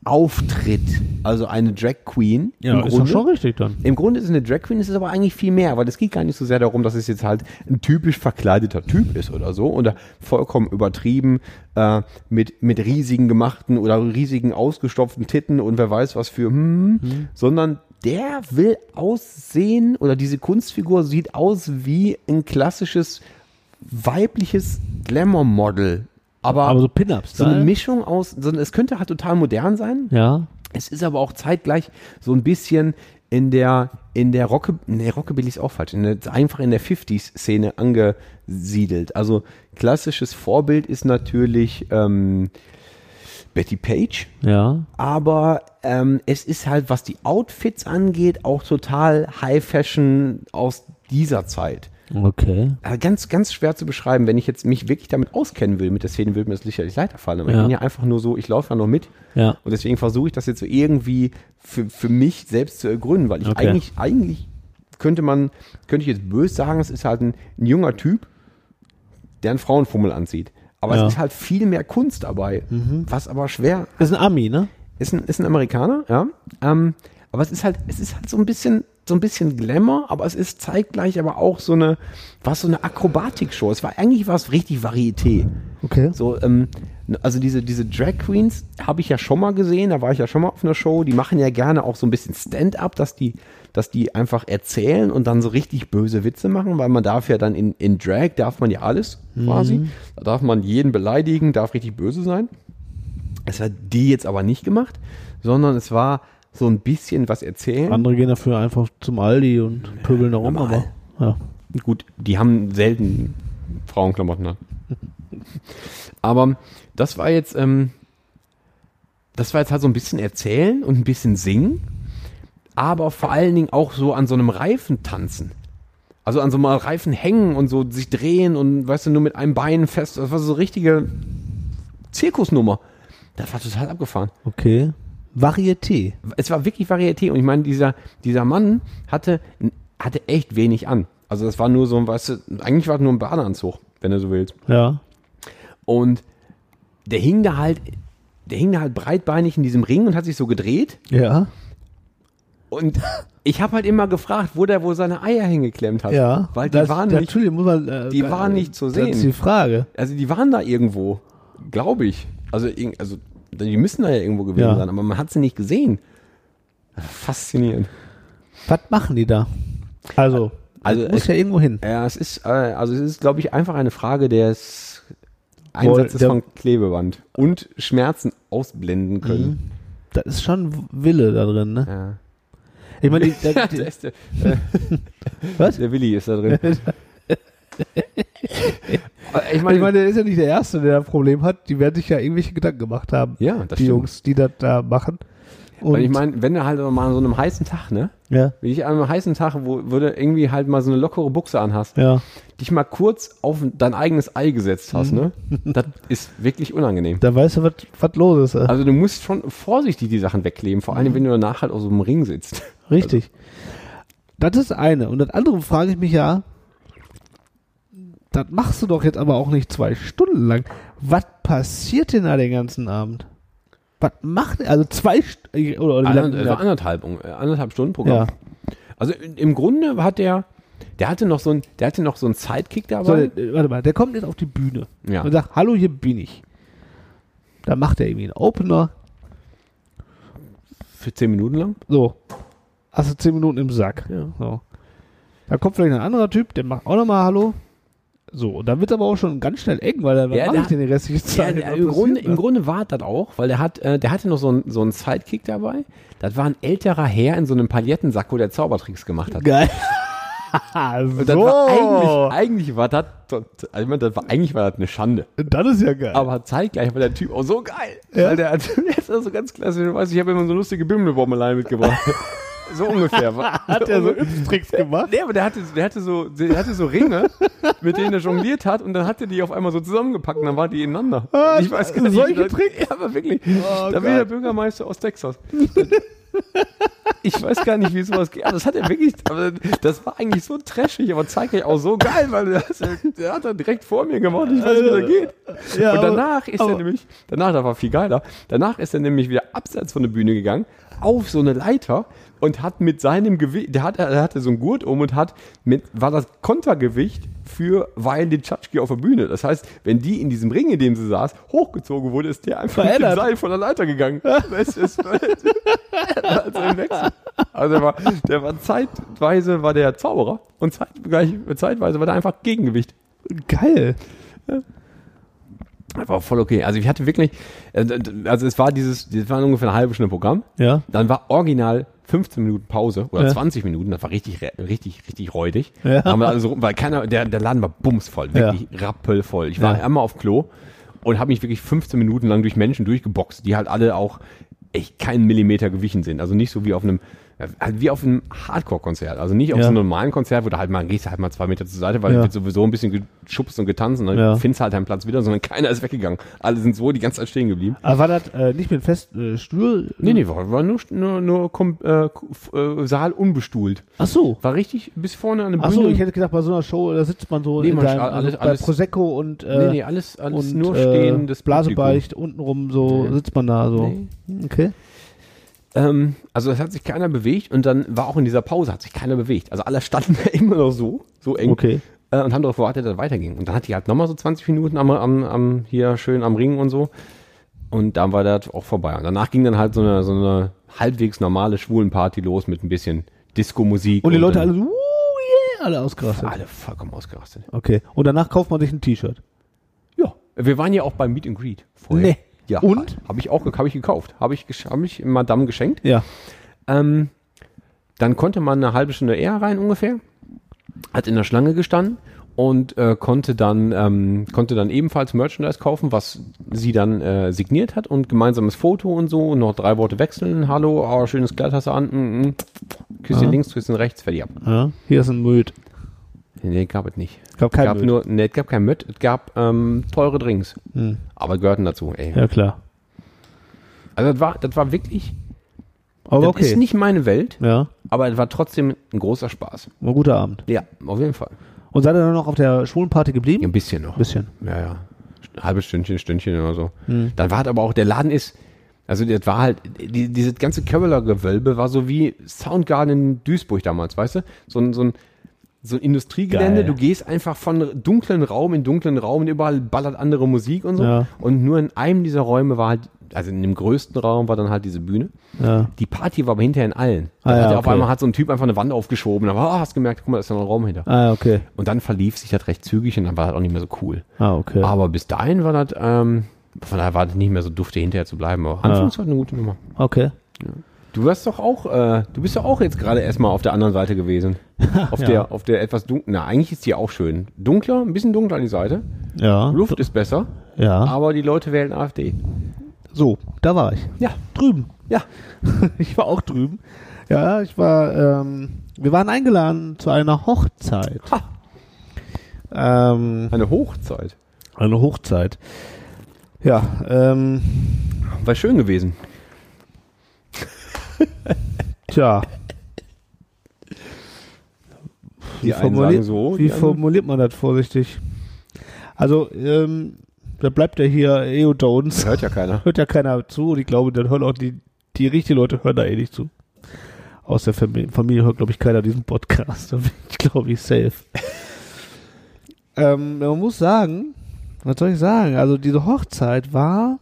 Speaker 6: auftritt, also eine Drag Queen
Speaker 8: Ja, ist doch schon richtig dann.
Speaker 6: im Grunde ist es eine Drag Queen, es ist aber eigentlich viel mehr, weil es geht gar nicht so sehr darum, dass es jetzt halt ein typisch verkleideter Typ ist oder so oder vollkommen übertrieben äh, mit, mit riesigen gemachten oder riesigen ausgestopften Titten und wer weiß was für, hm, sondern der will aussehen oder diese Kunstfigur sieht aus wie ein klassisches weibliches Glamour-Model. Aber,
Speaker 8: Aber so Pin-Ups,
Speaker 6: so
Speaker 8: ne?
Speaker 6: eine Mischung aus, so, es könnte halt total modern sein,
Speaker 8: Ja.
Speaker 6: es ist aber auch zeitgleich so ein bisschen in der, in der Rocke, nee, Rockabilly ist auch falsch, in der, einfach in der 50s-Szene angesiedelt. Also klassisches Vorbild ist natürlich ähm, Betty Page,
Speaker 8: Ja.
Speaker 6: aber ähm, es ist halt, was die Outfits angeht, auch total High Fashion aus dieser Zeit.
Speaker 8: Okay.
Speaker 6: Aber ganz, ganz schwer zu beschreiben, wenn ich jetzt mich wirklich damit auskennen will, mit der Szene, würde mir das sicherlich leichter fallen. Aber
Speaker 8: Ja.
Speaker 6: ich bin ja einfach nur so, ich laufe ja noch mit.
Speaker 8: Ja.
Speaker 6: Und deswegen versuche ich das jetzt so irgendwie für, für mich selbst zu ergründen, weil ich
Speaker 8: Okay.
Speaker 6: eigentlich, eigentlich könnte man, könnte ich jetzt böse sagen, es ist halt ein, ein junger Typ, der einen Frauenfummel anzieht. Aber
Speaker 8: Ja. Mhm.
Speaker 6: es ist halt viel mehr Kunst dabei, was aber schwer
Speaker 8: Das ist ein Ami, ne?
Speaker 6: ist ein, ist ein Amerikaner, ja. Ähm, aber es ist halt, es ist halt so ein bisschen, so ein bisschen Glamour, aber es ist zeitgleich aber auch so eine, was so eine Akrobatikshow. Es war eigentlich was richtig Varieté.
Speaker 8: Okay.
Speaker 6: So, ähm, also diese, diese Drag Queens habe ich ja schon mal gesehen, da war ich ja schon mal auf einer Show, die machen ja gerne auch so ein bisschen Stand-up, dass die, dass die einfach erzählen und dann so richtig böse Witze machen, weil man darf ja dann in, in Drag darf man ja alles quasi. Da darf man jeden beleidigen, darf richtig böse sein. Es hat die jetzt aber nicht gemacht, sondern es war so ein bisschen was erzählen.
Speaker 8: Andere gehen dafür einfach zum Aldi und pöbeln da rum, aber.
Speaker 6: normal.
Speaker 8: Ja.
Speaker 6: Gut, die haben selten Frauenklamotten ne? an. Aber das war jetzt, ähm, das war jetzt halt so ein bisschen erzählen und ein bisschen singen, aber vor allen Dingen auch so an so einem Reifen tanzen. Also an so einem Reifen hängen und so sich drehen und weißt du, nur mit einem Bein fest. Das war so eine richtige Zirkusnummer. Das war total abgefahren
Speaker 8: Okay. Varieté.
Speaker 6: es war wirklich Varieté. Und ich meine, dieser, dieser Mann hatte, hatte echt wenig an. Also das war nur so ein, weißt du, eigentlich war es nur ein Badeanzug, wenn du so willst.
Speaker 8: Ja.
Speaker 6: Und der hing da halt, der hing da halt breitbeinig in diesem Ring und hat sich so gedreht.
Speaker 8: Ja.
Speaker 6: Und ich habe halt immer gefragt, wo der wohl seine Eier hingeklemmt hat.
Speaker 8: Ja.
Speaker 6: Weil die
Speaker 8: Das-
Speaker 6: waren nicht,
Speaker 8: Natürlich muss man. äh,
Speaker 6: die
Speaker 8: äh,
Speaker 6: waren nicht zu
Speaker 8: Das ist
Speaker 6: sehen.
Speaker 8: die Frage.
Speaker 6: also die waren da irgendwo, glaube ich. Also, irg- also die müssen da ja irgendwo gewesen
Speaker 8: Ja.
Speaker 6: sein, aber man hat sie nicht gesehen. Faszinierend.
Speaker 8: Was machen die da? Also,
Speaker 6: Also,
Speaker 8: also muss
Speaker 6: es-
Speaker 8: ja irgendwo hin.
Speaker 6: Ja, es ist, äh, also es ist, glaube ich, einfach eine Frage des Einsatzes
Speaker 8: der-
Speaker 6: von Klebeband und Schmerzen ausblenden können.
Speaker 8: Mhm. Da ist schon Wille da drin, ne?
Speaker 6: Ja.
Speaker 8: Ich meine, die- da-
Speaker 6: Der,
Speaker 8: die-
Speaker 6: ist der,
Speaker 8: was?
Speaker 6: der Willi ist da drin. Äh, ich meine,
Speaker 8: Ich meine, der ist ja nicht der Erste, der ein Problem hat. Die werden sich ja irgendwelche Gedanken gemacht haben.
Speaker 6: Ja, das
Speaker 8: Die
Speaker 6: stimmt.
Speaker 8: Jungs, die das da machen. Und
Speaker 6: weil ich meine, wenn du halt mal an so einem heißen Tag, ne?
Speaker 8: ja,
Speaker 6: Wenn ich an einem heißen Tag, wo würde irgendwie halt mal so eine lockere Buchse anhast,
Speaker 8: ja,
Speaker 6: dich mal kurz auf dein eigenes Ei gesetzt hast, ne?
Speaker 8: Mhm.
Speaker 6: Das ist wirklich unangenehm.
Speaker 8: da weißt du, was was los ist. äh.
Speaker 6: Also du musst schon vorsichtig die Sachen wegkleben, vor
Speaker 8: Mhm.
Speaker 6: allem wenn du danach halt auf so einem Ring sitzt.
Speaker 8: Richtig. Das ist eine. Und das andere frage ich mich ja, das machst du doch jetzt aber auch nicht zwei Stunden lang. Was passiert denn da den ganzen Abend? Was macht er? Also zwei Stunden. Oder, oder wie
Speaker 6: Ander,
Speaker 8: lange?
Speaker 6: es war anderthalb, äh, anderthalb Stunden
Speaker 8: ja.
Speaker 6: Programm. Also in- im Grunde hat der, der hatte noch so ein, der hatte noch so einen Sidekick
Speaker 8: So,
Speaker 6: dabei.
Speaker 8: der, äh, warte mal, der kommt jetzt auf die Bühne
Speaker 6: Ja.
Speaker 8: und sagt, hallo, hier bin ich. Da macht er irgendwie einen Opener.
Speaker 6: für zehn Minuten lang.
Speaker 8: So. Hast du zehn Minuten im Sack.
Speaker 6: Ja.
Speaker 8: So. Da kommt vielleicht ein anderer Typ, der macht auch nochmal Hallo. So, und dann wird aber auch schon ganz schnell eng, weil dann
Speaker 6: Ja,
Speaker 8: ja, mache
Speaker 6: der
Speaker 8: ich denn die restliche
Speaker 6: Ja,
Speaker 8: Zeit.
Speaker 6: der,
Speaker 8: Was
Speaker 6: im, Grunde,
Speaker 8: passiert ne?
Speaker 6: Im
Speaker 8: da?
Speaker 6: Grunde war das auch, weil der, hat, äh, der hatte noch so einen so einen Sidekick dabei. Das war ein älterer Herr in so einem Palettensack, wo der Zaubertricks gemacht hat.
Speaker 8: Geil.
Speaker 6: Und das war
Speaker 8: so,
Speaker 6: eigentlich, eigentlich war das, das, also ich meine, das war, eigentlich war das eine Schande.
Speaker 8: das ist ja geil.
Speaker 6: Aber zeitgleich war der Typ auch so geil. Weil der hat jetzt so ganz klassisch, weiß ich, habe immer so lustige Bimmelbommeleien mitgebracht. so ungefähr. Hat
Speaker 8: der so Yps-Tricks gemacht?
Speaker 6: Nee, aber der hatte, der hatte so, der hatte so Ringe, mit denen er jongliert hat und dann hat er die auf einmal so zusammengepackt und dann waren die ineinander.
Speaker 8: Ah,
Speaker 6: ich weiß gar nicht.
Speaker 8: solche
Speaker 6: wie das-
Speaker 8: Tricks? Oh
Speaker 6: Ja, aber wirklich. da bin der Bürgermeister aus Texas. Ich weiß gar nicht, wie sowas geht. Aber das hat er wirklich, aber das war eigentlich so trashig, aber zeigt euch auch so geil, weil das, der hat er direkt vor mir gemacht. Ich weiß, wie das geht.
Speaker 8: Ja,
Speaker 6: und
Speaker 8: aber-
Speaker 6: danach ist er
Speaker 8: aber-
Speaker 6: nämlich, danach, das war viel geiler, danach ist er nämlich wieder abseits von der Bühne gegangen, auf so eine Leiter und hat mit seinem Gewicht, der, hat, er hatte so einen Gurt um und hat mit, war das Kontergewicht für Violin Tschatschki auf der Bühne. Das heißt, wenn die in diesem Ring, in dem sie saß, hochgezogen wurde, ist der einfach mit dem
Speaker 8: Verändert.
Speaker 6: Seil von der Leiter gegangen. Das ist, also im Wechsel. Also der war, der war zeitweise war der Zauberer und zeitgleich, zeitweise war der einfach Gegengewicht.
Speaker 8: Geil.
Speaker 6: Das war voll okay. Also ich hatte wirklich, äh, d- also es war dieses, das war ungefähr eine halbe Stunde Programm.
Speaker 8: Ja.
Speaker 6: Dann war original 15 Minuten Pause oder
Speaker 8: Ja.
Speaker 6: 20 Minuten. Das war richtig, re- richtig, richtig räudig.
Speaker 8: Ja.
Speaker 6: Da haben wir alle so rum, weil keiner, der, der Laden war bumsvoll, wirklich rappelvoll. Ich war
Speaker 8: Ja.
Speaker 6: einmal auf Klo und habe mich wirklich 15 Minuten lang durch Menschen durchgeboxt, die halt alle auch echt keinen Millimeter gewichen sind. Also nicht so wie auf einem, ja, halt wie auf einem Hardcore-Konzert. Also nicht auf
Speaker 8: Ja.
Speaker 6: so einem normalen Konzert, wo du halt mal gehst, halt mal zwei Meter zur Seite, weil
Speaker 8: Ja.
Speaker 6: du wird sowieso ein bisschen geschubst und getanzt und dann
Speaker 8: Ja.
Speaker 6: findest halt deinen Platz wieder, sondern keiner ist weggegangen. Alle sind so die ganze Zeit stehen geblieben.
Speaker 8: Aber war das äh, nicht mit fest äh, Stuhl?
Speaker 6: Nee, nee, war, war nur, nur, nur kom, äh, k- f- äh, Saal unbestuhlt.
Speaker 8: Ach so.
Speaker 6: War richtig bis vorne an der Bühne.
Speaker 8: Achso, ich hätte gedacht, bei so einer Show, da sitzt man so
Speaker 6: Nee,
Speaker 8: in
Speaker 6: man
Speaker 8: deinem,
Speaker 6: schaut
Speaker 8: also
Speaker 6: alles-
Speaker 8: bei
Speaker 6: alles-
Speaker 8: Prosecco und, äh,
Speaker 6: nee, nee, alles, alles
Speaker 8: und
Speaker 6: nur
Speaker 8: äh,
Speaker 6: stehendes Publikum.
Speaker 8: Blasebeicht untenrum so sitzt man da so. Okay.
Speaker 6: Ähm, also es hat sich keiner bewegt und dann war auch in dieser Pause, hat sich keiner bewegt. Also alle standen da immer noch so, so eng.
Speaker 8: Okay.
Speaker 6: Äh, und haben darauf gewartet, dass es weiterging. Und dann hat die halt nochmal so 20 Minuten am, am, am, hier schön am Ring und so. Und dann war das auch vorbei. Und danach ging dann halt so eine, so eine halbwegs normale Schwulenparty los mit ein bisschen Disco-Musik.
Speaker 8: Und die Leute
Speaker 6: dann-
Speaker 8: alle so, uh, yeah, alle ausgerastet.
Speaker 6: alle vollkommen ausgerastet.
Speaker 8: Okay. Und danach kauft man sich ein T-Shirt.
Speaker 6: Ja. Wir waren ja auch beim Meet and Greet vorher.
Speaker 8: Nee.
Speaker 6: Ja.
Speaker 8: Und?
Speaker 6: Habe ich auch hab ich gekauft. Habe ich, gesch- hab ich Madame geschenkt.
Speaker 8: Ja.
Speaker 6: Ähm, dann konnte man eine halbe Stunde eher rein ungefähr, hat in der Schlange gestanden und äh, konnte, dann, ähm, konnte dann ebenfalls Merchandise kaufen, was sie dann äh, signiert hat und gemeinsames Foto und so und noch drei Worte wechseln. Hallo, ah, schönes Kleid hast du an. Mm, mm. Küsschen links, Küsschen rechts, fertig ab.
Speaker 8: ja. Hier ist ein Möd.
Speaker 6: Nee, gab es nicht.
Speaker 8: Gab kein
Speaker 6: gab
Speaker 8: Möd.
Speaker 6: nur, nee, es gab kein Möt, es gab ähm, teure Drinks. Aber gehörten dazu, ey.
Speaker 8: Hm. Ja, klar.
Speaker 6: Also das war, das war wirklich,
Speaker 8: Aber
Speaker 6: das
Speaker 8: okay.
Speaker 6: ist nicht meine Welt,
Speaker 8: ja.
Speaker 6: aber es war trotzdem ein großer Spaß.
Speaker 8: War ein guter Abend.
Speaker 6: Ja, auf jeden Fall.
Speaker 8: Und seid ihr dann noch auf der Schwulenparty geblieben?
Speaker 6: Ja, Ein bisschen noch.
Speaker 8: bisschen.
Speaker 6: Ja, ja. Halbes Stündchen, Stündchen oder so. Dann war halt aber auch, der Laden ist, also das war halt, die, dieses ganze Kömmerler-Gewölbe war so wie Soundgarden in Duisburg damals, weißt du? So ein, so ein, so ein Industriegelände, du
Speaker 8: Geil.
Speaker 6: gehst einfach von dunklen Raum in dunklen Raum und überall ballert andere Musik und so.
Speaker 8: Ja.
Speaker 6: Und nur in einem dieser Räume war halt, also in dem größten Raum war dann halt diese Bühne.
Speaker 8: Ja.
Speaker 6: Die Party war aber hinterher in allen.
Speaker 8: Ah,
Speaker 6: Da
Speaker 8: ja,
Speaker 6: hat er Auf
Speaker 8: okay.
Speaker 6: einmal hat so ein Typ einfach eine Wand aufgeschoben, aber ah, hast gemerkt, guck mal, da ist noch ein Raum hinter.
Speaker 8: Ah, okay.
Speaker 6: Und dann verlief sich das recht zügig und dann war das auch nicht mehr so cool.
Speaker 8: Ah, okay.
Speaker 6: Aber bis dahin war das, ähm, von daher war das nicht mehr so dufte hinterher zu bleiben. Aber anfangs war das eine gute Nummer.
Speaker 8: Okay.
Speaker 6: Du warst doch auch, äh, du bist doch auch jetzt gerade erstmal auf der anderen Seite gewesen. Auf der, auf der etwas dunklen, na, eigentlich ist die auch schön. Dunkler, ein bisschen dunkler an die Seite.
Speaker 8: Ja.
Speaker 6: Luft ist besser,
Speaker 8: Ja.
Speaker 6: aber die Leute wählen AfD.
Speaker 8: So, da war ich.
Speaker 6: Ja,
Speaker 8: Drüben.
Speaker 6: ja.
Speaker 8: ich war auch drüben. Ja, ich war, ähm, wir waren eingeladen zu einer Hochzeit.
Speaker 6: Ha.
Speaker 8: Ähm,
Speaker 6: Eine Hochzeit.
Speaker 8: eine Hochzeit. Ja, ähm,
Speaker 6: War schön gewesen.
Speaker 8: tja,
Speaker 6: Die einen sagen
Speaker 8: formuliert-
Speaker 6: so,
Speaker 8: wie
Speaker 6: die anderen-
Speaker 8: formuliert man das vorsichtig? Also, ähm, da bleibt ja hier eh unter uns.
Speaker 6: hört ja keiner.
Speaker 8: Hört ja keiner zu und ich glaube, dann hören auch die, die richtigen Leute hören da eh nicht zu. Aus der Familie, Familie hört, glaube ich, keiner diesen Podcast. Da bin ich, glaube ich, safe. ähm, man muss sagen, was soll ich sagen? Also diese Hochzeit war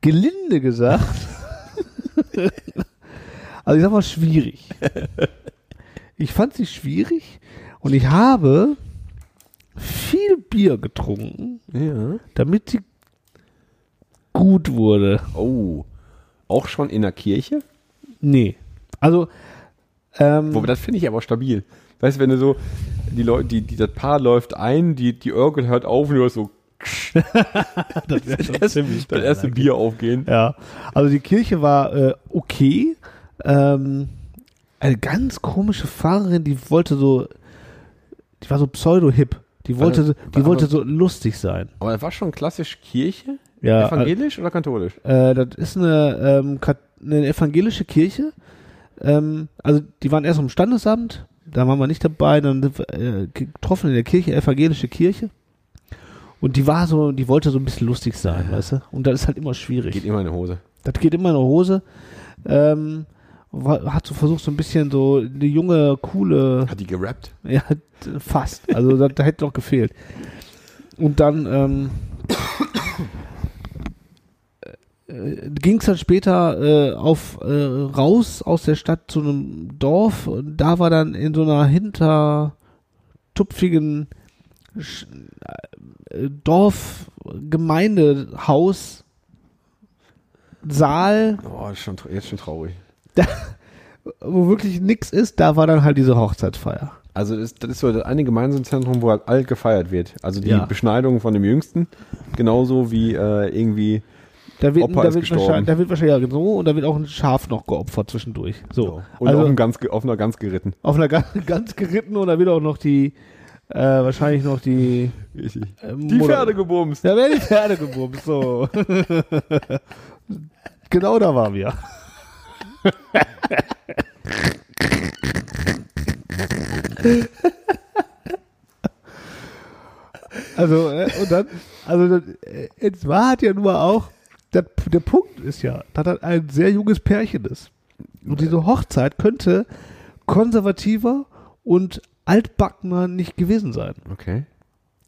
Speaker 8: gelinde gesagt. also ich sag mal schwierig. Ich fand sie schwierig und ich habe viel Bier getrunken,
Speaker 6: Ja.
Speaker 8: damit sie gut wurde.
Speaker 6: Oh. Auch schon in der Kirche?
Speaker 8: Nee. Also, ähm,
Speaker 6: Wobei, das finde ich aber stabil. Weißt du, wenn du so, die Leute, die, die, das Paar läuft ein, die, die Orgel hört auf und du hörst so,
Speaker 8: das wär schon ziemlich
Speaker 6: das erste Bier aufgehen.
Speaker 8: Ja, also die Kirche war äh, okay. Ähm, eine ganz komische Fahrerin, die wollte so, die war so pseudo-hip. Die wollte,
Speaker 6: Also,
Speaker 8: die
Speaker 6: aber-
Speaker 8: wollte so lustig sein.
Speaker 6: Aber das war schon klassisch Kirche?
Speaker 8: Ja,
Speaker 6: Evangelisch oder katholisch?
Speaker 8: Äh, das ist eine, ähm, kat- eine evangelische Kirche. Ähm, also die waren erst im Standesamt, da waren wir nicht dabei, dann sind wir äh, getroffen in der Kirche, evangelische Kirche. Und die war so, die wollte so ein bisschen lustig sein, weißt du? Und das ist halt immer schwierig.
Speaker 6: Geht immer in die Hose.
Speaker 8: Das geht immer in der Hose. Ähm, wa- hat so versucht, so ein bisschen so eine junge, coole,
Speaker 6: Hat die gerappt?
Speaker 8: ja, fast. Also da, da hätte noch gefehlt. Und dann ähm, äh, ging es dann später äh, auf äh, raus aus der Stadt zu einem Dorf und da war dann in so einer hintertupfigen Sch äh, Dorf Gemeindehaus Saal
Speaker 6: Oh, das ist schon, tra- jetzt schon traurig.
Speaker 8: wo wirklich nix ist, da war dann halt diese Hochzeitsfeier.
Speaker 6: Also das, das ist so das eine Gemeinschaftszentrum, wo halt alt gefeiert wird. Also die
Speaker 8: Ja.
Speaker 6: Beschneidung von dem Jüngsten, genauso wie äh, irgendwie
Speaker 8: Da wird,
Speaker 6: Opa
Speaker 8: da
Speaker 6: ist
Speaker 8: wird,
Speaker 6: gestorben.
Speaker 8: wahrscheinlich, da wird wahrscheinlich ja, so und da wird auch ein Schaf noch geopfert zwischendurch. So.
Speaker 6: und
Speaker 8: also
Speaker 6: auf, einem ganz, ge- auf einer ganz geritten.
Speaker 8: auf einer ganz, ganz geritten und da wird auch noch die äh, wahrscheinlich noch die ähm,
Speaker 6: Die
Speaker 8: Moder-
Speaker 6: Pferde gebumst.
Speaker 8: Da werden die Pferde gebumst. So. genau da waren wir. also, äh, und dann, also, dann, äh, jetzt war hat ja nur auch, der, der Punkt ist ja, dass das ein sehr junges Pärchen ist. Und diese Hochzeit könnte konservativer und altbackener nicht gewesen sein.
Speaker 6: Okay.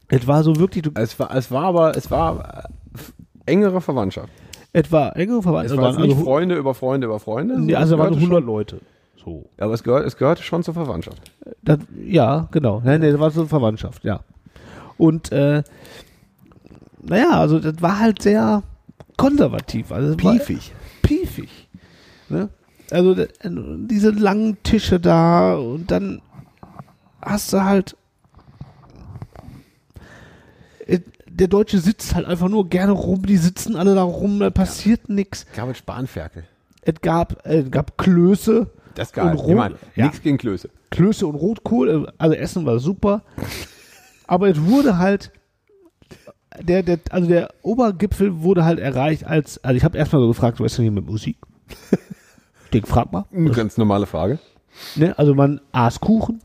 Speaker 8: Es war so wirklich, du
Speaker 6: Es war, es war aber, es war äh, engere Verwandtschaft.
Speaker 8: Etwa enge Verwandte.
Speaker 6: Es waren
Speaker 8: waren
Speaker 6: nicht
Speaker 8: also,
Speaker 6: Freunde über Freunde über Freunde.
Speaker 8: nee,
Speaker 6: sondern
Speaker 8: also
Speaker 6: es
Speaker 8: waren
Speaker 6: gehörte
Speaker 8: 100 Leute. So.
Speaker 6: schon, aber es, gehört, es gehörte schon zur Verwandtschaft.
Speaker 8: Das, ja, genau. Nein, nee, das war so eine Verwandtschaft, ja. Und, äh, naja, also das war halt sehr konservativ. Also es war- piefig. Ne? Also d- diese langen Tische da und dann hast du halt äh, der Deutsche sitzt halt einfach nur gerne rum, die sitzen alle da rum, da passiert nix.
Speaker 6: Es gab Spanferkel.
Speaker 8: Es gab, äh, es gab Klöße,
Speaker 6: Das ist geil.
Speaker 8: Und
Speaker 6: Ich
Speaker 8: Rot-
Speaker 6: meine,
Speaker 8: ja.
Speaker 6: nichts gegen Klöße.
Speaker 8: Klöße und Rotkohl, äh, also Essen war super. Aber es wurde halt, der, der, also der Obergipfel wurde halt erreicht als, also ich habe erstmal so gefragt, was ist denn hier mit Musik? Dick, frag mal.
Speaker 6: Eine ganz normale Frage.
Speaker 8: Ne? Also man aß Kuchen,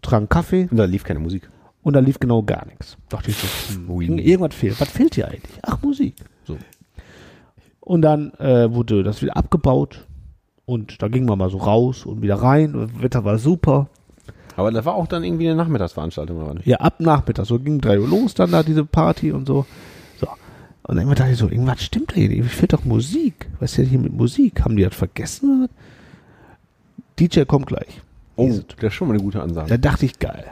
Speaker 8: trank Kaffee
Speaker 6: Und da lief keine Musik.
Speaker 8: und da lief genau gar nichts. Dachte ich so, hm, irgendwas fehlt. Was fehlt hier eigentlich? Ach, Musik. So. Und dann äh, wurde das wieder abgebaut und da ging man mal so raus und wieder rein. Und das Wetter war super.
Speaker 6: Aber das war auch dann irgendwie eine Nachmittagsveranstaltung, oder nicht?
Speaker 8: Ja, ab Nachmittag. So ging 3 Uhr los, dann da diese Party und so. So. Und irgendwann dachte ich so, irgendwas stimmt da hier nicht. Mir fehlt doch Musik. Was ist denn hier mit Musik? Haben die das vergessen? oder was? DJ kommt gleich.
Speaker 6: Oh, das ist schon mal eine gute Ansage.
Speaker 8: Da dachte ich, geil.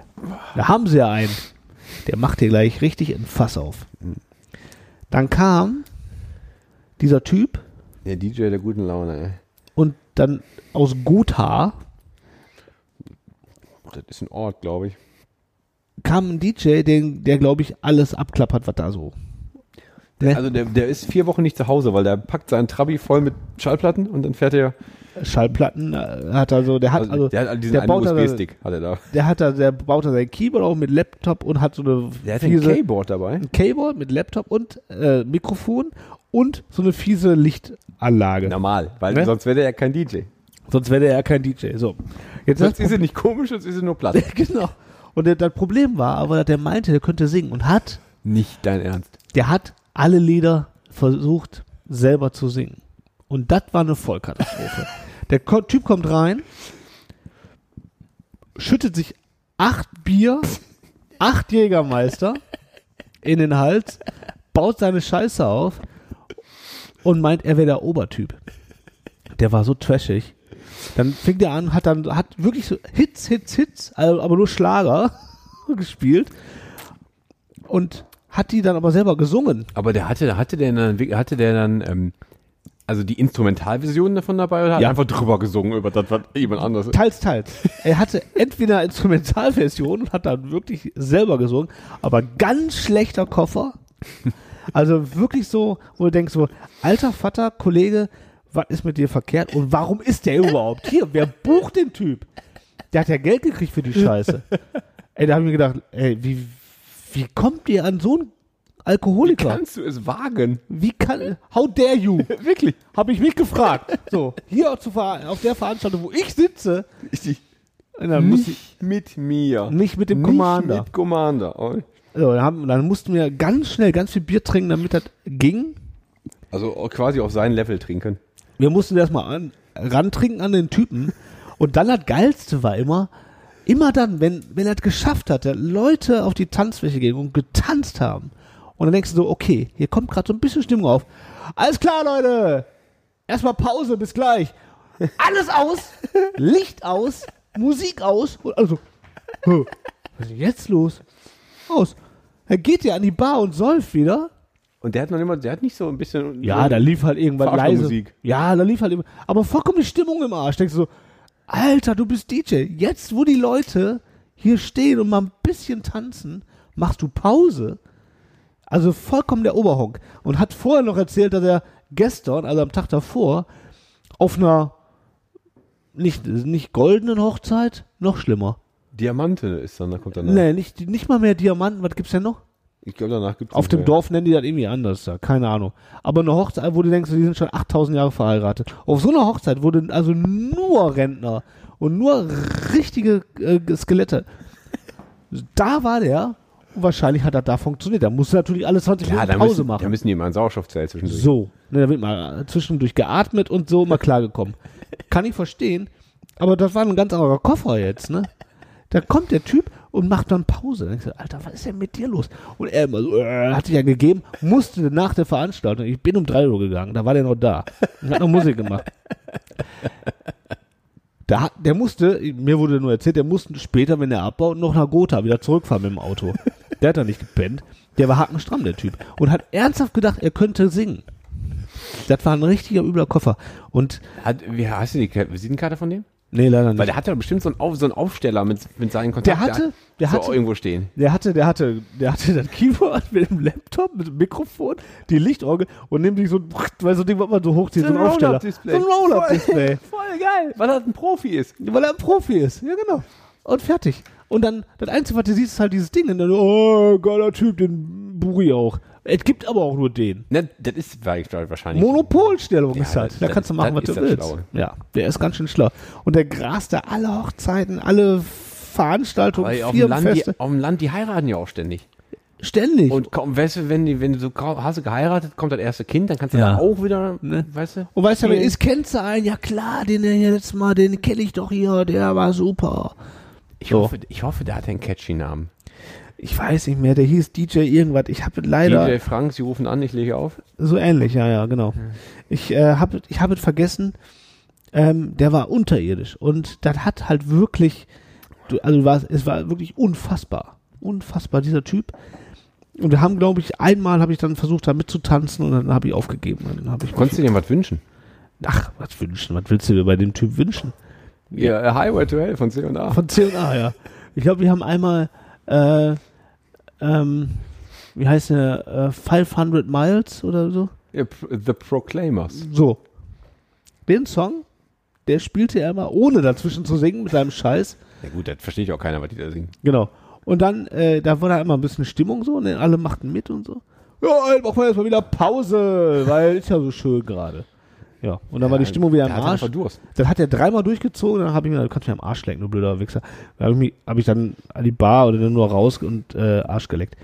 Speaker 8: Da haben sie ja einen. Der macht dir gleich richtig ein Fass auf. Dann kam dieser Typ
Speaker 6: Der DJ der guten Laune, ey.
Speaker 8: und dann aus Gotha
Speaker 6: Das ist ein Ort, glaube ich.
Speaker 8: kam ein DJ, den, der, glaube ich, alles abklappert, was da so. Ne?
Speaker 6: Also der, der ist vier Wochen nicht zu Hause, weil der packt seinen Trabi voll mit Schallplatten und dann fährt er.
Speaker 8: Schallplatten äh, hat er so, der hat
Speaker 6: Also,
Speaker 8: also,
Speaker 6: der hat all diesen
Speaker 8: der
Speaker 6: einen
Speaker 8: baut da-
Speaker 6: USB-Stick, hat er da.
Speaker 8: der hat da, der baut da sein Keyboard auch mit Laptop und hat so eine fiese
Speaker 6: Keyboard dabei.
Speaker 8: ein Keyboard mit Laptop und äh, Mikrofon und so eine fiese Lichtanlage.
Speaker 6: Normal, weil
Speaker 8: Ne?
Speaker 6: sonst wäre der ja kein DJ.
Speaker 8: Sonst wäre er ja kein DJ. So. Jetzt
Speaker 6: Sonst
Speaker 8: das
Speaker 6: ist er nicht komisch, sonst ist er nur platt.
Speaker 8: genau. Und der, das Problem war, aber der meinte, der könnte singen und hat,
Speaker 6: nicht dein Ernst.
Speaker 8: der hat alle Lieder versucht selber zu singen. Und das war eine Vollkatastrophe. der Ko Typ kommt rein, schüttet sich acht Bier, acht Jägermeister in den Hals, baut seine Scheiße auf und meint, er wäre der Obertyp. Der war so trashig. Dann fing der an, hat dann hat wirklich so Hits, Hits, Hits, also aber nur Schlager gespielt und hat die dann aber selber gesungen.
Speaker 6: Aber der hatte, hatte der dann, hatte der dann, ähm, also die Instrumentalversion davon dabei oder hat
Speaker 8: Ja.
Speaker 6: er einfach drüber gesungen über das, was jemand anderes
Speaker 8: Teils, teils. Er hatte entweder eine Instrumentalversion und hat dann wirklich selber gesungen, aber ganz schlechter Koffer. Also wirklich so, wo du denkst so, alter Vater, Kollege, was ist mit dir verkehrt und warum ist der überhaupt hier? Wer bucht den Typ? Der hat ja Geld gekriegt für die Scheiße. Ey, da habe ich mir gedacht, ey, wie, wie kommt ihr an so einen Alkoholiker?
Speaker 6: Kannst du es wagen?
Speaker 8: Wie kann, how dare you? Wirklich? Habe ich mich gefragt. So, hier zu ver auf der Veranstaltung, wo ich sitze, und dann muss ich,
Speaker 6: mit mir.
Speaker 8: Nicht mit dem Commander.
Speaker 6: Nicht mit Commander. Oh.
Speaker 8: so, dann, haben, dann mussten wir ganz schnell ganz viel Bier trinken, damit das ging.
Speaker 6: Also oh, quasi auf sein Level trinken.
Speaker 8: Wir mussten erstmal an, rantrinken an den Typen. Und dann das Geilste war immer, immer dann, wenn, wenn er es geschafft hatte, Leute auf die Tanzfläche gehen und getanzt haben. Und dann denkst du so, okay, hier kommt gerade so ein bisschen Stimmung auf. Alles klar, Leute! Erstmal Pause, bis gleich. Alles aus, Licht aus, Musik aus. Und also, was ist denn jetzt los? Aus. Dann geht ihr an die Bar und säuft wieder.
Speaker 6: Und der hat noch immer, der hat nicht so ein bisschen.
Speaker 8: Ja,
Speaker 6: so,
Speaker 8: da lief halt irgendwann leise.
Speaker 6: Verachtermusik.
Speaker 8: Ja, da lief halt immer. Aber vollkommen die Stimmung im Arsch. Denkst du so, Alter, du bist DJ. Jetzt, wo die Leute hier stehen und mal ein bisschen tanzen, machst du Pause. Also vollkommen der Oberhonk. Und hat vorher noch erzählt, dass er gestern, also am Tag davor, auf einer nicht, nicht goldenen Hochzeit, noch schlimmer.
Speaker 6: Diamante ist dann, da kommt dann.
Speaker 8: Nee, nicht, nicht mal mehr Diamanten. Was gibt's denn noch?
Speaker 6: Ich glaube, danach gibt es.
Speaker 8: Auf dem Dorf nennen die das irgendwie anders, da. keine Ahnung. Aber eine Hochzeit, wo du denkst, die sind schon 8000 Jahre verheiratet. Auf so einer Hochzeit wurde also nur Rentner und nur richtige äh, Skelette. Da war der und wahrscheinlich hat er da funktioniert. Da musste natürlich alle 20
Speaker 6: Ja, da
Speaker 8: Minuten Pause
Speaker 6: müssen,
Speaker 8: machen.
Speaker 6: Da müssen die mal ein Sauerstoffzelt zwischendurch.
Speaker 8: So, ne, da wird mal zwischendurch geatmet und so mal klargekommen. Kann ich verstehen, aber das war ein ganz anderer Koffer jetzt, ne? Da kommt der Typ und macht dann Pause. Dann denkst du, Alter, was ist denn mit dir los? Und er immer so, äh, hat sich ja gegeben, musste nach der Veranstaltung, ich bin um 3 Uhr gegangen, da war der noch da. Und hat noch Musik gemacht. Da, hat- der musste, mir wurde nur erzählt, der musste später, wenn er abbaut, noch nach Gotha wieder zurückfahren mit dem Auto. Der hat da nicht gepennt. Der war hackenstramm, der Typ. Und hat ernsthaft gedacht, er könnte singen. Das war ein richtiger übler Koffer. Und,
Speaker 6: Hat, wie, hast du die Ke- Visitenkarte von dem?
Speaker 8: nee, leider
Speaker 6: Weil
Speaker 8: nicht.
Speaker 6: der hatte doch bestimmt so einen, Auf, so einen Aufsteller mit, mit seinen
Speaker 8: Der
Speaker 6: Kontakten.
Speaker 8: hatte, der
Speaker 6: so oh,
Speaker 8: hatte,
Speaker 6: irgendwo stehen.
Speaker 8: der hatte, der hatte, der hatte das Keyboard mit dem Laptop, mit dem Mikrofon, die Lichtorgel und nimmt sich so, ein- weil so ein Ding, was man so hochzieht, so ein Aufsteller. So
Speaker 6: Roll-Up-Display.
Speaker 8: ein Roll-Up-Display.
Speaker 6: Voll geil, weil er ein Profi ist.
Speaker 8: Weil er ein Profi ist. Ja, genau. Und fertig. Und dann, das Einzige, was du siehst, ist halt dieses Ding. Und dann, oh, geiler Typ, den Buri auch. Es gibt aber auch nur den.
Speaker 6: Ne, das ist wahrscheinlich.
Speaker 8: Monopolstellung ist halt.
Speaker 6: das-
Speaker 8: Da kannst du machen, was
Speaker 6: das
Speaker 8: du
Speaker 6: ist das
Speaker 8: willst.
Speaker 6: Schlaue.
Speaker 8: Ja, der ist ganz schön schlau. Und der grast da alle Hochzeiten, alle Veranstaltungen,
Speaker 6: Weil auf dem, Land die,
Speaker 8: Firmenfeste.
Speaker 6: auf dem Land, die heiraten ja auch ständig.
Speaker 8: Ständig.
Speaker 6: Und kaum, weißt du, wenn, die, wenn du so kaum, hast du geheiratet, kommt das erste Kind, dann kannst du
Speaker 8: Ja.
Speaker 6: da auch wieder,
Speaker 8: Ne?
Speaker 6: weißt du?
Speaker 8: Und weißt du, wer ist, kennst du einen? Ja klar, den der hier letztes Mal, den kenne ich doch hier, der war super.
Speaker 6: Ich,
Speaker 8: So.
Speaker 6: hoffe, ich hoffe, der hat einen catchy Namen.
Speaker 8: Ich weiß nicht mehr, der hieß DJ irgendwas. Ich habe leider
Speaker 6: DJ Frank, sie rufen an, ich lege auf.
Speaker 8: so ähnlich, ja, ja, genau. Ich äh, habe ich hab es vergessen, ähm, der war unterirdisch und das hat halt wirklich, du, also war, es war wirklich unfassbar, unfassbar, dieser Typ. Und wir haben, glaube ich, einmal habe ich dann versucht, da mitzutanzen und dann habe ich aufgegeben. Dann habe ich
Speaker 6: Konntest du dir was wünschen?
Speaker 8: Ach, was wünschen, was willst du dir bei dem Typ wünschen?
Speaker 6: Ja, Highway to Hell von C&A.
Speaker 8: Von C&A, ja. Ich glaube, wir haben einmal, äh, ähm, wie heißt der, äh, 500 Miles oder so.
Speaker 6: Ja, P- The Proclaimers.
Speaker 8: So. Den Song, der spielte er immer, ohne dazwischen zu singen, mit seinem Scheiß.
Speaker 6: Ja gut, das versteht auch keiner, was die da singen.
Speaker 8: Genau. Und dann, äh, da war da immer ein bisschen Stimmung so und dann alle machten mit und so. Ja, jetzt machen wir erstmal wieder Pause, weil ist ja so schön gerade. Ja, und dann war die Stimmung wieder im
Speaker 6: der hatte
Speaker 8: Arsch.
Speaker 6: einfach Durst.
Speaker 8: Dann hat er dreimal durchgezogen, dann habe ich mir, gedacht, du kannst mich am Arsch lecken, du blöder Wichser. Dann habe ich, mich- hab ich dann an die Bar oder dann nur raus und äh, Arsch geleckt.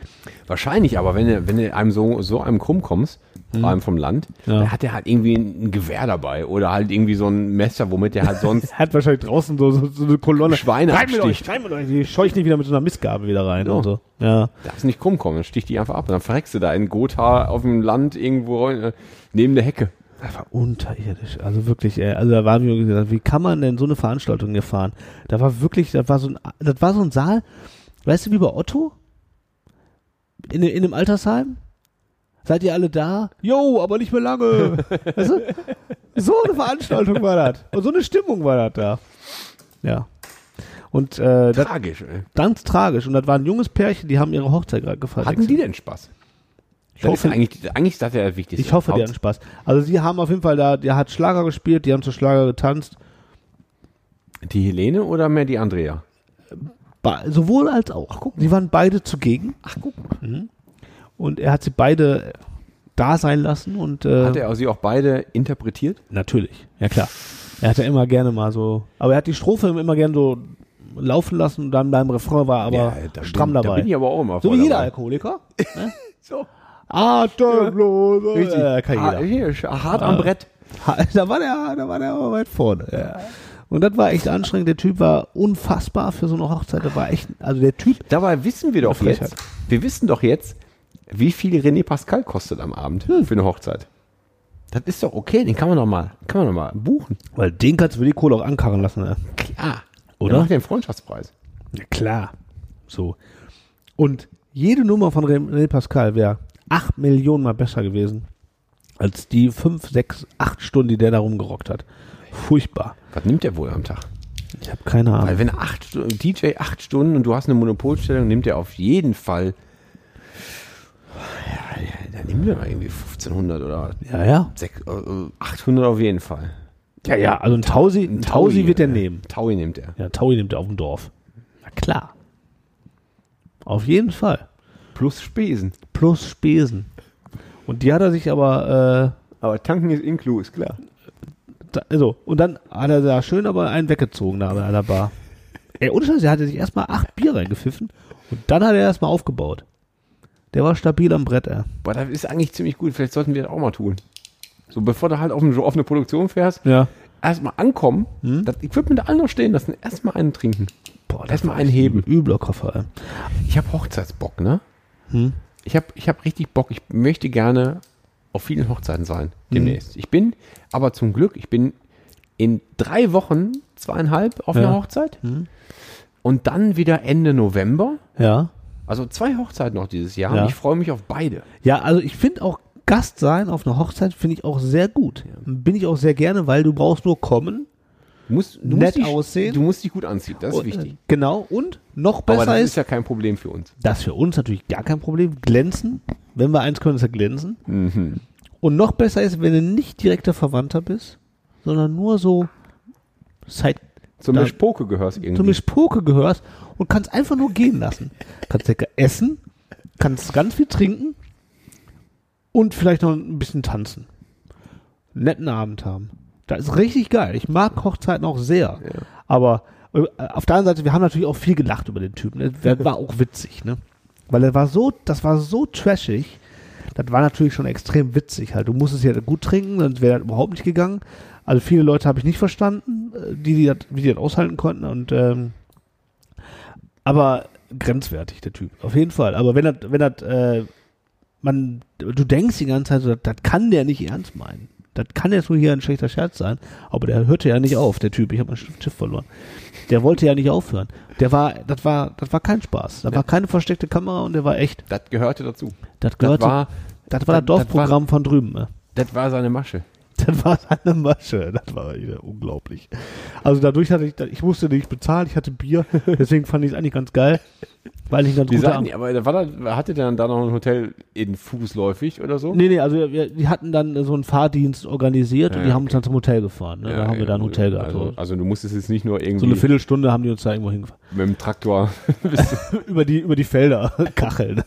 Speaker 6: Wahrscheinlich, aber wenn du, wenn du einem so, so einem krumm kommst, vor allem vom Land,
Speaker 8: Mhm. Ja.
Speaker 6: dann hat der halt irgendwie ein Gewehr dabei oder halt irgendwie so ein Messer, womit der halt sonst
Speaker 8: Hat wahrscheinlich draußen so, so, so eine Kolonne.
Speaker 6: Schweine
Speaker 8: Rein mit euch,
Speaker 6: absticht.
Speaker 8: rein mit euch, die scheucht nicht wieder mit so einer Mistgabel wieder rein
Speaker 6: Ja.
Speaker 8: und so. Ja.
Speaker 6: Darfst nicht krumm kommen, dann stich die einfach ab und dann verreckst du da in Gotha auf dem Land irgendwo äh, neben der Hecke.
Speaker 8: Das war unterirdisch. Also wirklich, äh, also da waren wir gesagt, wie kann man denn so eine Veranstaltung hier fahren? Da war wirklich, das war so ein, das war so ein Saal, weißt du, wie bei Otto? In, in einem Altersheim? Seid ihr alle da? Jo, aber nicht mehr lange. weißt du? So eine Veranstaltung war das. Und so eine Stimmung war das da. Ja. Und äh, das
Speaker 6: Tragisch, ey.
Speaker 8: ganz tragisch. Und das war ein junges Pärchen, die haben ihre Hochzeit gerade gefeiert.
Speaker 6: Hatten die denn Spaß?
Speaker 8: Ich
Speaker 6: Das ist
Speaker 8: hoffe,
Speaker 6: eigentlich, eigentlich ist das ja das Wichtigste.
Speaker 8: ich hoffe, die hatten Spaß. Also sie haben auf jeden Fall da, der hat Schlager gespielt, die haben zu Schlager getanzt.
Speaker 6: Die Helene oder mehr die Andrea?
Speaker 8: Ba- sowohl als auch. Sie waren beide zugegen. Ach guck. Mhm. Und er hat sie beide äh, da sein lassen und äh,
Speaker 6: Hat er sie auch beide interpretiert?
Speaker 8: natürlich, ja klar. Er hat ja immer gerne mal so, aber er hat die Strophe immer gerne so laufen lassen und dann beim Refrain war er aber
Speaker 6: da
Speaker 8: stramm
Speaker 6: bin, Da
Speaker 8: dabei.
Speaker 6: bin ich aber auch immer
Speaker 8: so
Speaker 6: voll
Speaker 8: wie jeder
Speaker 6: dabei.
Speaker 8: Alkoholiker. ne?
Speaker 6: So.
Speaker 8: Atemlos.
Speaker 6: Richtig.
Speaker 8: Äh, kann
Speaker 6: Ah,
Speaker 8: jeder.
Speaker 6: hier, sch- hart
Speaker 8: Ah.
Speaker 6: am Brett.
Speaker 8: Ha- Da war der, da war der aber weit vorne. Ja. Und das war echt anstrengend. Der Typ war unfassbar für so eine Hochzeit. Der war echt, also der Typ,
Speaker 6: Dabei wissen wir doch
Speaker 8: Eine Frechheit.
Speaker 6: jetzt, wir wissen doch jetzt, wie viel René Pascal kostet am Abend für eine Hochzeit. Hm. Das ist doch okay, den kann man doch mal, kann man doch mal buchen.
Speaker 8: weil den kannst du für die Kohle auch ankarren lassen. Ne?
Speaker 6: Klar.
Speaker 8: Oder?
Speaker 6: Oder? Macht den Freundschaftspreis.
Speaker 8: Ja, klar. So. Und jede Nummer von René Pascal wäre 8 Millionen mal besser gewesen als die 5, 6, 8 Stunden, die der da rumgerockt hat. Furchtbar.
Speaker 6: Was nimmt der wohl am Tag?
Speaker 8: Ich habe keine Ahnung.
Speaker 6: Weil wenn acht, Stu- DJ acht Stunden und du hast eine Monopolstellung, nimmt er auf jeden Fall. Ja, ja, dann nimmt er mal irgendwie 1500 oder
Speaker 8: ja, ja.
Speaker 6: sech- äh, 800 auf jeden Fall.
Speaker 8: Ja, ja. Also ein Tausi, ein Tausi wird er
Speaker 6: äh,
Speaker 8: nehmen.
Speaker 6: Taui nimmt er.
Speaker 8: Ja, ein Taui nimmt er auf dem Dorf. Na klar. Auf jeden Fall.
Speaker 6: Plus Spesen.
Speaker 8: Plus Spesen. Und die hat er sich aber,
Speaker 6: Aber tanken ist inklu, ist klar.
Speaker 8: äh, da, also, und dann hat er da schön aber einen weggezogen da an der Bar. Ey, ohne Scheiß, er hatte sich erstmal acht Bier reingepfiffen und dann hat er erstmal aufgebaut. Der war stabil am Brett, ey.
Speaker 6: Boah, das ist eigentlich ziemlich gut. Vielleicht sollten wir das auch mal tun. So, bevor du halt auf eine, auf eine Produktion fährst,
Speaker 8: Ja.
Speaker 6: erstmal ankommen,
Speaker 8: Hm?
Speaker 6: das Equipment alle noch stehen lassen, erstmal einen trinken.
Speaker 8: Boah, das
Speaker 6: Erstmal einen heben.
Speaker 8: übler Koffer, ey.
Speaker 6: Ich habe Hochzeitsbock, ne?
Speaker 8: Hm?
Speaker 6: Ich habe ich hab richtig Bock. Ich möchte gerne auf vielen Hochzeiten sein demnächst.
Speaker 8: Hm.
Speaker 6: Ich bin, aber zum Glück, ich bin in drei Wochen, zweieinhalb auf einer Hochzeit.
Speaker 8: Hm.
Speaker 6: Und dann wieder Ende November.
Speaker 8: Ja.
Speaker 6: Also zwei Hochzeiten noch dieses Jahr.
Speaker 8: Ja.
Speaker 6: Ich freue mich auf beide.
Speaker 8: Ja, also ich finde auch Gast sein auf einer Hochzeit finde ich auch sehr gut. Bin ich auch sehr gerne, weil du brauchst nur kommen.
Speaker 6: Du musst, du musst
Speaker 8: Nett
Speaker 6: dich,
Speaker 8: aussehen.
Speaker 6: Du musst dich gut anziehen, das ist
Speaker 8: Und,
Speaker 6: wichtig.
Speaker 8: äh, Genau, und noch
Speaker 6: Aber
Speaker 8: besser
Speaker 6: das
Speaker 8: ist,
Speaker 6: ist ja kein Problem für uns.
Speaker 8: das für uns natürlich gar kein Problem. Glänzen. Wenn wir eins können, ist ja glänzen. Und noch besser ist, wenn du nicht direkter Verwandter bist, sondern nur so Side
Speaker 6: Zum
Speaker 8: Da-
Speaker 6: Mischpoke gehörst irgendwie.
Speaker 8: zum Mischpoke gehörst und kannst einfach nur gehen lassen. kannst lecker essen, kannst ganz viel trinken und vielleicht noch ein bisschen tanzen. Netten Abend haben. Das ist richtig geil. Ich mag Hochzeiten auch sehr. Aber äh, auf der anderen Seite, wir haben natürlich auch viel gelacht über den Typen. Das war auch witzig, ne? Weil er war so, das war so trashig. Das war natürlich schon extrem witzig halt. Du musstest ja gut trinken, sonst wäre das überhaupt nicht gegangen. Also viele Leute habe ich nicht verstanden, äh, die, die das, wie die das aushalten konnten. Und ähm, aber grenzwertig der Typ, auf jeden Fall. Aber wenn das, wenn das, äh, man, du denkst die ganze Zeit, so, das kann der nicht ernst meinen. Das kann jetzt nur hier ein schlechter Scherz sein. Aber der hörte ja nicht auf, der Typ. Ich habe mein Schiff verloren. Der wollte ja nicht aufhören. Der war, das war, das war kein Spaß. Da war keine versteckte Kamera und der war echt.
Speaker 6: Das gehörte dazu.
Speaker 8: Das
Speaker 6: Das
Speaker 8: gehörte.
Speaker 6: war, Das-
Speaker 8: Das war das
Speaker 6: das war-
Speaker 8: Dorfprogramm von drüben. Ne?
Speaker 6: das war seine Masche.
Speaker 8: Das war seine Masche. Das war wieder unglaublich. Also dadurch hatte ich, ich musste nicht bezahlen, ich hatte Bier, deswegen fand ich es eigentlich ganz geil, weil ich einen ganz
Speaker 6: Die
Speaker 8: guter
Speaker 6: sagten,
Speaker 8: Abend.
Speaker 6: ja, aber da war da, hatte der dann da noch ein Hotel in Fußläufig oder so?
Speaker 8: Nee, nee, also wir, die hatten dann so einen Fahrdienst organisiert und
Speaker 6: Ja,
Speaker 8: die haben uns dann zum Hotel gefahren. Ne? da haben wir da ein Hotel gehabt.
Speaker 6: Also,
Speaker 8: so.
Speaker 6: also du musstest jetzt nicht nur
Speaker 8: so
Speaker 6: irgendwie
Speaker 8: eine Viertelstunde haben die uns da irgendwo hingefahren.
Speaker 6: mit dem Traktor.
Speaker 8: über, die, über die Felder kacheln.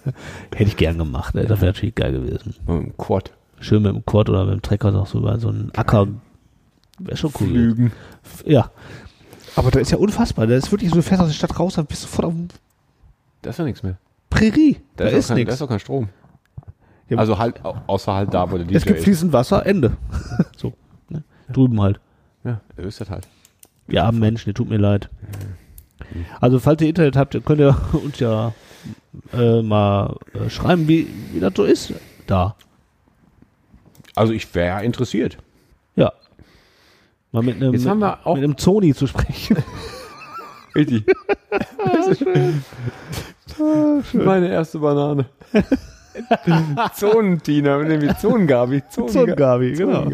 Speaker 8: Hätte ich gern gemacht, ne? das wäre natürlich geil gewesen.
Speaker 6: mit dem Quad.
Speaker 8: Schön mit dem Quad oder mit dem Trecker noch so über so einen Acker. Wäre schon cool. gewesen.
Speaker 6: Flügen.
Speaker 8: Ja. Aber das ist ja unfassbar. Das ist wirklich so, du fährst aus der Stadt raus, dann bist du sofort auf dem
Speaker 6: Das ist ja nichts mehr.
Speaker 8: Prärie. Da,
Speaker 6: auch
Speaker 8: ist
Speaker 6: kein, da ist
Speaker 8: nichts.
Speaker 6: doch kein Strom.
Speaker 8: Ja,
Speaker 6: Also halt, au- außer halt da, wo der DJ
Speaker 8: Es gibt
Speaker 6: ist.
Speaker 8: fließend Wasser, Ende. so. Ne? Drüben halt.
Speaker 6: Ja, da ist das halt.
Speaker 8: Wir armen Menschen, ihr tut mir leid.
Speaker 6: Mhm.
Speaker 8: Also, falls ihr Internet habt, könnt ihr uns ja äh, mal äh, schreiben, wie, wie das so ist. Da.
Speaker 6: Also ich wäre ja interessiert.
Speaker 8: Ja. Mal mit einem,
Speaker 6: Jetzt haben wir auch-
Speaker 8: mit einem Zoni zu sprechen.
Speaker 6: Richtig. Ah, Meine erste Banane. Zonentina, nämlich Zonengabi.
Speaker 8: Zonengabi, genau.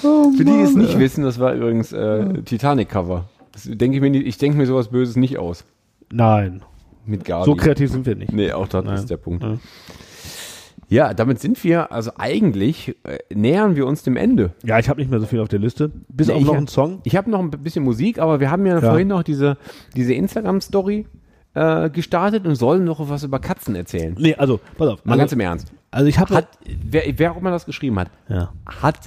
Speaker 6: Für die, die es nicht wissen, das war übrigens äh, Titanic-Cover. Das denk ich mir nicht- ich denke mir sowas Böses nicht aus.
Speaker 8: Nein,
Speaker 6: Mit Gabi.
Speaker 8: so kreativ sind wir nicht.
Speaker 6: Nee, auch das
Speaker 8: Nein.
Speaker 6: ist der Punkt.
Speaker 8: Ja.
Speaker 6: Ja, damit sind wir, also eigentlich äh, nähern wir uns dem Ende.
Speaker 8: Ja, ich habe nicht mehr so viel auf der Liste. Bis
Speaker 6: Nee,
Speaker 8: auf
Speaker 6: ich
Speaker 8: noch
Speaker 6: hab-
Speaker 8: einen Song.
Speaker 6: Ich habe noch ein bisschen Musik, aber wir haben ja, vorhin noch diese, diese Instagram-Story äh, gestartet und sollen noch was über Katzen erzählen.
Speaker 8: Nee, also, pass auf.
Speaker 6: Mal ganz
Speaker 8: Also,
Speaker 6: im Ernst.
Speaker 8: also ich habe...
Speaker 6: Hat, wer, wer auch immer das geschrieben hat,
Speaker 8: ja.
Speaker 6: hat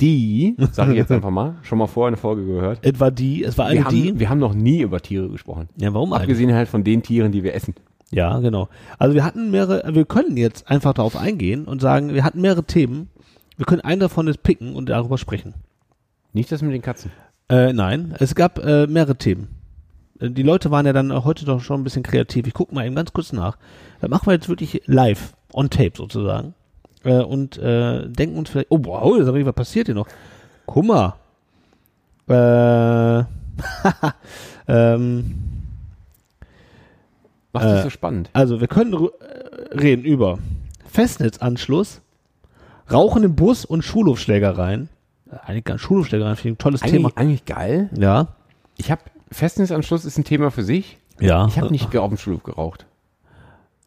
Speaker 6: die, sage ich jetzt einfach mal, schon mal vorher eine Folge gehört.
Speaker 8: Es war die, es war eine
Speaker 6: Wir haben,
Speaker 8: die.
Speaker 6: wir haben noch nie über Tiere gesprochen.
Speaker 8: Ja, warum eigentlich?
Speaker 6: Abgesehen halt von den Tieren, die wir essen.
Speaker 8: Ja, genau. Also wir hatten mehrere, wir können jetzt einfach darauf eingehen und sagen, wir hatten mehrere Themen. Wir können einen davon jetzt picken und darüber sprechen.
Speaker 6: Nicht das mit den Katzen.
Speaker 8: Äh, nein, es gab äh, mehrere Themen. Äh, Die Leute waren ja dann auch heute doch schon ein bisschen kreativ. Ich gucke mal eben ganz kurz nach. Das machen wir jetzt wirklich live, on tape sozusagen. Äh, und äh, denken uns vielleicht, oh wow, ist aber nicht, was passiert hier noch? Guck mal. Äh, ähm,
Speaker 6: Macht das so spannend.
Speaker 8: also wir können ru- äh, reden über Festnetzanschluss, Rauchen im Bus und Schulhofschlägereien. Äh, Eigentlich ganz Schulhofschlägereien, finde ich ein tolles Thema.
Speaker 6: Eigentlich, eigentlich geil.
Speaker 8: Ja,
Speaker 6: Ich habe Festnetzanschluss ist ein Thema für sich.
Speaker 8: ja.
Speaker 6: Ich habe nicht auf dem Schulhof geraucht.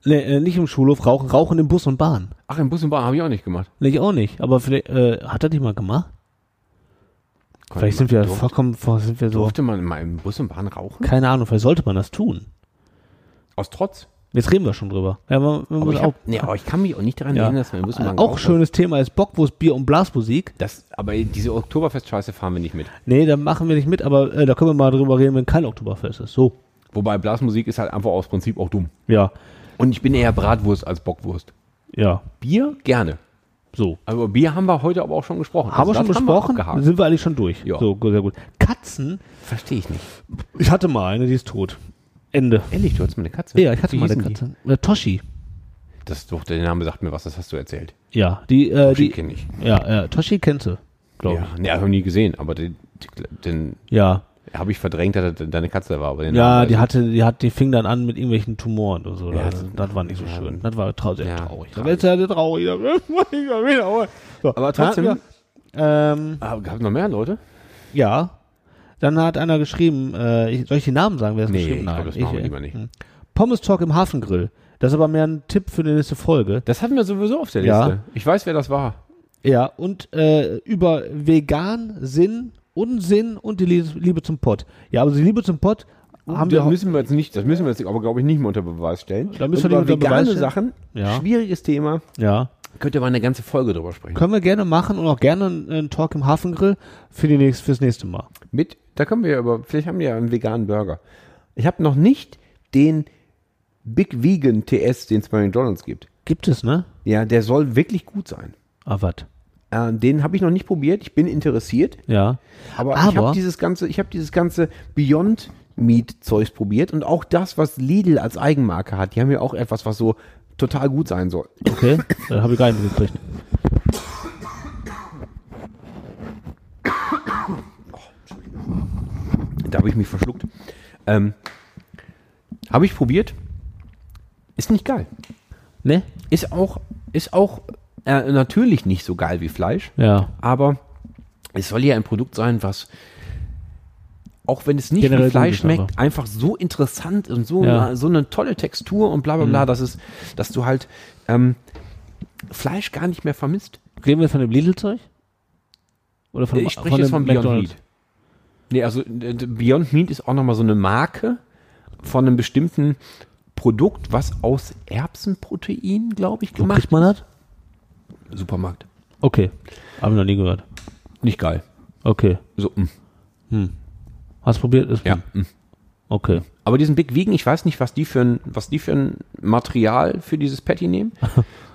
Speaker 8: Nee, äh, nicht im Schulhof rauchen, rauchen im Bus und Bahn.
Speaker 6: Ach, im Bus und Bahn habe ich auch nicht gemacht.
Speaker 8: Nee, ich auch nicht. Aber vielleicht, äh, hat er dich mal gemacht? Vielleicht sind wir
Speaker 6: durfte,
Speaker 8: vollkommen, vor- sind wir so.
Speaker 6: durfte man mal im Bus und Bahn rauchen?
Speaker 8: Keine Ahnung, vielleicht sollte man das tun.
Speaker 6: Aus Trotz.
Speaker 8: Jetzt reden wir schon drüber. Ja, man, man
Speaker 6: Aber
Speaker 8: muss
Speaker 6: ich,
Speaker 8: auch.
Speaker 6: hab, nee, aber ich kann mich auch nicht daran
Speaker 8: Ja. Äh,
Speaker 6: erinnern, dass man im Bus und Bahn
Speaker 8: auch
Speaker 6: geraucht hat.
Speaker 8: schönes Thema ist Bockwurst, Bier und Blasmusik.
Speaker 6: Das, aber diese Oktoberfest-Scheiße fahren wir nicht mit.
Speaker 8: Nee, da machen wir nicht mit, aber äh, da können wir mal drüber reden, wenn kein Oktoberfest ist. So.
Speaker 6: Wobei Blasmusik ist halt einfach aus Prinzip auch dumm.
Speaker 8: Ja.
Speaker 6: Und ich bin eher Bratwurst als Bockwurst.
Speaker 8: Ja.
Speaker 6: Bier gerne.
Speaker 8: So.
Speaker 6: Aber über Bier haben wir heute aber auch schon gesprochen.
Speaker 8: Haben wir
Speaker 6: Also
Speaker 8: schon
Speaker 6: das
Speaker 8: besprochen?
Speaker 6: abgehakt.
Speaker 8: sind wir eigentlich schon durch.
Speaker 6: Ja.
Speaker 8: So, gut, sehr gut. Katzen.
Speaker 6: Verstehe ich nicht.
Speaker 8: Ich hatte mal eine, die ist tot. Ende.
Speaker 6: Ehrlich, du hattest mal eine Katze?
Speaker 8: Ja, ich hatte
Speaker 6: Wie
Speaker 8: mal eine
Speaker 6: hießen die?
Speaker 8: Katze. Äh, Toshi.
Speaker 6: Das doch, der Name sagt mir was, das hast du erzählt.
Speaker 8: Ja, die, äh,
Speaker 6: Die
Speaker 8: die,
Speaker 6: kenne ich.
Speaker 8: Ja, äh, Toshi kennst du, glaube
Speaker 6: Ja, nee, habe ich nie gesehen, aber den, den
Speaker 8: ich. Ja.
Speaker 6: habe ich verdrängt, dass das deine Katze war. Aber den
Speaker 8: Ja,
Speaker 6: Namen
Speaker 8: die
Speaker 6: weiß
Speaker 8: hatte, die hat, die fing dann an mit irgendwelchen Tumoren oder so.
Speaker 6: Ja,
Speaker 8: das,
Speaker 6: das-
Speaker 8: das war nicht so schön. Das war trau sehr
Speaker 6: Ja,
Speaker 8: traurig. Das war
Speaker 6: traurig.
Speaker 8: jetzt ja sehr traurig. Das war ich ja wieder. So,
Speaker 6: Aber
Speaker 8: dann
Speaker 6: trotzdem-
Speaker 8: hatten Wir, ähm,
Speaker 6: ich. Ah, gab es noch mehr Leute?
Speaker 8: ja. Dann hat einer geschrieben, äh, ich, soll ich die Namen sagen, wer es
Speaker 6: Nee,
Speaker 8: geschrieben
Speaker 6: ich
Speaker 8: hat?
Speaker 6: glaube, das machen wir
Speaker 8: äh,
Speaker 6: lieber nicht.
Speaker 8: Pommes Talk im Hafengrill. Das ist aber mehr ein Tipp für die nächste Folge.
Speaker 6: Das hatten wir sowieso auf der
Speaker 8: Ja.
Speaker 6: Liste. Ich weiß, wer das war.
Speaker 8: Ja, und äh, über vegan, Sinn, Unsinn und die Lies- Liebe zum Pott. Ja, also die Liebe zum Pott haben wir
Speaker 6: das
Speaker 8: auch-
Speaker 6: müssen wir jetzt nicht, das müssen wir jetzt aber, glaube ich, nicht mehr unter Beweis stellen.
Speaker 8: Da müssen
Speaker 6: Und
Speaker 8: wir
Speaker 6: über
Speaker 8: nicht unter
Speaker 6: vegane
Speaker 8: Beweis
Speaker 6: Sachen,
Speaker 8: stellen. Ja.
Speaker 6: schwieriges Thema.
Speaker 8: Ja.
Speaker 6: Könnt ihr mal eine ganze Folge drüber sprechen.
Speaker 8: Können wir gerne machen und auch gerne einen, einen Talk im Hafengrill für die nächst, fürs nächste Mal.
Speaker 6: Mit, da können wir ja über, vielleicht haben wir ja einen veganen Burger. Ich habe noch nicht den Big Vegan TS, den es bei McDonalds gibt.
Speaker 8: Gibt es, ne?
Speaker 6: Ja, der soll wirklich gut sein.
Speaker 8: Ah, was?
Speaker 6: Äh, den habe ich noch nicht probiert. Ich bin interessiert.
Speaker 8: Ja.
Speaker 6: Aber, ich
Speaker 8: Aber-
Speaker 6: habe dieses ganze, ich habe dieses ganze Beyond Meat Zeugs probiert und auch das, was Lidl als Eigenmarke hat. Die haben ja auch etwas, was so total gut sein soll.
Speaker 8: Okay. Dann habe ich gar nicht mitgekriegt.
Speaker 6: Da habe ich mich verschluckt. Ähm, habe ich probiert. Ist nicht geil.
Speaker 8: Ne?
Speaker 6: Ist auch, ist auch äh, natürlich nicht so geil wie Fleisch,
Speaker 8: Ja.
Speaker 6: aber es soll ja ein Produkt sein, was auch wenn es nicht
Speaker 8: Generell
Speaker 6: wie
Speaker 8: gut
Speaker 6: Fleisch
Speaker 8: ist,
Speaker 6: schmeckt, einfach so interessant und so,
Speaker 8: Ja. Mhm.
Speaker 6: eine, so eine tolle Textur und bla bla bla, dass, es, dass du halt ähm, Fleisch gar nicht mehr vermisst.
Speaker 8: Reden wir von dem Lidl-Zeug? Oder von dem,
Speaker 6: Äh, Ich spreche jetzt
Speaker 8: dem
Speaker 6: von Beyond
Speaker 8: McDonald's?
Speaker 6: Meat. Nee, also äh, Beyond Meat ist auch nochmal so eine Marke von einem bestimmten Produkt, was aus Erbsenprotein, glaube ich,
Speaker 8: Wo
Speaker 6: gemacht
Speaker 8: kriegt man das?
Speaker 6: Supermarkt.
Speaker 8: Okay. Habe ich noch nie gehört.
Speaker 6: Nicht geil.
Speaker 8: Okay.
Speaker 6: So, mm.
Speaker 8: Hast probiert? Ist
Speaker 6: ja. Mm.
Speaker 8: Okay.
Speaker 6: Aber diesen Big Vegan, ich weiß nicht, was die für ein, was die für ein Material für dieses Patty nehmen.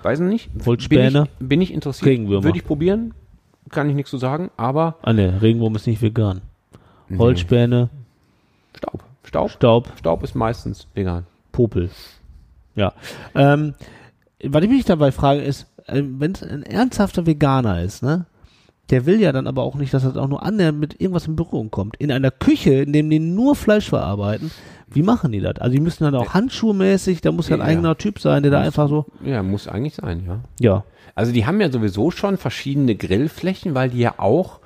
Speaker 6: Weiß ich nicht.
Speaker 8: Wollspäne?
Speaker 6: Bin ich, bin ich interessiert.
Speaker 8: Regenwürmer.
Speaker 6: Würde ich probieren. Kann ich nichts zu sagen, aber
Speaker 8: Ah, ne. Regenwurm ist nicht vegan. Holzspäne,
Speaker 6: Staub. Staub.
Speaker 8: Staub,
Speaker 6: Staub ist meistens vegan.
Speaker 8: Popel. Ja. Ähm, was ich mich dabei frage, ist, äh, wenn es ein ernsthafter Veganer ist, ne? Der will ja dann aber auch nicht, dass das auch nur annähernd mit irgendwas in Berührung kommt. In einer Küche, in dem die nur Fleisch verarbeiten, wie machen die das? Also die müssen dann auch handschuhmäßig, da muss ja ein
Speaker 6: Ja.
Speaker 8: eigener Typ sein, der da einfach so,
Speaker 6: Ja, muss eigentlich sein, ja.
Speaker 8: ja.
Speaker 6: Also die haben ja sowieso schon verschiedene Grillflächen, weil die ja auch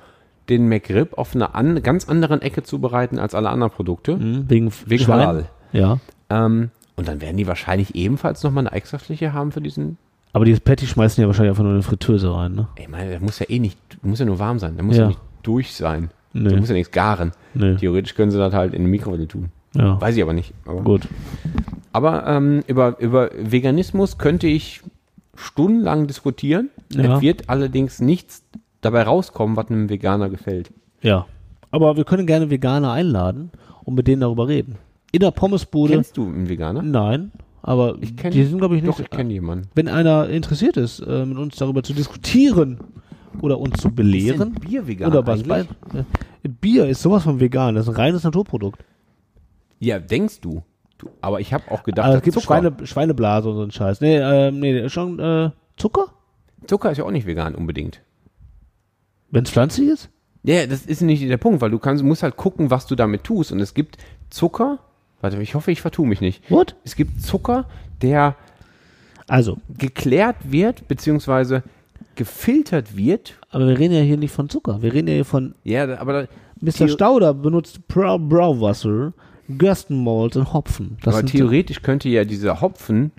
Speaker 6: den McRib auf einer an, ganz anderen Ecke zubereiten als alle anderen Produkte.
Speaker 8: Mhm. Wegen,
Speaker 6: Mhm. Wegen
Speaker 8: Schwein.
Speaker 6: Halal.
Speaker 8: Ja.
Speaker 6: Ähm, und dann werden die wahrscheinlich ebenfalls nochmal eine extra Fläche haben für diesen.
Speaker 8: Aber dieses Patty schmeißen ja wahrscheinlich einfach nur in eine Fritteuse rein, ne?
Speaker 6: Ey, meine, der muss ja eh nicht, muss ja nur warm sein, der muss ja,
Speaker 8: Ja.
Speaker 6: nicht durch sein.
Speaker 8: Nee.
Speaker 6: Der muss ja nichts garen.
Speaker 8: Nee.
Speaker 6: Theoretisch können sie das halt in eine Mikrowelle tun.
Speaker 8: Ja.
Speaker 6: Weiß ich aber nicht. Aber,
Speaker 8: Gut.
Speaker 6: aber ähm, über, über Veganismus könnte ich stundenlang diskutieren.
Speaker 8: Ja.
Speaker 6: Es wird allerdings nichts dabei rauskommen, was einem Veganer gefällt.
Speaker 8: Ja. Aber wir können gerne Veganer einladen und mit denen darüber reden. In der Pommesbude.
Speaker 6: Kennst du einen Veganer?
Speaker 8: Nein, aber
Speaker 6: kenn-
Speaker 8: die sind, glaube ich, nicht.
Speaker 6: Doch, ich kenne jemanden.
Speaker 8: Wenn einer interessiert ist, äh, mit uns darüber zu diskutieren oder uns zu belehren.
Speaker 6: Ist denn Bier vegan
Speaker 8: oder was?
Speaker 6: eigentlich?
Speaker 8: Bei, äh, Bier ist sowas von vegan, das ist ein reines Naturprodukt.
Speaker 6: Ja, denkst du. du aber ich habe auch gedacht,
Speaker 8: Aber Also es
Speaker 6: dass
Speaker 8: gibt Schweine, Schweineblase und so einen Scheiß. Nee, ähm, nee, schon äh, Zucker?
Speaker 6: Zucker ist ja auch nicht vegan unbedingt.
Speaker 8: Wenn es pflanzlich ist?
Speaker 6: Ja, ja, das ist nicht der Punkt, weil du kannst, musst halt gucken, was du damit tust. Und es gibt Zucker, warte, ich hoffe, ich vertue mich nicht.
Speaker 8: What?
Speaker 6: Es gibt Zucker, der
Speaker 8: Also,
Speaker 6: geklärt wird, beziehungsweise gefiltert wird.
Speaker 8: aber wir reden ja hier nicht von Zucker. Wir reden ja hier von
Speaker 6: Ja, da- aber, da-
Speaker 8: Mr. Stauder benutzt Pro Brauwasser, Gerstenmalz und Hopfen. Das
Speaker 6: aber
Speaker 8: sind-
Speaker 6: theoretisch könnte ja dieser Hopfen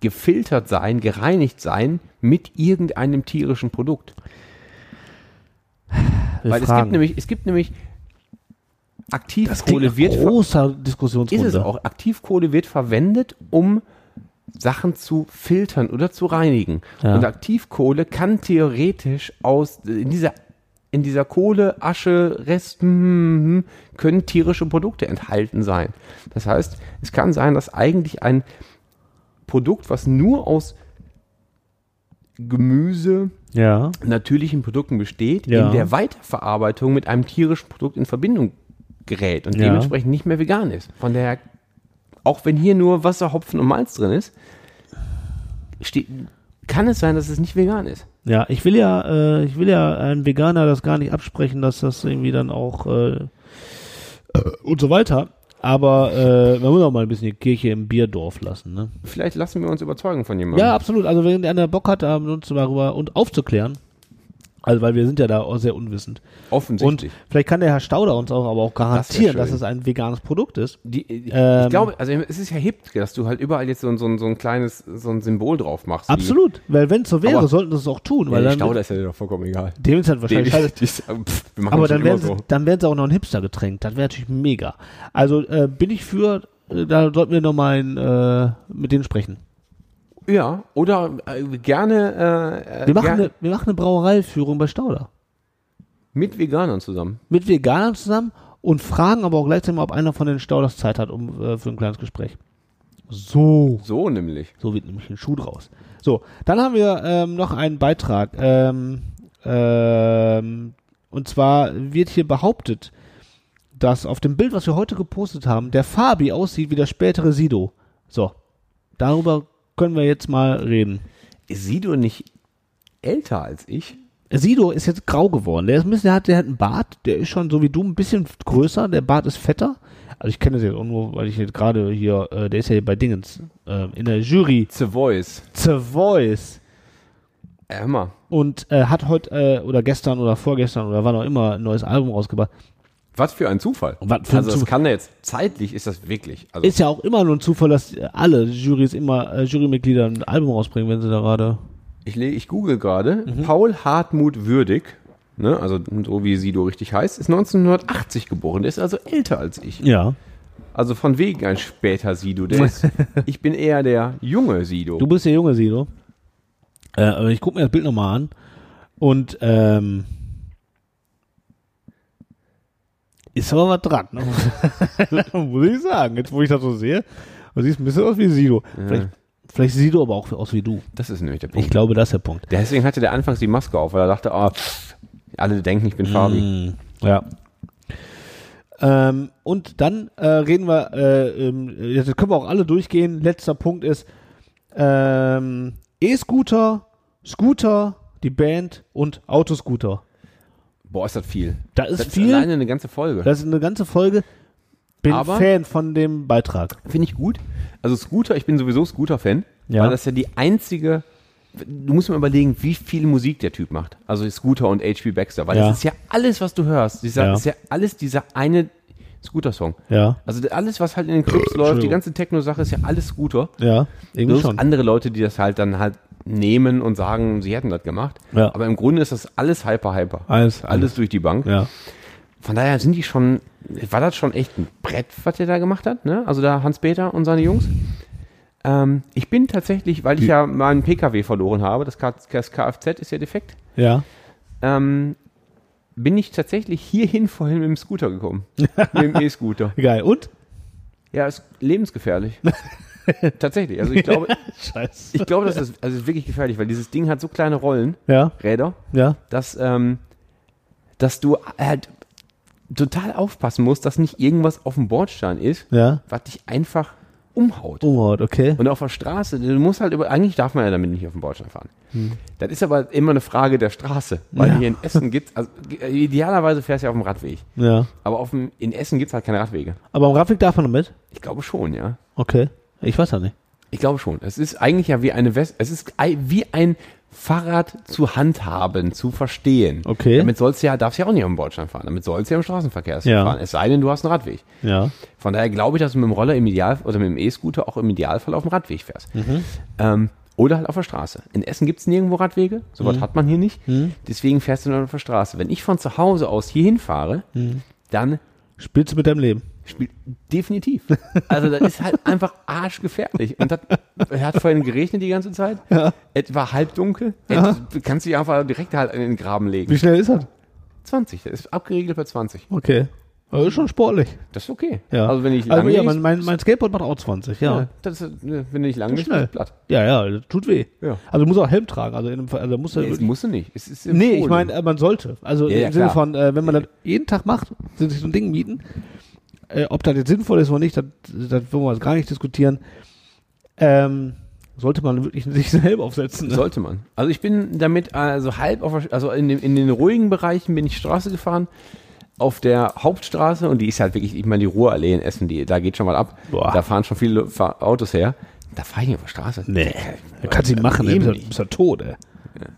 Speaker 6: gefiltert sein, gereinigt sein mit irgendeinem tierischen Produkt.
Speaker 8: wir
Speaker 6: Weil es
Speaker 8: fragen.
Speaker 6: gibt nämlich, es gibt nämlich
Speaker 8: das klingt
Speaker 6: Aktivkohle
Speaker 8: nach
Speaker 6: wird ver-
Speaker 8: großer
Speaker 6: ist
Speaker 8: Diskussionsrunde.
Speaker 6: es auch. Aktivkohle wird verwendet, um Sachen zu filtern oder zu reinigen.
Speaker 8: Ja.
Speaker 6: Und Aktivkohle kann theoretisch aus in dieser in dieser Kohle, Asche, Resten hm, können tierische Produkte enthalten sein. Das heißt, es kann sein, dass eigentlich ein Produkt, was nur aus Gemüse,
Speaker 8: Ja.
Speaker 6: natürlichen Produkten besteht,
Speaker 8: Ja.
Speaker 6: in der Weiterverarbeitung mit einem tierischen Produkt in Verbindung gerät und
Speaker 8: Ja.
Speaker 6: dementsprechend nicht mehr vegan ist. Von daher, auch wenn hier nur Wasser, Hopfen und Malz drin ist, steht, kann es sein, dass es nicht vegan ist.
Speaker 8: Ja, ich will ja, äh, ich will ja einem Veganer das gar nicht absprechen, dass das irgendwie dann auch äh, und so weiter. Aber äh, man muss auch mal ein bisschen die Kirche im Bierdorf lassen, ne?
Speaker 6: Vielleicht lassen wir uns überzeugen von jemandem.
Speaker 8: Ja, absolut. Also wenn einer Bock hat, da mit uns darüber und aufzuklären, also weil wir sind ja da auch sehr unwissend. Und
Speaker 6: offensichtlich.
Speaker 8: vielleicht kann der Herr Stauder uns auch aber auch garantieren,
Speaker 6: schön.
Speaker 8: dass es ein veganes Produkt ist.
Speaker 6: Die, ich
Speaker 8: Ähm.
Speaker 6: glaube, also es ist ja hip, dass du halt überall jetzt so, ein- so, ein- so ein kleines, so ein Symbol drauf machst. wie-
Speaker 8: Absolut. Weil wenn es so wäre,
Speaker 6: Aber-
Speaker 8: sollten sie es auch tun.
Speaker 6: Ja,
Speaker 8: Weil
Speaker 6: der
Speaker 8: dann,
Speaker 6: Stauder ist ja doch vollkommen egal.
Speaker 8: dem ist dann wahrscheinlich scheiße.
Speaker 6: die ist, pff, wir machen
Speaker 8: Aber
Speaker 6: das
Speaker 8: dann
Speaker 6: schon immer
Speaker 8: werden, sie,
Speaker 6: so.
Speaker 8: dann werden sie auch noch ein Hipster-Getränk. Das wäre natürlich mega. Also äh, bin ich für, äh, da sollten wir nochmal äh, mit denen sprechen.
Speaker 6: Ja, oder äh, gerne äh, äh,
Speaker 8: Wir machen,
Speaker 6: gerne
Speaker 8: eine, wir machen eine Brauereiführung bei Stauder.
Speaker 6: mit Veganern zusammen.
Speaker 8: Mit Veganern zusammen und fragen aber auch gleichzeitig mal, ob einer von den Stauders Zeit hat um, äh, für ein kleines Gespräch. So.
Speaker 6: So nämlich.
Speaker 8: So wird nämlich ein Schuh draus. So, dann haben wir ähm, noch einen Beitrag. Ähm, ähm, und zwar wird hier behauptet, dass auf dem Bild, was wir heute gepostet haben, der Fabi aussieht wie der spätere Sido. So, darüber können wir jetzt mal reden.
Speaker 6: Ist Sido nicht älter als ich?
Speaker 8: Sido ist jetzt grau geworden. Der, ist ein bisschen, der, hat, der hat einen Bart, der ist schon so wie du ein bisschen größer, der Bart ist fetter. Also ich kenne das jetzt auch nur, weil ich jetzt gerade hier, äh, der ist ja hier bei Dingens, äh, in der Jury,
Speaker 6: The Voice.
Speaker 8: The Voice.
Speaker 6: Äh, hör mal.
Speaker 8: und äh, hat heute äh, oder gestern oder vorgestern oder wann auch immer ein neues Album rausgebracht.
Speaker 6: Was für ein Zufall.
Speaker 8: Und was für ein
Speaker 6: also das
Speaker 8: Zufall.
Speaker 6: kann er jetzt zeitlich ist das wirklich. Also
Speaker 8: Ist ja auch immer nur ein Zufall, dass äh, alle Jurys immer äh, Jurymitglieder ein Album rausbringen, wenn sie da gerade.
Speaker 6: ich, le- ich google gerade.
Speaker 8: Mhm.
Speaker 6: Paul Hartmut Würdig, ne, also so wie Sido richtig heißt, ist 1980 geboren. Der ist also älter als ich.
Speaker 8: Ja.
Speaker 6: Also von wegen ein später Sido. Der ist, ich bin eher der junge Sido.
Speaker 8: Du bist der junge Sido. Äh, aber ich gucke mir das Bild nochmal an und ähm, ist aber was dran. Ne? Muss ich sagen, jetzt wo ich das so sehe, du siehst ein bisschen aus wie Sido. Vielleicht, vielleicht Sido aber auch aus wie du.
Speaker 6: das ist nämlich der Punkt.
Speaker 8: Ich glaube, das ist der Punkt.
Speaker 6: Deswegen hatte der anfangs die Maske auf, weil er dachte, ah, pff, alle denken, ich bin
Speaker 8: Mm.
Speaker 6: Fabi.
Speaker 8: Ja. Ähm, und dann äh, reden wir, äh, ähm, jetzt können wir auch alle durchgehen. Letzter Punkt ist, ähm, E-Scooter, Scooter, die Band und Autoscooter.
Speaker 6: Boah, ist das viel.
Speaker 8: Da ist
Speaker 6: das ist
Speaker 8: viel.
Speaker 6: alleine eine ganze Folge.
Speaker 8: das ist eine ganze Folge. Bin
Speaker 6: Aber-
Speaker 8: Fan von dem Beitrag.
Speaker 6: Finde ich gut. Also Scooter, ich bin sowieso Scooter-Fan,
Speaker 8: Ja.
Speaker 6: weil das ja die einzige. Du musst mir überlegen, wie viel Musik der Typ macht. Also Scooter und H.P. Baxter, weil
Speaker 8: Ja.
Speaker 6: das ist ja alles, was du hörst. Dieser,
Speaker 8: Ja.
Speaker 6: Das ist ja alles dieser eine Scooter-Song.
Speaker 8: Ja,
Speaker 6: Also alles, was halt in den Clubs läuft, die ganze Techno-Sache ist ja alles Scooter.
Speaker 8: ja, irgendwie
Speaker 6: Bloß
Speaker 8: schon.
Speaker 6: andere Leute, die das halt dann halt nehmen und sagen, sie hätten das gemacht.
Speaker 8: Ja.
Speaker 6: Aber im Grunde ist das alles Hyper-Hyper.
Speaker 8: Alles-
Speaker 6: alles durch die Bank.
Speaker 8: Ja.
Speaker 6: Von daher sind die schon, war das schon echt ein Brett, was der da gemacht hat, ne? Also da Hans-Peter und seine Jungs. Ähm, ich bin tatsächlich, weil ich ja meinen PKW verloren habe, das, K das Kfz ist ja defekt,
Speaker 8: Ja.
Speaker 6: ähm, bin ich tatsächlich hierhin vorhin mit dem Scooter gekommen. mit dem E-Scooter.
Speaker 8: Geil. Und?
Speaker 6: Ja, ist lebensgefährlich. tatsächlich. Also ich glaube,
Speaker 8: Scheiße.
Speaker 6: ich glaube, das ist, also es ist wirklich gefährlich, weil dieses Ding hat so kleine Rollen,
Speaker 8: Ja,
Speaker 6: Räder,
Speaker 8: ja.
Speaker 6: dass, ähm, dass du halt total aufpassen musst, dass nicht irgendwas auf dem Bordstein ist,
Speaker 8: Ja.
Speaker 6: was dich einfach umhaut.
Speaker 8: Umhaut, okay.
Speaker 6: Und auf der Straße, du musst halt über, eigentlich darf man ja damit nicht auf dem Bordstein fahren. Das ist aber immer eine Frage der Straße, weil hier in Essen gibt also idealerweise fährst du ja auf dem Radweg.
Speaker 8: Ja.
Speaker 6: Aber auf dem, in Essen gibt es halt keine Radwege.
Speaker 8: Aber am Radweg darf man noch mit?
Speaker 6: Ich glaube schon, ja.
Speaker 8: Okay. Ich weiß ja nicht.
Speaker 6: Ich glaube schon. Es ist eigentlich ja wie eine West, es ist ei- wie ein Fahrrad zu handhaben, zu verstehen.
Speaker 8: Okay.
Speaker 6: Damit sollst du ja, darfst du ja auch nicht auf dem Bordstein fahren. Damit sollst du ja im Straßenverkehr
Speaker 8: Ja.
Speaker 6: fahren. Es sei denn, du hast einen Radweg.
Speaker 8: Ja.
Speaker 6: Von daher glaube ich, dass du mit dem Roller im Ideal oder mit dem E-Scooter auch im Idealfall auf dem Radweg fährst.
Speaker 8: Mhm.
Speaker 6: Ähm, oder halt auf der Straße. In Essen gibt es nirgendwo Radwege,
Speaker 8: Mhm.
Speaker 6: sowas hat man hier nicht. Deswegen fährst du nur auf der Straße. Wenn ich von zu Hause aus hier hinfahre,
Speaker 8: Mhm.
Speaker 6: dann
Speaker 8: Spielst du mit deinem Leben?
Speaker 6: spielt definitiv. Also das ist halt einfach arschgefährlich. Und das, es hat vorhin geregnet die ganze Zeit. Es war halbdunkel. Es- Du kannst dich einfach direkt halt in den Graben legen.
Speaker 8: Wie schnell ist das?
Speaker 6: 20, das ist abgeregelt bei 20.
Speaker 8: Okay. Das ist schon sportlich.
Speaker 6: Das ist okay.
Speaker 8: Ja.
Speaker 6: Also wenn ich
Speaker 8: also,
Speaker 6: lange
Speaker 8: ja,
Speaker 6: liege,
Speaker 8: mein, mein, mein Skateboard macht auch 20, ja.
Speaker 6: ja, das ist, äh, wenn du nicht lange bist,
Speaker 8: Schnell.
Speaker 6: bist du platt.
Speaker 8: Ja, ja, das tut weh.
Speaker 6: Ja.
Speaker 8: Also du musst auch Helm tragen. Also, in dem Fall, also musst du
Speaker 6: Nee, das musst du nicht. Es ist
Speaker 8: Nee, ich
Speaker 6: empfohlen.
Speaker 8: meine, äh, man sollte. Also
Speaker 6: Ja, ja,
Speaker 8: im Sinne
Speaker 6: klar.
Speaker 8: von, äh, wenn man das jeden Tag macht, sich so ein Ding mieten, äh, ob das jetzt sinnvoll ist oder nicht, das, das wollen wir jetzt gar nicht diskutieren. Ähm, sollte man wirklich sich einen Helm aufsetzen. Ne?
Speaker 6: Sollte man. Also ich bin damit also halb auf der, also in, dem, in den ruhigen Bereichen bin ich Straße gefahren. Auf der Hauptstraße, und die ist halt wirklich, ich meine, die Ruhrallee in Essen, die, da geht schon mal ab.
Speaker 8: Boah.
Speaker 6: Da fahren schon viele Fa- Autos her. Da fahre ich nicht auf der Straße.
Speaker 8: Nee, da kannst du ihn machen, ey.
Speaker 6: Eben
Speaker 8: Bist ja-
Speaker 6: nicht.
Speaker 8: bist ja tot, ey.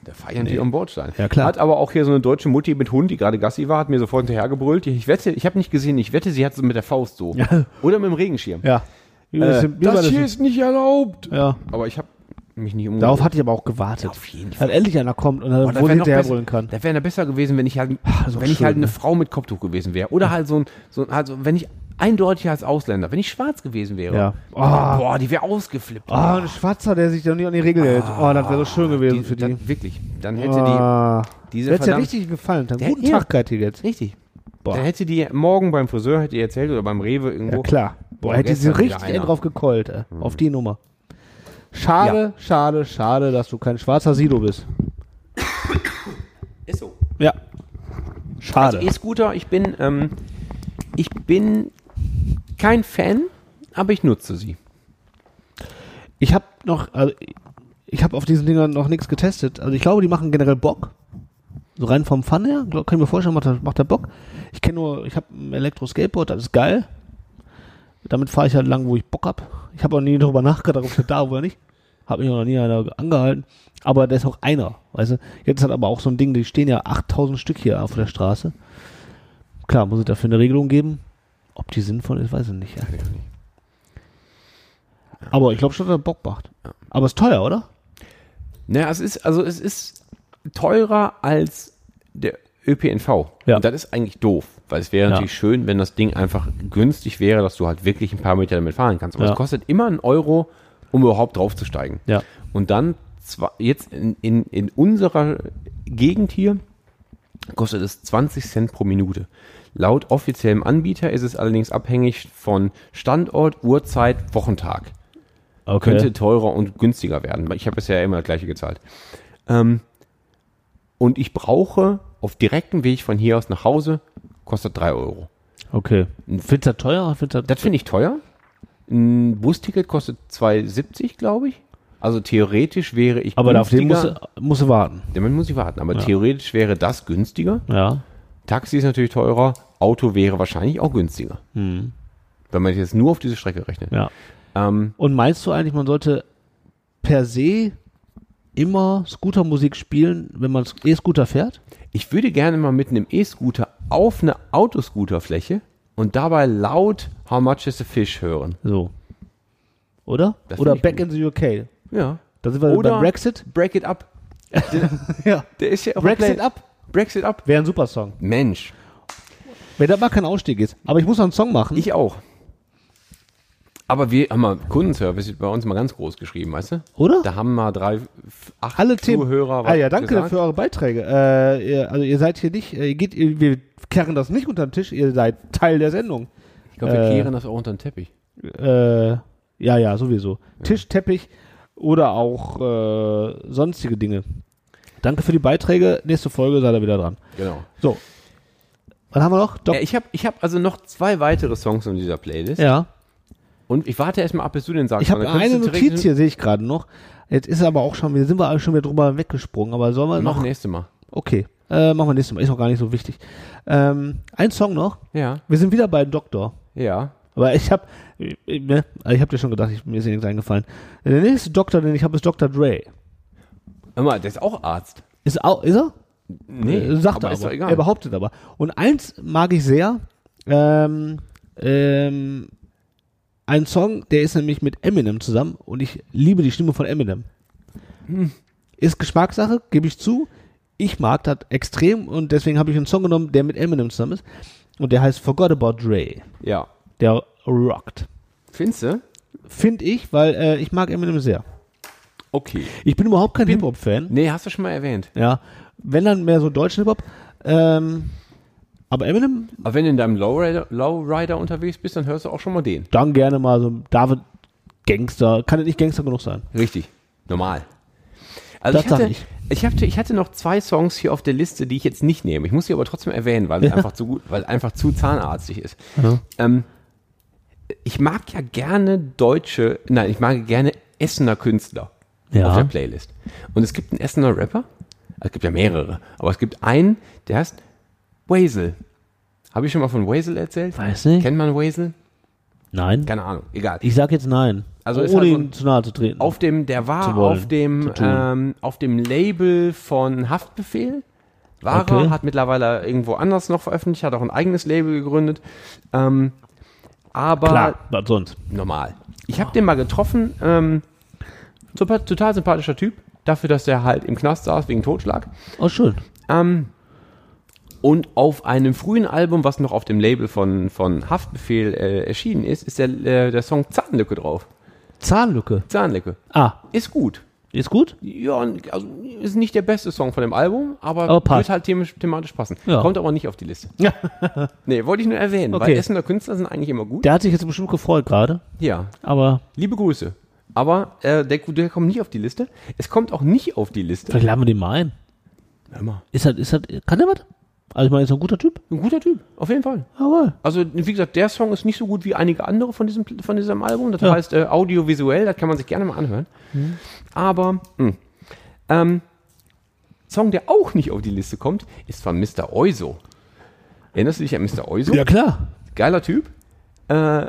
Speaker 6: Da fahre ich natürlich am Bordstein.
Speaker 8: Ja, klar.
Speaker 6: Hat aber auch hier so eine deutsche Mutti mit Hund, die gerade Gassi war, hat mir sofort hinterhergebrüllt. Ich wette, ich habe nicht gesehen, ich wette, sie hat so mit der Faust so.
Speaker 8: Ja.
Speaker 6: Oder mit dem Regenschirm.
Speaker 8: Ja. Wie war
Speaker 6: Äh,
Speaker 8: denn- wie war
Speaker 6: das
Speaker 8: denn?
Speaker 6: hier ist nicht erlaubt.
Speaker 8: ja.
Speaker 6: Aber ich habe mich nicht umgekehrt.
Speaker 8: Darauf hatte ich aber auch gewartet.
Speaker 6: Auf jeden
Speaker 8: Dass halt endlich einer kommt und
Speaker 6: Boah,
Speaker 8: dann
Speaker 6: das
Speaker 8: wohl
Speaker 6: wär noch
Speaker 8: hinterherbrüllen
Speaker 6: besser-
Speaker 8: kann.
Speaker 6: Das wäre besser gewesen, wenn ich halt,
Speaker 8: ist auch
Speaker 6: wenn ich
Speaker 8: schön,
Speaker 6: halt eine
Speaker 8: ne?
Speaker 6: Frau mit Kopftuch gewesen wäre. Oder halt so ein, so ein also wenn ich eindeutig als Ausländer, wenn ich schwarz gewesen wäre.
Speaker 8: Ja. Ah.
Speaker 6: Oh. Boah, die wäre ausgeflippt.
Speaker 8: Oh, ein Schwarzer, der sich doch nicht an die Regel hält. Oh, das wäre so schön gewesen
Speaker 6: Die-
Speaker 8: für die.
Speaker 6: dann- wirklich. Dann hätte
Speaker 8: Ah.
Speaker 6: die diese
Speaker 8: Hätte es ja
Speaker 6: verdammt-
Speaker 8: richtig gefallen. Dann
Speaker 6: Ja,
Speaker 8: guten
Speaker 6: ja.
Speaker 8: Tag, Kathi, jetzt.
Speaker 6: richtig.
Speaker 8: Boah.
Speaker 6: Dann hätte die morgen beim Friseur hätte die erzählt oder beim Rewe irgendwo.
Speaker 8: Ja, klar. Boah,
Speaker 6: Boah,
Speaker 8: hätte
Speaker 6: gestern
Speaker 8: sie
Speaker 6: wieder
Speaker 8: richtig
Speaker 6: einer.
Speaker 8: einen drauf gekeult, ey. auf die Nummer. Schade, schade, schade, dass du kein schwarzer Sido bist.
Speaker 9: Ist so.
Speaker 8: Ja.
Speaker 6: Also
Speaker 8: Schade.
Speaker 6: E-Scooter, ich bin ähm, ich bin kein Fan, aber ich nutze sie.
Speaker 8: ich habe noch, also, ich habe auf diesen Dingern noch nichts getestet. Also ich glaube, die machen generell Bock. So rein vom Fun her, glaub, kann ich mir vorstellen, macht der, macht der Bock. Ich kenne nur, ich habe ein Elektro-Skateboard, das ist geil. Damit fahre ich halt lang, wo ich Bock hab. Ich habe auch nie darüber nachgedacht, ob ich da oder nicht. Habe mich auch noch nie einer angehalten. Aber da ist auch einer, weißt du. Jetzt hat aber auch so ein Ding, die stehen ja 8000 Stück hier auf der Straße. Klar, muss es dafür eine Regelung geben. Ob die sinnvoll ist, weiß ich nicht. Ja. Aber ich glaube schon, dass er Bock macht. Aber ist teuer, oder?
Speaker 6: Naja, es ist, also es ist teurer als der ÖPNV.
Speaker 8: Ja.
Speaker 6: Und das ist eigentlich doof, weil es wäre
Speaker 8: Ja.
Speaker 6: natürlich schön, wenn das Ding einfach günstig wäre, dass du halt wirklich ein paar Meter damit fahren kannst. Aber
Speaker 8: Ja.
Speaker 6: es kostet immer einen Euro, um überhaupt draufzusteigen.
Speaker 8: Ja.
Speaker 6: Und dann zwar jetzt in, in, in unserer Gegend hier kostet es 20 Cent pro Minute. Laut offiziellem Anbieter ist es allerdings abhängig von Standort, Uhrzeit, Wochentag
Speaker 8: Okay.
Speaker 6: könnte teurer und günstiger werden. weil Ich habe bisher immer das gleiche gezahlt. Ähm, und ich brauche auf direktem Weg von hier aus nach Hause, kostet 3 Euro.
Speaker 8: Okay. Findest du das teuer? Findest du
Speaker 6: Das finde ich teuer. Ein Busticket kostet 2,70, glaube ich. Also theoretisch wäre ich
Speaker 8: Aber auf den musst
Speaker 6: günstiger.
Speaker 8: du, musst du warten.
Speaker 6: Ja, man muss ich warten. Aber theoretisch wäre das günstiger.
Speaker 8: Ja.
Speaker 6: Taxi ist natürlich teurer. Auto wäre wahrscheinlich auch günstiger. Wenn man jetzt nur auf diese Strecke rechnet.
Speaker 8: ja.
Speaker 6: Ähm,
Speaker 8: Und meinst du eigentlich, man sollte per se immer Scootermusik spielen, wenn man E-Scooter fährt?
Speaker 6: ich würde gerne mal mit einem E-Scooter auf eine Autoscooterfläche und dabei laut How much is a fish hören.
Speaker 8: So. Oder?
Speaker 6: Das
Speaker 8: Oder
Speaker 6: find ich
Speaker 8: Back
Speaker 6: gut.
Speaker 8: in the UK.
Speaker 6: Ja.
Speaker 8: Da sind wir
Speaker 6: Oder-
Speaker 8: bei Brexit.
Speaker 6: Break it up.
Speaker 8: Ja.
Speaker 6: Der ist ja auf
Speaker 8: Brexit
Speaker 6: der Play-
Speaker 8: up.
Speaker 6: Brexit up.
Speaker 8: Wäre ein super Song.
Speaker 6: Mensch,
Speaker 8: Wenn da mal kein Ausstieg ist. Aber ich muss noch einen Song machen.
Speaker 6: ich auch. Aber wir haben mal Kundenservice bei uns mal ganz groß geschrieben, weißt du?
Speaker 8: Oder?
Speaker 6: Da haben mal drei, f- acht
Speaker 8: Alle Themen.
Speaker 6: Zuhörer
Speaker 8: ah ja, danke
Speaker 6: gesagt.
Speaker 8: für eure Beiträge. Äh, ihr, also ihr seid hier nicht, äh, ihr geht, ihr, wir kehren das nicht unter den Tisch, ihr seid Teil der Sendung.
Speaker 6: Ich glaube, wir
Speaker 8: Äh,
Speaker 6: kehren das auch unter den Teppich.
Speaker 8: Äh, ja, ja, sowieso. Tischteppich oder auch äh, sonstige Dinge. Danke für die Beiträge. Nächste Folge seid ihr wieder dran.
Speaker 6: Genau.
Speaker 8: So. Was haben wir noch? Doc-
Speaker 6: Ja, ich habe ich hab also noch zwei weitere Songs in dieser Playlist.
Speaker 8: ja.
Speaker 6: Und ich warte erstmal ab, bis du den sagst.
Speaker 8: Ich habe
Speaker 6: Dann kannst
Speaker 8: eine
Speaker 6: du direkt-
Speaker 8: Notiz hier, sehe ich gerade noch. Jetzt ist aber auch schon, wir sind wir schon wieder drüber weggesprungen, aber sollen wir
Speaker 6: Noch
Speaker 8: noch?
Speaker 6: nächste Mal.
Speaker 8: Okay, äh, machen wir nächstes Mal. Ist auch gar nicht so wichtig. Ähm, ein Song noch.
Speaker 6: Ja,
Speaker 8: Wir sind wieder bei Doktor.
Speaker 6: ja.
Speaker 8: Aber ich habe, ne, ich habe dir schon gedacht, ich, mir ist ja nichts eingefallen. Der nächste Doktor, den ich habe, ist Dr. Dre.
Speaker 6: Hör mal, der ist auch Arzt.
Speaker 8: Ist, au- ist er?
Speaker 6: Nee,
Speaker 8: Äh, sagt
Speaker 6: aber
Speaker 8: er
Speaker 6: ist
Speaker 8: aber.
Speaker 6: doch egal.
Speaker 8: Er behauptet aber. Und eins mag ich sehr. Ähm, ähm, ein Song, der ist nämlich mit Eminem zusammen und ich liebe die Stimme von Eminem.
Speaker 6: Hm.
Speaker 8: Ist Geschmackssache, gebe ich zu. Ich mag das extrem und deswegen habe ich einen Song genommen, der mit Eminem zusammen ist. Und der heißt Forgot About Dre.
Speaker 6: Ja.
Speaker 8: Der rockt.
Speaker 6: Findest du?
Speaker 8: Finde ich, weil äh, ich mag Eminem sehr.
Speaker 6: Okay.
Speaker 8: Ich bin überhaupt kein Hip-Hop-Fan.
Speaker 6: Nee, hast du schon mal erwähnt.
Speaker 8: Ja. Wenn dann mehr so deutschen Hip-Hop. Ähm, aber Eminem
Speaker 6: Aber wenn du in deinem Lowrider, Lowrider unterwegs bist, dann hörst du auch schon mal den.
Speaker 8: dann gerne mal so David Gangster. Kann das nicht Gangster genug sein?
Speaker 6: Richtig. Normal. Also
Speaker 8: Das
Speaker 6: ich, hatte,
Speaker 8: sag
Speaker 6: ich.
Speaker 8: ich.
Speaker 6: hatte, ich hatte noch zwei Songs hier auf der Liste, die ich jetzt nicht nehme. Ich muss sie aber trotzdem erwähnen, weil es einfach zu gut, weil es einfach zu zahnarztig ist. Ähm, ich mag ja gerne deutsche, nein, ich mag gerne Essener Künstler
Speaker 8: Ja.
Speaker 6: auf der Playlist. Und es gibt einen Essener Rapper, also es gibt ja mehrere, aber es gibt einen, der heißt Wazel. Habe ich schon mal von Wazel erzählt?
Speaker 8: Weiß nicht.
Speaker 6: Kennt man Wazel?
Speaker 8: Nein.
Speaker 6: Keine Ahnung, egal.
Speaker 8: Ich sag jetzt nein.
Speaker 6: Also ist
Speaker 8: ohne
Speaker 6: halt so ein-
Speaker 8: ihm zu nahe zu treten.
Speaker 6: Auf dem, der war
Speaker 8: Zu wollen,
Speaker 6: auf dem,
Speaker 8: zu tun.
Speaker 6: ähm, auf dem Label von Haftbefehl. War
Speaker 8: Okay.
Speaker 6: er, hat mittlerweile irgendwo anders noch veröffentlicht, hat auch ein eigenes Label gegründet. Ähm, aber
Speaker 8: Klar, was sonst?
Speaker 6: normal. Ich habe den mal getroffen, ähm, super, total sympathischer Typ, dafür, dass der halt im Knast saß wegen Totschlag.
Speaker 8: Oh, schön.
Speaker 6: Ähm, und auf einem frühen Album, was noch auf dem Label von, von Haftbefehl äh, erschienen ist, ist der, äh, der Song Zahnlücke drauf.
Speaker 8: Zahnlücke.
Speaker 6: Zahnlücke.
Speaker 8: Ah,
Speaker 6: Ist gut.
Speaker 8: ist gut?
Speaker 6: Ja, und also ist nicht der beste Song von dem Album, aber,
Speaker 8: Aber passt.
Speaker 6: wird halt themisch, thematisch passen.
Speaker 8: Ja.
Speaker 6: Kommt aber nicht auf die Liste. nee, wollte ich nur erwähnen,
Speaker 8: Okay.
Speaker 6: weil Essener Künstler sind eigentlich immer gut.
Speaker 8: Der hat sich jetzt bestimmt gefreut gerade.
Speaker 6: ja,
Speaker 8: Aber
Speaker 6: liebe Grüße. Aber äh, der, der kommt nicht auf die Liste. Es kommt auch nicht auf die Liste.
Speaker 8: vielleicht laden wir den mal ein.
Speaker 6: Hör mal.
Speaker 8: Ist das, ist das, kann der was? Also, ich meine, ist er ein guter Typ.
Speaker 6: Ein guter Typ, auf jeden Fall.
Speaker 8: Jawohl.
Speaker 6: Also, wie gesagt, der Song ist nicht so gut wie einige andere von diesem, von diesem Album. Das
Speaker 8: Ja. Mhm.
Speaker 6: heißt, äh, audiovisuell, das kann man sich gerne mal anhören. Aber, mh. ähm, Song, der auch nicht auf die Liste kommt, ist von Mr. Oizo. Erinnerst du dich an Mr. Oizo?
Speaker 8: Ja, klar.
Speaker 6: Geiler Typ. Äh,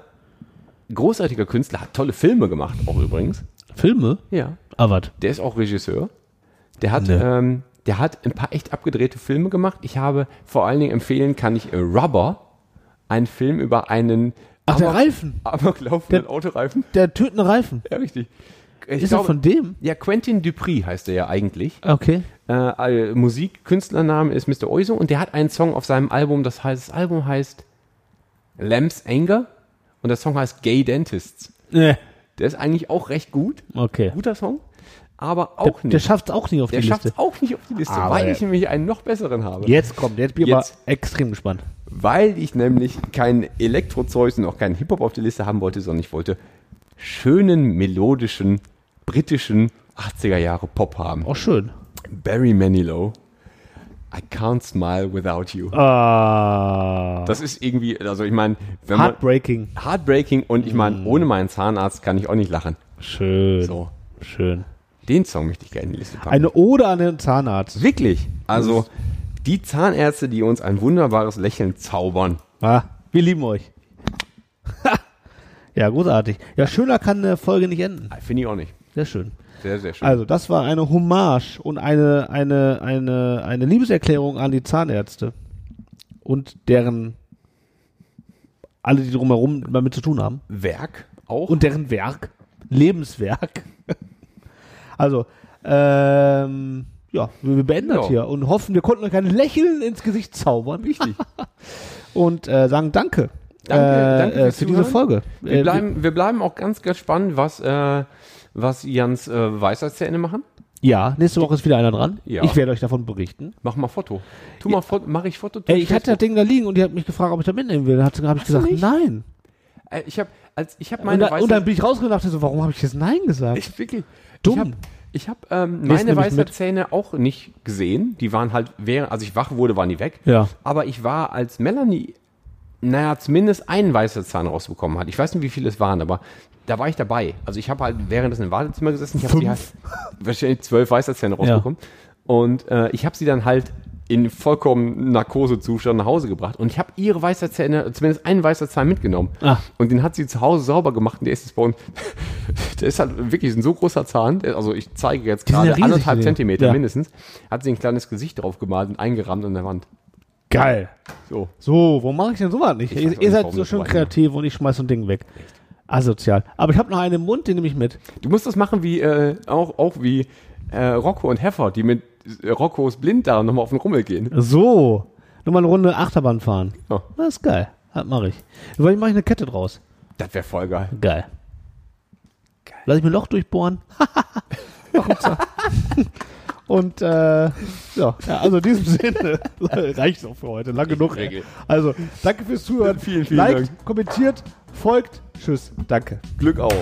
Speaker 6: großartiger Künstler, hat tolle Filme gemacht, auch übrigens.
Speaker 8: Filme?
Speaker 6: Ja.
Speaker 8: Ah, was?
Speaker 6: Der ist auch Regisseur. Der hat,
Speaker 8: Nee.
Speaker 6: ähm, der hat ein paar echt abgedrehte Filme gemacht. Ich habe vor allen Dingen empfehlen kann ich äh, Rubber, einen Film über einen
Speaker 8: Ach, der Reifen.
Speaker 6: amok laufenden
Speaker 8: Der-
Speaker 6: Autoreifen.
Speaker 8: Der tötende Reifen.
Speaker 6: Ja, richtig. Ich
Speaker 8: Ist er
Speaker 6: glaube-
Speaker 8: von dem?
Speaker 6: Ja, Quentin Dupree heißt er ja eigentlich.
Speaker 8: Okay.
Speaker 6: Äh, äh, Musikkünstlername ist Mr. Oizo und der hat einen Song auf seinem Album, das heißt, das Album heißt Lamb's Anger und der Song heißt Gay Dentists.
Speaker 8: Nee.
Speaker 6: Der ist eigentlich auch recht gut,
Speaker 8: Okay.
Speaker 6: guter Song, aber
Speaker 8: Der,
Speaker 6: auch nicht.
Speaker 8: der schafft es auch nicht auf
Speaker 6: Der
Speaker 8: die
Speaker 6: schafft es
Speaker 8: Liste.
Speaker 6: auch nicht auf die Liste,
Speaker 8: Aber-
Speaker 6: weil ich nämlich einen noch besseren habe.
Speaker 8: Jetzt kommt, jetzt bin ich
Speaker 6: Jetzt.
Speaker 8: aber extrem gespannt.
Speaker 6: Weil ich nämlich kein Elektrozeugs und auch keinen Hip-Hop auf die Liste haben wollte, sondern ich wollte schönen, melodischen, britischen 80er Jahre Pop haben.
Speaker 8: Oh, schön.
Speaker 6: Barry Manilow. I can't smile without you.
Speaker 8: Ah.
Speaker 6: Das ist irgendwie, also ich meine, wenn man
Speaker 8: Heartbreaking. Mm.
Speaker 6: heartbreaking und ich meine, ohne meinen Zahnarzt kann ich auch nicht lachen.
Speaker 8: Schön.
Speaker 6: So.
Speaker 8: Schön.
Speaker 6: Den Song möchte ich gerne in die Liste packen.
Speaker 8: Eine Ode an den Zahnarzt.
Speaker 6: Wirklich. Also die Zahnärzte, die uns ein wunderbares Lächeln zaubern.
Speaker 8: Ah, wir lieben euch. ja, großartig. Ja, schöner kann eine Folge nicht enden.
Speaker 6: Finde ich auch nicht.
Speaker 8: Sehr schön.
Speaker 6: Sehr, sehr schön.
Speaker 8: Also, das war eine Hommage und eine, eine, eine, eine Liebeserklärung an die Zahnärzte und deren alle, die drumherum damit zu tun haben.
Speaker 6: Werk auch.
Speaker 8: Und deren Werk, Lebenswerk. Also, ähm, ja, wir beenden das
Speaker 6: Ja.
Speaker 8: hier und hoffen, wir konnten euch ein Lächeln ins Gesicht zaubern. Richtig. und äh, sagen Danke.
Speaker 6: Danke,
Speaker 8: äh,
Speaker 6: danke
Speaker 8: äh, für
Speaker 6: fürs
Speaker 8: diese
Speaker 6: Zuhören.
Speaker 8: Folge.
Speaker 6: wir,
Speaker 8: Äh,
Speaker 6: bleiben, wir bleiben auch ganz gespannt, was, äh, was Jans äh, Weisheitszähne machen.
Speaker 8: Ja, nächste Woche ist wieder einer dran.
Speaker 6: Ja.
Speaker 8: Ich werde euch davon berichten.
Speaker 6: Mach mal Foto. Tu mal Foto, mach ich Foto. tu
Speaker 8: Ey, Äh, ich hatte das Ding da liegen und die hat mich gefragt, ob ich da mitnehmen will. Da habe ich gesagt, nein.
Speaker 6: Äh, ich habe als ich habe
Speaker 8: Und,
Speaker 6: meine
Speaker 8: da, und dann
Speaker 6: Weisheit
Speaker 8: bin ich rausgegangen und dachte so, warum habe ich jetzt nein gesagt?
Speaker 6: ich wirklich
Speaker 8: Dumm.
Speaker 6: Ich habe ich hab, ähm,
Speaker 8: Nächsten
Speaker 6: meine
Speaker 8: nehme ich mit.
Speaker 6: Weisheitszähne auch nicht gesehen. Die waren halt während als ich wach wurde, waren die weg.
Speaker 8: Ja.
Speaker 6: Aber ich war als Melanie naja, zumindest einen Weisheitszahn rausbekommen hat. Ich weiß nicht, wie viele es waren, aber da war ich dabei. Also ich habe halt währenddessen im Wartezimmer gesessen. Ich habe sie halt wahrscheinlich zwölf Weisheitszähne rausbekommen. Und äh, ich habe sie dann halt in vollkommen Narkosezustand nach Hause gebracht. Und ich habe ihre Weisheitszähne, zumindest einen Weisheitszahn mitgenommen.
Speaker 8: Ah.
Speaker 6: Und den hat sie zu Hause sauber gemacht. Und der ist jetzt bei uns, der ist halt wirklich ein so großer Zahn. Der, also ich zeige jetzt
Speaker 8: sind ja
Speaker 6: gerade
Speaker 8: riesig,
Speaker 6: anderthalb
Speaker 8: die Dinger.
Speaker 6: Zentimeter
Speaker 8: Ja.
Speaker 6: mindestens. Hat sie ein kleines Gesicht drauf gemalt und eingerammt an der Wand.
Speaker 8: Geil.
Speaker 6: So.
Speaker 8: So, warum mache ich denn sowas nicht?
Speaker 6: weiß
Speaker 8: Ihr,
Speaker 6: auch
Speaker 8: ihr
Speaker 6: nicht,
Speaker 8: seid
Speaker 6: warum
Speaker 8: so
Speaker 6: ich
Speaker 8: schön
Speaker 6: sowas
Speaker 8: kreativ und ich schmeiß so ein Ding weg. Asozial. Aber ich habe noch einen im Mund, den nehme ich mit.
Speaker 6: Du musst das machen wie äh, auch, auch wie äh, Rocco und Heffer, die mit äh, Roccos Blinddarm nochmal auf den Rummel gehen.
Speaker 8: So, nochmal eine Runde Achterbahn fahren.
Speaker 6: Ja.
Speaker 8: Das ist geil. Das mache ich. Weil ich mache eine Kette draus.
Speaker 6: Das wäre voll geil.
Speaker 8: Geil. Lass ich mir ein Loch durchbohren. Und äh, ja, ja, also in diesem Sinne reicht auch für heute. Lang genug. ey. Also, danke fürs Zuhören.
Speaker 6: Vielen, vielen
Speaker 8: Liked,
Speaker 6: Dank.
Speaker 8: kommentiert, folgt. Tschüss. Danke.
Speaker 6: Glück auf.